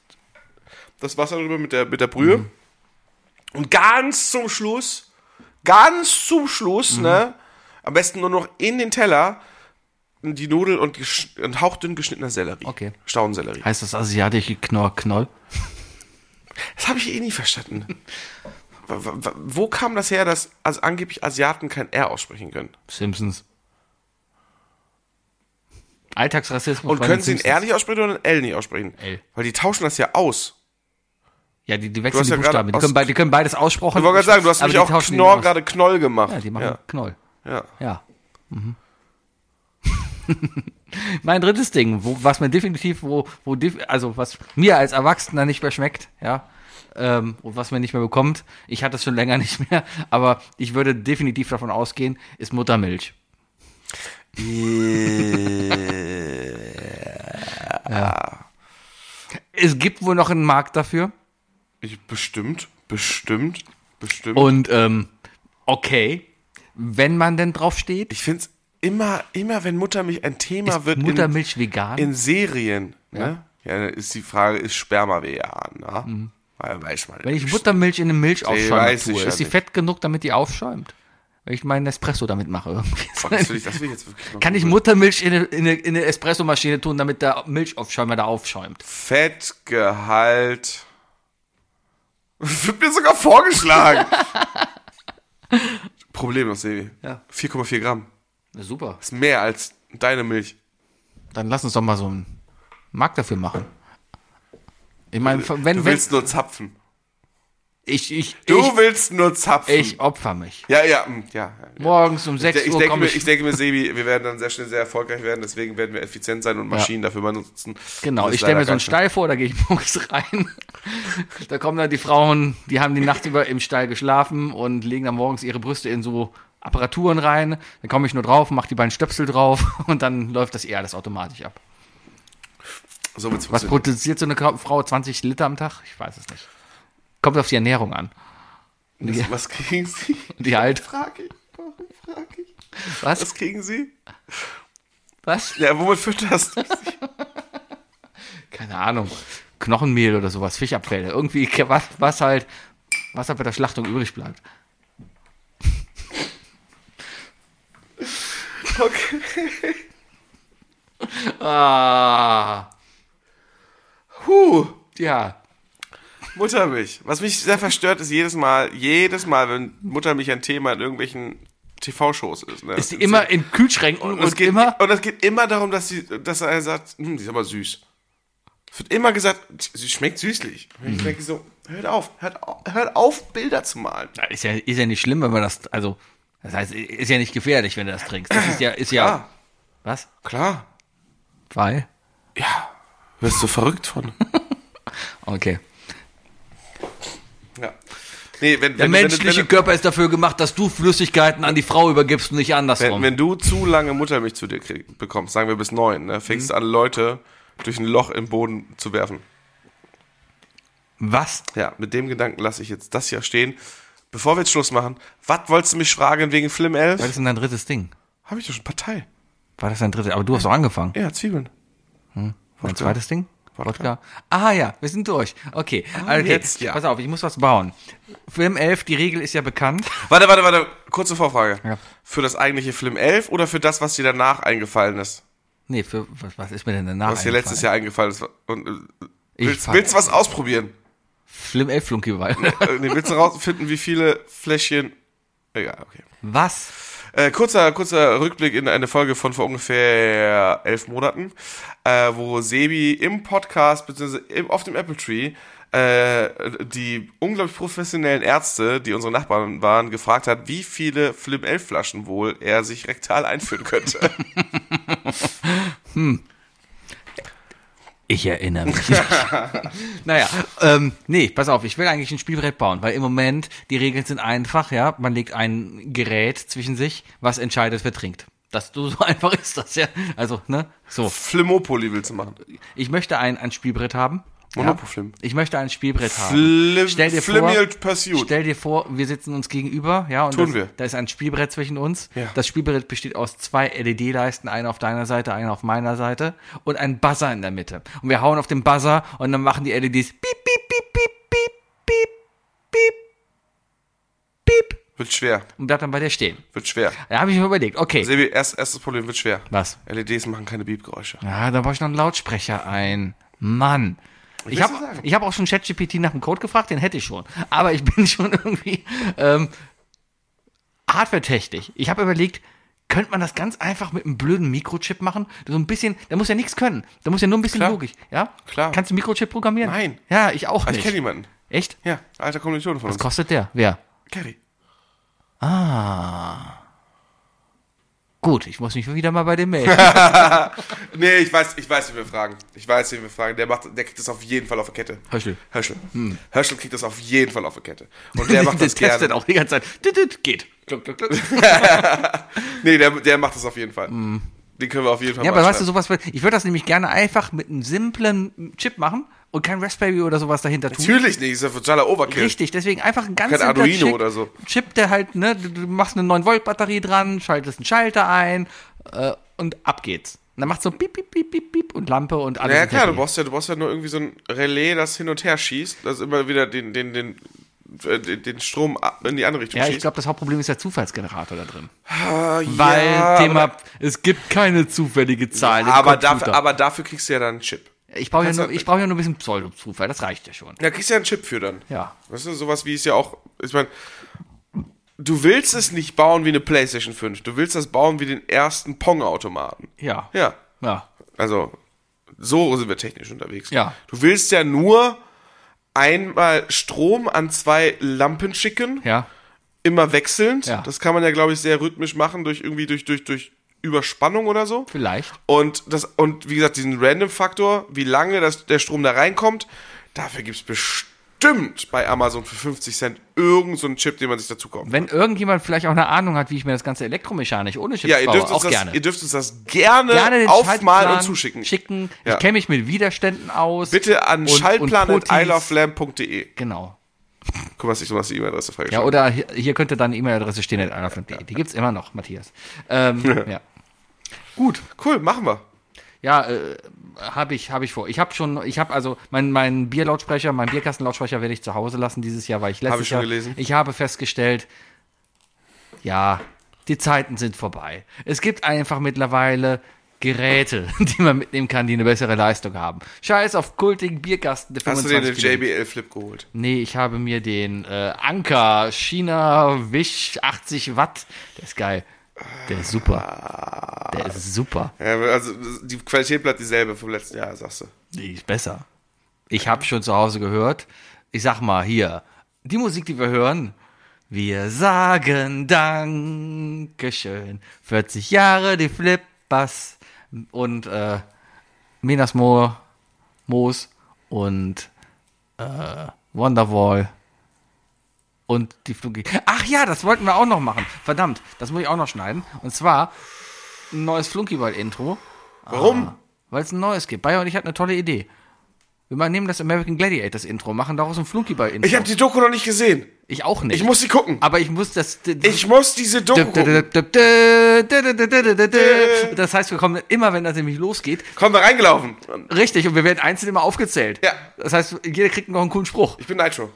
Speaker 3: das Wasser drüber mit der, mit der Brühe.
Speaker 4: Mhm.
Speaker 3: Und ganz zum Schluss, ganz zum
Speaker 4: Mhm.
Speaker 3: Schluss, ne, am besten nur noch in den Teller die Nudeln und, gesch- und hauchdünn geschnittener Sellerie.
Speaker 4: Okay.
Speaker 3: Staudensellerie.
Speaker 4: Heißt das asiatische Knorr Knoll?
Speaker 3: Das habe ich eh nie verstanden. W- w- w- Wo kam das her, dass also angeblich Asiaten kein R aussprechen können?
Speaker 4: Simpsons. Alltagsrassismus.
Speaker 3: Und
Speaker 4: bei den
Speaker 3: können sie ein
Speaker 4: Simpsons.
Speaker 3: R nicht aussprechen oder ein L nicht aussprechen?
Speaker 4: L.
Speaker 3: Weil die tauschen das ja aus.
Speaker 4: Ja, die, die
Speaker 3: Du
Speaker 4: wechseln
Speaker 3: hast
Speaker 4: die
Speaker 3: ja gerade
Speaker 4: Buchstaben. Die
Speaker 3: aus-
Speaker 4: können, bei- die können beides aussprechen.
Speaker 3: Ich wollte gerade sagen, du hast
Speaker 4: aber
Speaker 3: nämlich
Speaker 4: die
Speaker 3: auch
Speaker 4: tauschen die
Speaker 3: Knorr
Speaker 4: aus.
Speaker 3: gerade Knoll gemacht.
Speaker 4: Ja, die machen
Speaker 3: ja.
Speaker 4: Knoll.
Speaker 3: Ja.
Speaker 4: Ja. Mhm. mein drittes Ding, wo, was mir definitiv, wo, wo, def- also was mir als Erwachsener nicht mehr schmeckt, ja, ähm, und was man nicht mehr bekommt, ich hatte es schon länger nicht mehr, aber ich würde definitiv davon ausgehen, ist Muttermilch. Es gibt wohl noch einen Markt dafür
Speaker 3: Ich, bestimmt, bestimmt, bestimmt.
Speaker 4: und ähm, okay, wenn man denn drauf steht,
Speaker 3: ich finde es immer, immer, wenn Muttermilch ein Thema
Speaker 4: ist
Speaker 3: wird in,
Speaker 4: Muttermilch vegan.
Speaker 3: in Serien, ne? Ja, dann ist die Frage, ist Sperma vegan, ne? Weil, weiß man
Speaker 4: Mhm. Wenn ich
Speaker 3: nicht.
Speaker 4: Buttermilch in eine Milchaufschäumer
Speaker 3: weiß ich
Speaker 4: tue,
Speaker 3: ja
Speaker 4: ist sie
Speaker 3: nicht.
Speaker 4: fett genug, damit die aufschäumt? Wenn ich meinen Espresso damit mache irgendwie.
Speaker 3: Fuck, das will ich, das will ich jetzt wirklich mal
Speaker 4: Kann ich
Speaker 3: googeln.
Speaker 4: Muttermilch in eine, in eine, in eine Espressomaschine tun, damit der Milchaufschäumer da aufschäumt?
Speaker 3: Fettgehalt. Wird mir sogar vorgeschlagen. Problemlos, Sevi.
Speaker 4: Ja.
Speaker 3: 4,4 Gramm.
Speaker 4: Na, super.
Speaker 3: Ist mehr als deine Milch.
Speaker 4: Dann lass uns doch mal so einen Markt dafür machen. Ich meine, wenn,
Speaker 3: Also, du
Speaker 4: wenn
Speaker 3: willst nur zapfen.
Speaker 4: ich, ich,
Speaker 3: Du
Speaker 4: ich,
Speaker 3: willst nur zapfen.
Speaker 4: ich opfer mich.
Speaker 3: Ja, ja, mm, ja. ja.
Speaker 4: Morgens um 6
Speaker 3: Ich, ich,
Speaker 4: Uhr
Speaker 3: denke
Speaker 4: komme
Speaker 3: mir,
Speaker 4: ich,
Speaker 3: ich denke mir, Sebi, wir werden dann sehr schnell sehr erfolgreich werden, deswegen werden wir effizient sein und Maschinen dafür benutzen.
Speaker 4: Genau,
Speaker 3: Das ist
Speaker 4: ich stelle mir
Speaker 3: leider ne?
Speaker 4: so einen
Speaker 3: kein-
Speaker 4: Stall vor, da gehe ich morgens rein. da kommen dann die Frauen, die haben die Nacht über im Stall geschlafen und legen dann morgens ihre Brüste in so Apparaturen rein. Dann komme ich nur drauf, mache die beiden Stöpsel drauf und dann läuft das eh alles automatisch ab.
Speaker 3: So wird's
Speaker 4: Was
Speaker 3: funktionieren.
Speaker 4: produziert so eine Ka- Frau 20 Liter am Tag? Ich weiß es nicht. Kommt auf die Ernährung an.
Speaker 3: was, was kriegen Sie?
Speaker 4: Die halt.
Speaker 3: Frage ich. Warum frage ich?
Speaker 4: Was?
Speaker 3: Was kriegen Sie?
Speaker 4: Was?
Speaker 3: Ja, womit fütterst du?
Speaker 4: Keine Ahnung. Knochenmehl oder sowas, Fischabfälle. Irgendwie was, was halt, was halt bei der Schlachtung übrig bleibt.
Speaker 3: Okay.
Speaker 4: Ah,
Speaker 3: Huh.
Speaker 4: ja.
Speaker 3: Muttermilch. Was mich sehr verstört ist jedes Mal, jedes Mal, wenn Muttermilch ein Thema in irgendwelchen TV-Shows ist. Ne?
Speaker 4: Ist die immer in Kühlschränken und,
Speaker 3: und es geht
Speaker 4: immer.
Speaker 3: und es geht immer darum, dass sie, dass er sagt, hm, die ist aber süß. Es wird immer gesagt, sie schmeckt süßlich. Und ich denke so, hört auf, hört auf, hört auf, Bilder zu malen.
Speaker 4: Ja, Ist ja, ist ja nicht schlimm, wenn man das, also, das heißt, ist ja nicht gefährlich, wenn du das trinkst. Das ist ja, ist ja.
Speaker 3: Klar.
Speaker 4: Was?
Speaker 3: Klar.
Speaker 4: Weil?
Speaker 3: Ja. Wirst du verrückt von.
Speaker 4: Okay.
Speaker 3: ja. Nee, wenn,
Speaker 4: Der
Speaker 3: wenn,
Speaker 4: menschliche
Speaker 3: wenn,
Speaker 4: Körper ist dafür gemacht, dass du Flüssigkeiten an die Frau übergibst und nicht
Speaker 3: wenn,
Speaker 4: andersrum.
Speaker 3: wenn, wenn du zu lange Muttermilch zu dir krieg, bekommst, sagen wir bis neun, ne, fängst du an, Leute durch ein Loch im Boden zu werfen.
Speaker 4: Was?
Speaker 3: Ja, mit dem Gedanken lasse ich jetzt das hier stehen. Bevor wir jetzt Schluss machen, was wolltest du mich fragen wegen Flim
Speaker 4: War
Speaker 3: 11?
Speaker 4: das denn dein drittes Ding?
Speaker 3: Habe ich doch schon Partei.
Speaker 4: War das dein drittes? Aber du hast doch angefangen.
Speaker 3: Ja, Zwiebeln.
Speaker 4: Mein Hm, zweites Ding?
Speaker 3: Wodka.
Speaker 4: Wodka. Ah ja, wir sind durch. Okay. okay.
Speaker 3: Ah, jetzt, ja.
Speaker 4: Pass auf, ich muss was bauen. Film 11, die Regel ist ja bekannt.
Speaker 3: Warte, warte, warte. Kurze Vorfrage.
Speaker 4: Ja.
Speaker 3: Für das eigentliche Flim 11 oder für das, was dir danach eingefallen ist?
Speaker 4: Nee, für, was, was ist mir denn danach
Speaker 3: Was dir letztes Jahr eingefallen ist. Und, äh,
Speaker 4: Ich
Speaker 3: willst,
Speaker 4: fang-
Speaker 3: willst du was ausprobieren?
Speaker 4: Film 11 Flunkyball.
Speaker 3: äh, nee, willst du rausfinden, wie viele Fläschchen... Egal, okay.
Speaker 4: was?
Speaker 3: Äh, kurzer, kurzer Rückblick in eine Folge von vor ungefähr elf Monaten, äh, wo Sebi im Podcast bzw. im- auf dem Apple Tree äh, die unglaublich professionellen Ärzte, die unsere Nachbarn waren, gefragt hat, wie viele Flim 11 Flaschen wohl er sich rektal einführen könnte.
Speaker 4: Ich erinnere mich. naja, ähm, nee, pass auf, ich will eigentlich ein Spielbrett bauen, weil im Moment die Regeln sind einfach, ja. Man legt ein Gerät zwischen sich, was entscheidet, wer trinkt. Das, so so einfach ist das ja. Also, ne? So.
Speaker 3: Flimmopoli willst du machen.
Speaker 4: Ich möchte ein, ein Spielbrett haben.
Speaker 5: Monopoflim.
Speaker 4: Ich möchte ein Spielbrett haben.
Speaker 3: Flim
Speaker 4: Stell dir
Speaker 3: Flimmial
Speaker 4: vor-
Speaker 3: Pursuit.
Speaker 4: Stell dir vor, wir sitzen uns gegenüber, ja, und
Speaker 5: Tun
Speaker 4: das,
Speaker 5: wir.
Speaker 4: da ist ein Spielbrett zwischen uns.
Speaker 5: Ja.
Speaker 4: Das Spielbrett besteht aus zwei LED-Leisten, eine auf deiner Seite, eine auf meiner Seite und ein Buzzer in der Mitte. Und wir hauen auf den Buzzer und dann machen die LEDs piep, piep, piep, piep, piep, piep, piep, piep
Speaker 3: Wird schwer.
Speaker 4: und bleibt dann bei dir stehen.
Speaker 3: Wird schwer.
Speaker 4: Da habe ich mir überlegt, okay,
Speaker 3: Sebi, erst, erstes Problem wird schwer.
Speaker 4: was?
Speaker 3: LEDs machen keine Beepgeräusche.
Speaker 4: Ja, da brauche ich noch einen Lautsprecher ein. Mann. Ich
Speaker 3: willst
Speaker 4: habe
Speaker 3: du sagen?
Speaker 4: ich hab auch schon ChatGPT nach dem Code gefragt, den hätte ich schon. Aber ich bin schon irgendwie ähm, hardware-technisch. Ich habe überlegt, könnte man das ganz einfach mit einem blöden Mikrochip machen? So ein bisschen, da muss ja nichts können. Da muss ja nur ein bisschen
Speaker 3: Klar.
Speaker 4: Logik. Ja?
Speaker 3: Klar.
Speaker 4: Kannst du einen Mikrochip programmieren?
Speaker 3: Nein.
Speaker 4: Ja, ich auch
Speaker 3: Ah,
Speaker 4: nicht.
Speaker 3: ich kenne jemanden.
Speaker 4: Echt?
Speaker 3: Ja, alter Kommilitone von
Speaker 4: Was
Speaker 3: uns.
Speaker 4: kostet der? Wer?
Speaker 3: Gary.
Speaker 4: Gut, ich muss mich wieder mal bei dem melden.
Speaker 3: Nee, ich weiß, ich weiß, wen wir fragen. Ich weiß, wen wir fragen. Der, macht, der kriegt das auf jeden Fall auf der Kette.
Speaker 4: Höschel. Hm.
Speaker 3: Höschel. Höschel kriegt das auf jeden Fall auf der Kette. Und der macht das
Speaker 4: testet
Speaker 3: gerne.
Speaker 4: auch die ganze Zeit. Tüt, tüt, Geht. Kluck, kluck, kluck.
Speaker 3: Nee, der, der macht das auf jeden Fall. Den können wir auf jeden Fall
Speaker 4: Hm. Ja,
Speaker 3: mal
Speaker 4: aber weißt du,
Speaker 3: anschreiben.
Speaker 4: sowas, wird- ich würde das nämlich gerne einfach mit einem simplen Chip machen und kein Raspberry oder sowas dahinter tun.
Speaker 3: Natürlich nicht, ist ja totaler Overkill.
Speaker 4: Richtig, deswegen einfach ein ganz
Speaker 3: Kein
Speaker 4: simpler
Speaker 3: Arduino
Speaker 4: Chip,
Speaker 3: oder so.
Speaker 4: Chip, der halt, ne, du, du machst eine 9-Volt-Batterie dran, schaltest einen Schalter ein äh, und ab geht's. Und dann macht so piep, piep, piep, piep, piep und Lampe und alles.
Speaker 3: Ja,
Speaker 4: ist
Speaker 3: klar, du
Speaker 4: happy.
Speaker 3: brauchst ja, du brauchst ja nur irgendwie so ein Relais, das hin und her schießt, das immer wieder den, den, den, äh, den, den Strom ab- in die andere Richtung
Speaker 4: Ja,
Speaker 3: schießt.
Speaker 4: ich glaube, das Hauptproblem ist der Zufallsgenerator da drin.
Speaker 3: Ah,
Speaker 4: Weil
Speaker 3: ja,
Speaker 4: Thema,
Speaker 3: aber-
Speaker 4: es gibt keine zufällige Zahl. im
Speaker 3: Aber
Speaker 4: Computer.
Speaker 3: dafür, aber dafür kriegst du ja dann einen Chip.
Speaker 4: ich brauche ja,
Speaker 3: kannst
Speaker 4: nur-
Speaker 3: du-
Speaker 4: ich brauch ja nur ein bisschen Pseudo-Zufall, das reicht ja schon.
Speaker 3: Da kriegst du ja einen Chip für dann.
Speaker 4: Ja.
Speaker 3: Weißt du, sowas wie es ja auch, ich meine, du willst es nicht bauen wie eine Playstation 5, du willst das bauen wie den ersten Pong-Automaten.
Speaker 4: Ja.
Speaker 3: Ja,
Speaker 4: Ja.
Speaker 3: also so sind wir technisch unterwegs.
Speaker 4: Ja.
Speaker 3: Du willst ja nur einmal Strom an zwei Lampen schicken.
Speaker 4: Ja.
Speaker 3: immer wechselnd.
Speaker 4: Ja.
Speaker 3: Das kann man ja, glaube ich, sehr rhythmisch machen durch irgendwie durch durch durch Überspannung oder so.
Speaker 4: Vielleicht.
Speaker 3: Und das und wie gesagt diesen Random-Faktor, wie lange das, der Strom da reinkommt, dafür gibt's bestimmt bei Amazon für 50 Cent irgendeinen so einen Chip, den man sich dazu kauft.
Speaker 4: Wenn irgendjemand vielleicht auch eine Ahnung hat, wie ich mir das ganze elektromechanisch ohne Chips
Speaker 3: Ja, ihr
Speaker 4: baue,
Speaker 3: dürft,
Speaker 4: auch
Speaker 3: uns das,
Speaker 4: gerne.
Speaker 3: ihr dürft uns das gerne,
Speaker 4: gerne den
Speaker 3: aufmalen
Speaker 4: Schaltplan
Speaker 3: und zuschicken.
Speaker 4: Schicken.
Speaker 3: Ja.
Speaker 4: Ich kenne mich mit Widerständen aus.
Speaker 3: Bitte an
Speaker 4: Und-
Speaker 3: schaltplan
Speaker 4: und
Speaker 3: at
Speaker 4: Protis.
Speaker 3: isleoflam.de.
Speaker 4: Genau.
Speaker 3: Guck mal, was ich so was die E-Mail-Adresse frage.
Speaker 4: Ja, oder hier, hier könnte dann E-Mail-Adresse stehen, at anna.de. die gibt's immer noch, Matthias. Ähm, ja. Gut.
Speaker 3: cool, machen wir.
Speaker 4: Ja, äh, habe ich, hab ich vor. Ich habe schon, ich habe also mein, mein Bierlautsprecher, mein Bierkastenlautsprecher werde ich zu Hause lassen dieses Jahr, weil ich letztes
Speaker 3: ich schon
Speaker 4: Jahr,
Speaker 3: gelesen.
Speaker 4: ich habe festgestellt, ja, die Zeiten sind vorbei. Es gibt einfach mittlerweile Geräte, die man mitnehmen kann, die eine bessere Leistung haben. Scheiß auf kultigen Bierkasten. Der
Speaker 3: Hast du dir den
Speaker 4: 25 Kilo-
Speaker 3: JBL Flip geholt?
Speaker 4: Nee, ich habe mir den äh, Anker China Wisch 80 Watt. Der ist geil. Der ist super. Der ist super.
Speaker 3: Ja, also die Qualität bleibt dieselbe vom letzten Jahr, sagst du.
Speaker 4: Die ist besser. Ich habe schon zu Hause gehört. Ich sag mal hier, die Musik, die wir hören. Wir sagen Dankeschön. 40 Jahre die Flippers und äh, Minas Mo, Moos und äh, Wonderwall und die Flugi. Ach ja, das wollten wir auch noch machen. Verdammt, das muss ich auch noch schneiden. Und zwar ein neues Flunkyball-Intro.
Speaker 3: Warum?
Speaker 4: Weil es ein neues gibt. Bayer und ich hatten eine tolle Idee. Wir mal nehmen das American Gladiators Intro, machen daraus ein Flunkyball-Intro.
Speaker 3: Ich habe die Doku noch nicht gesehen.
Speaker 4: Ich auch nicht.
Speaker 3: Ich muss sie gucken.
Speaker 4: Aber ich muss das.
Speaker 3: Ich muss diese Doku gucken.
Speaker 4: Das heißt, wir kommen immer, wenn das nämlich losgeht,
Speaker 3: Komm, wir reingelaufen.
Speaker 4: richtig und wir werden einzeln immer aufgezählt.
Speaker 3: Ja.
Speaker 4: Das heißt, jeder kriegt noch einen coolen Spruch.
Speaker 3: Ich bin Nitro.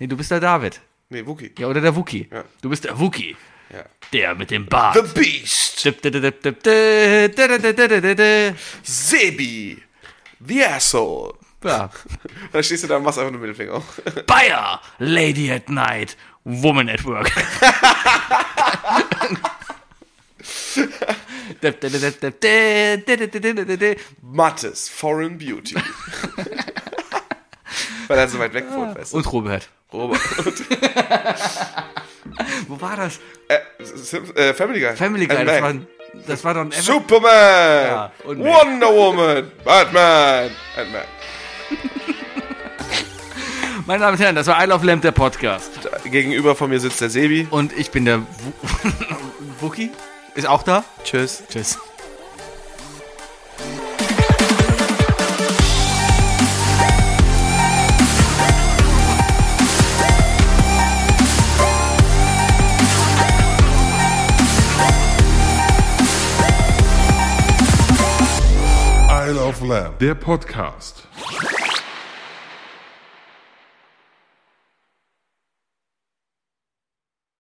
Speaker 4: Nee, du bist der David.
Speaker 3: Nee, Wookie.
Speaker 4: Ja, oder der Wookie.
Speaker 3: Ja.
Speaker 4: Du bist der Wookie.
Speaker 3: Ja.
Speaker 4: Der mit dem Bart.
Speaker 3: The Beast. Sebi. The Asshole.
Speaker 4: Ja.
Speaker 3: Und dann stehst du da und machst einfach nur Mittelfinger auf.
Speaker 4: Bayer, Lady at Night, Woman at Work.
Speaker 3: Mattes Foreign Beauty. Weil er so weit weg wohnt, weißt du.
Speaker 4: Und Robert.
Speaker 3: Robert.
Speaker 4: Wo war das?
Speaker 3: äh, Sim- äh, Family Guy.
Speaker 4: Family Guy,
Speaker 3: And
Speaker 4: das war,
Speaker 3: Mac.
Speaker 4: das war doch ein Ever
Speaker 3: Superman.
Speaker 4: und Mac.
Speaker 3: Wonder Woman. Batman. And Mac.
Speaker 4: Meine Damen und Herren, das war I Love Lamp, der Podcast.
Speaker 3: Gegenüber von mir sitzt der Sebi.
Speaker 4: Und ich bin der Wu- Wookie. Ist auch da?
Speaker 3: Tschüss.
Speaker 4: Tschüss.
Speaker 6: Isle of Lamb.
Speaker 7: Der Podcast.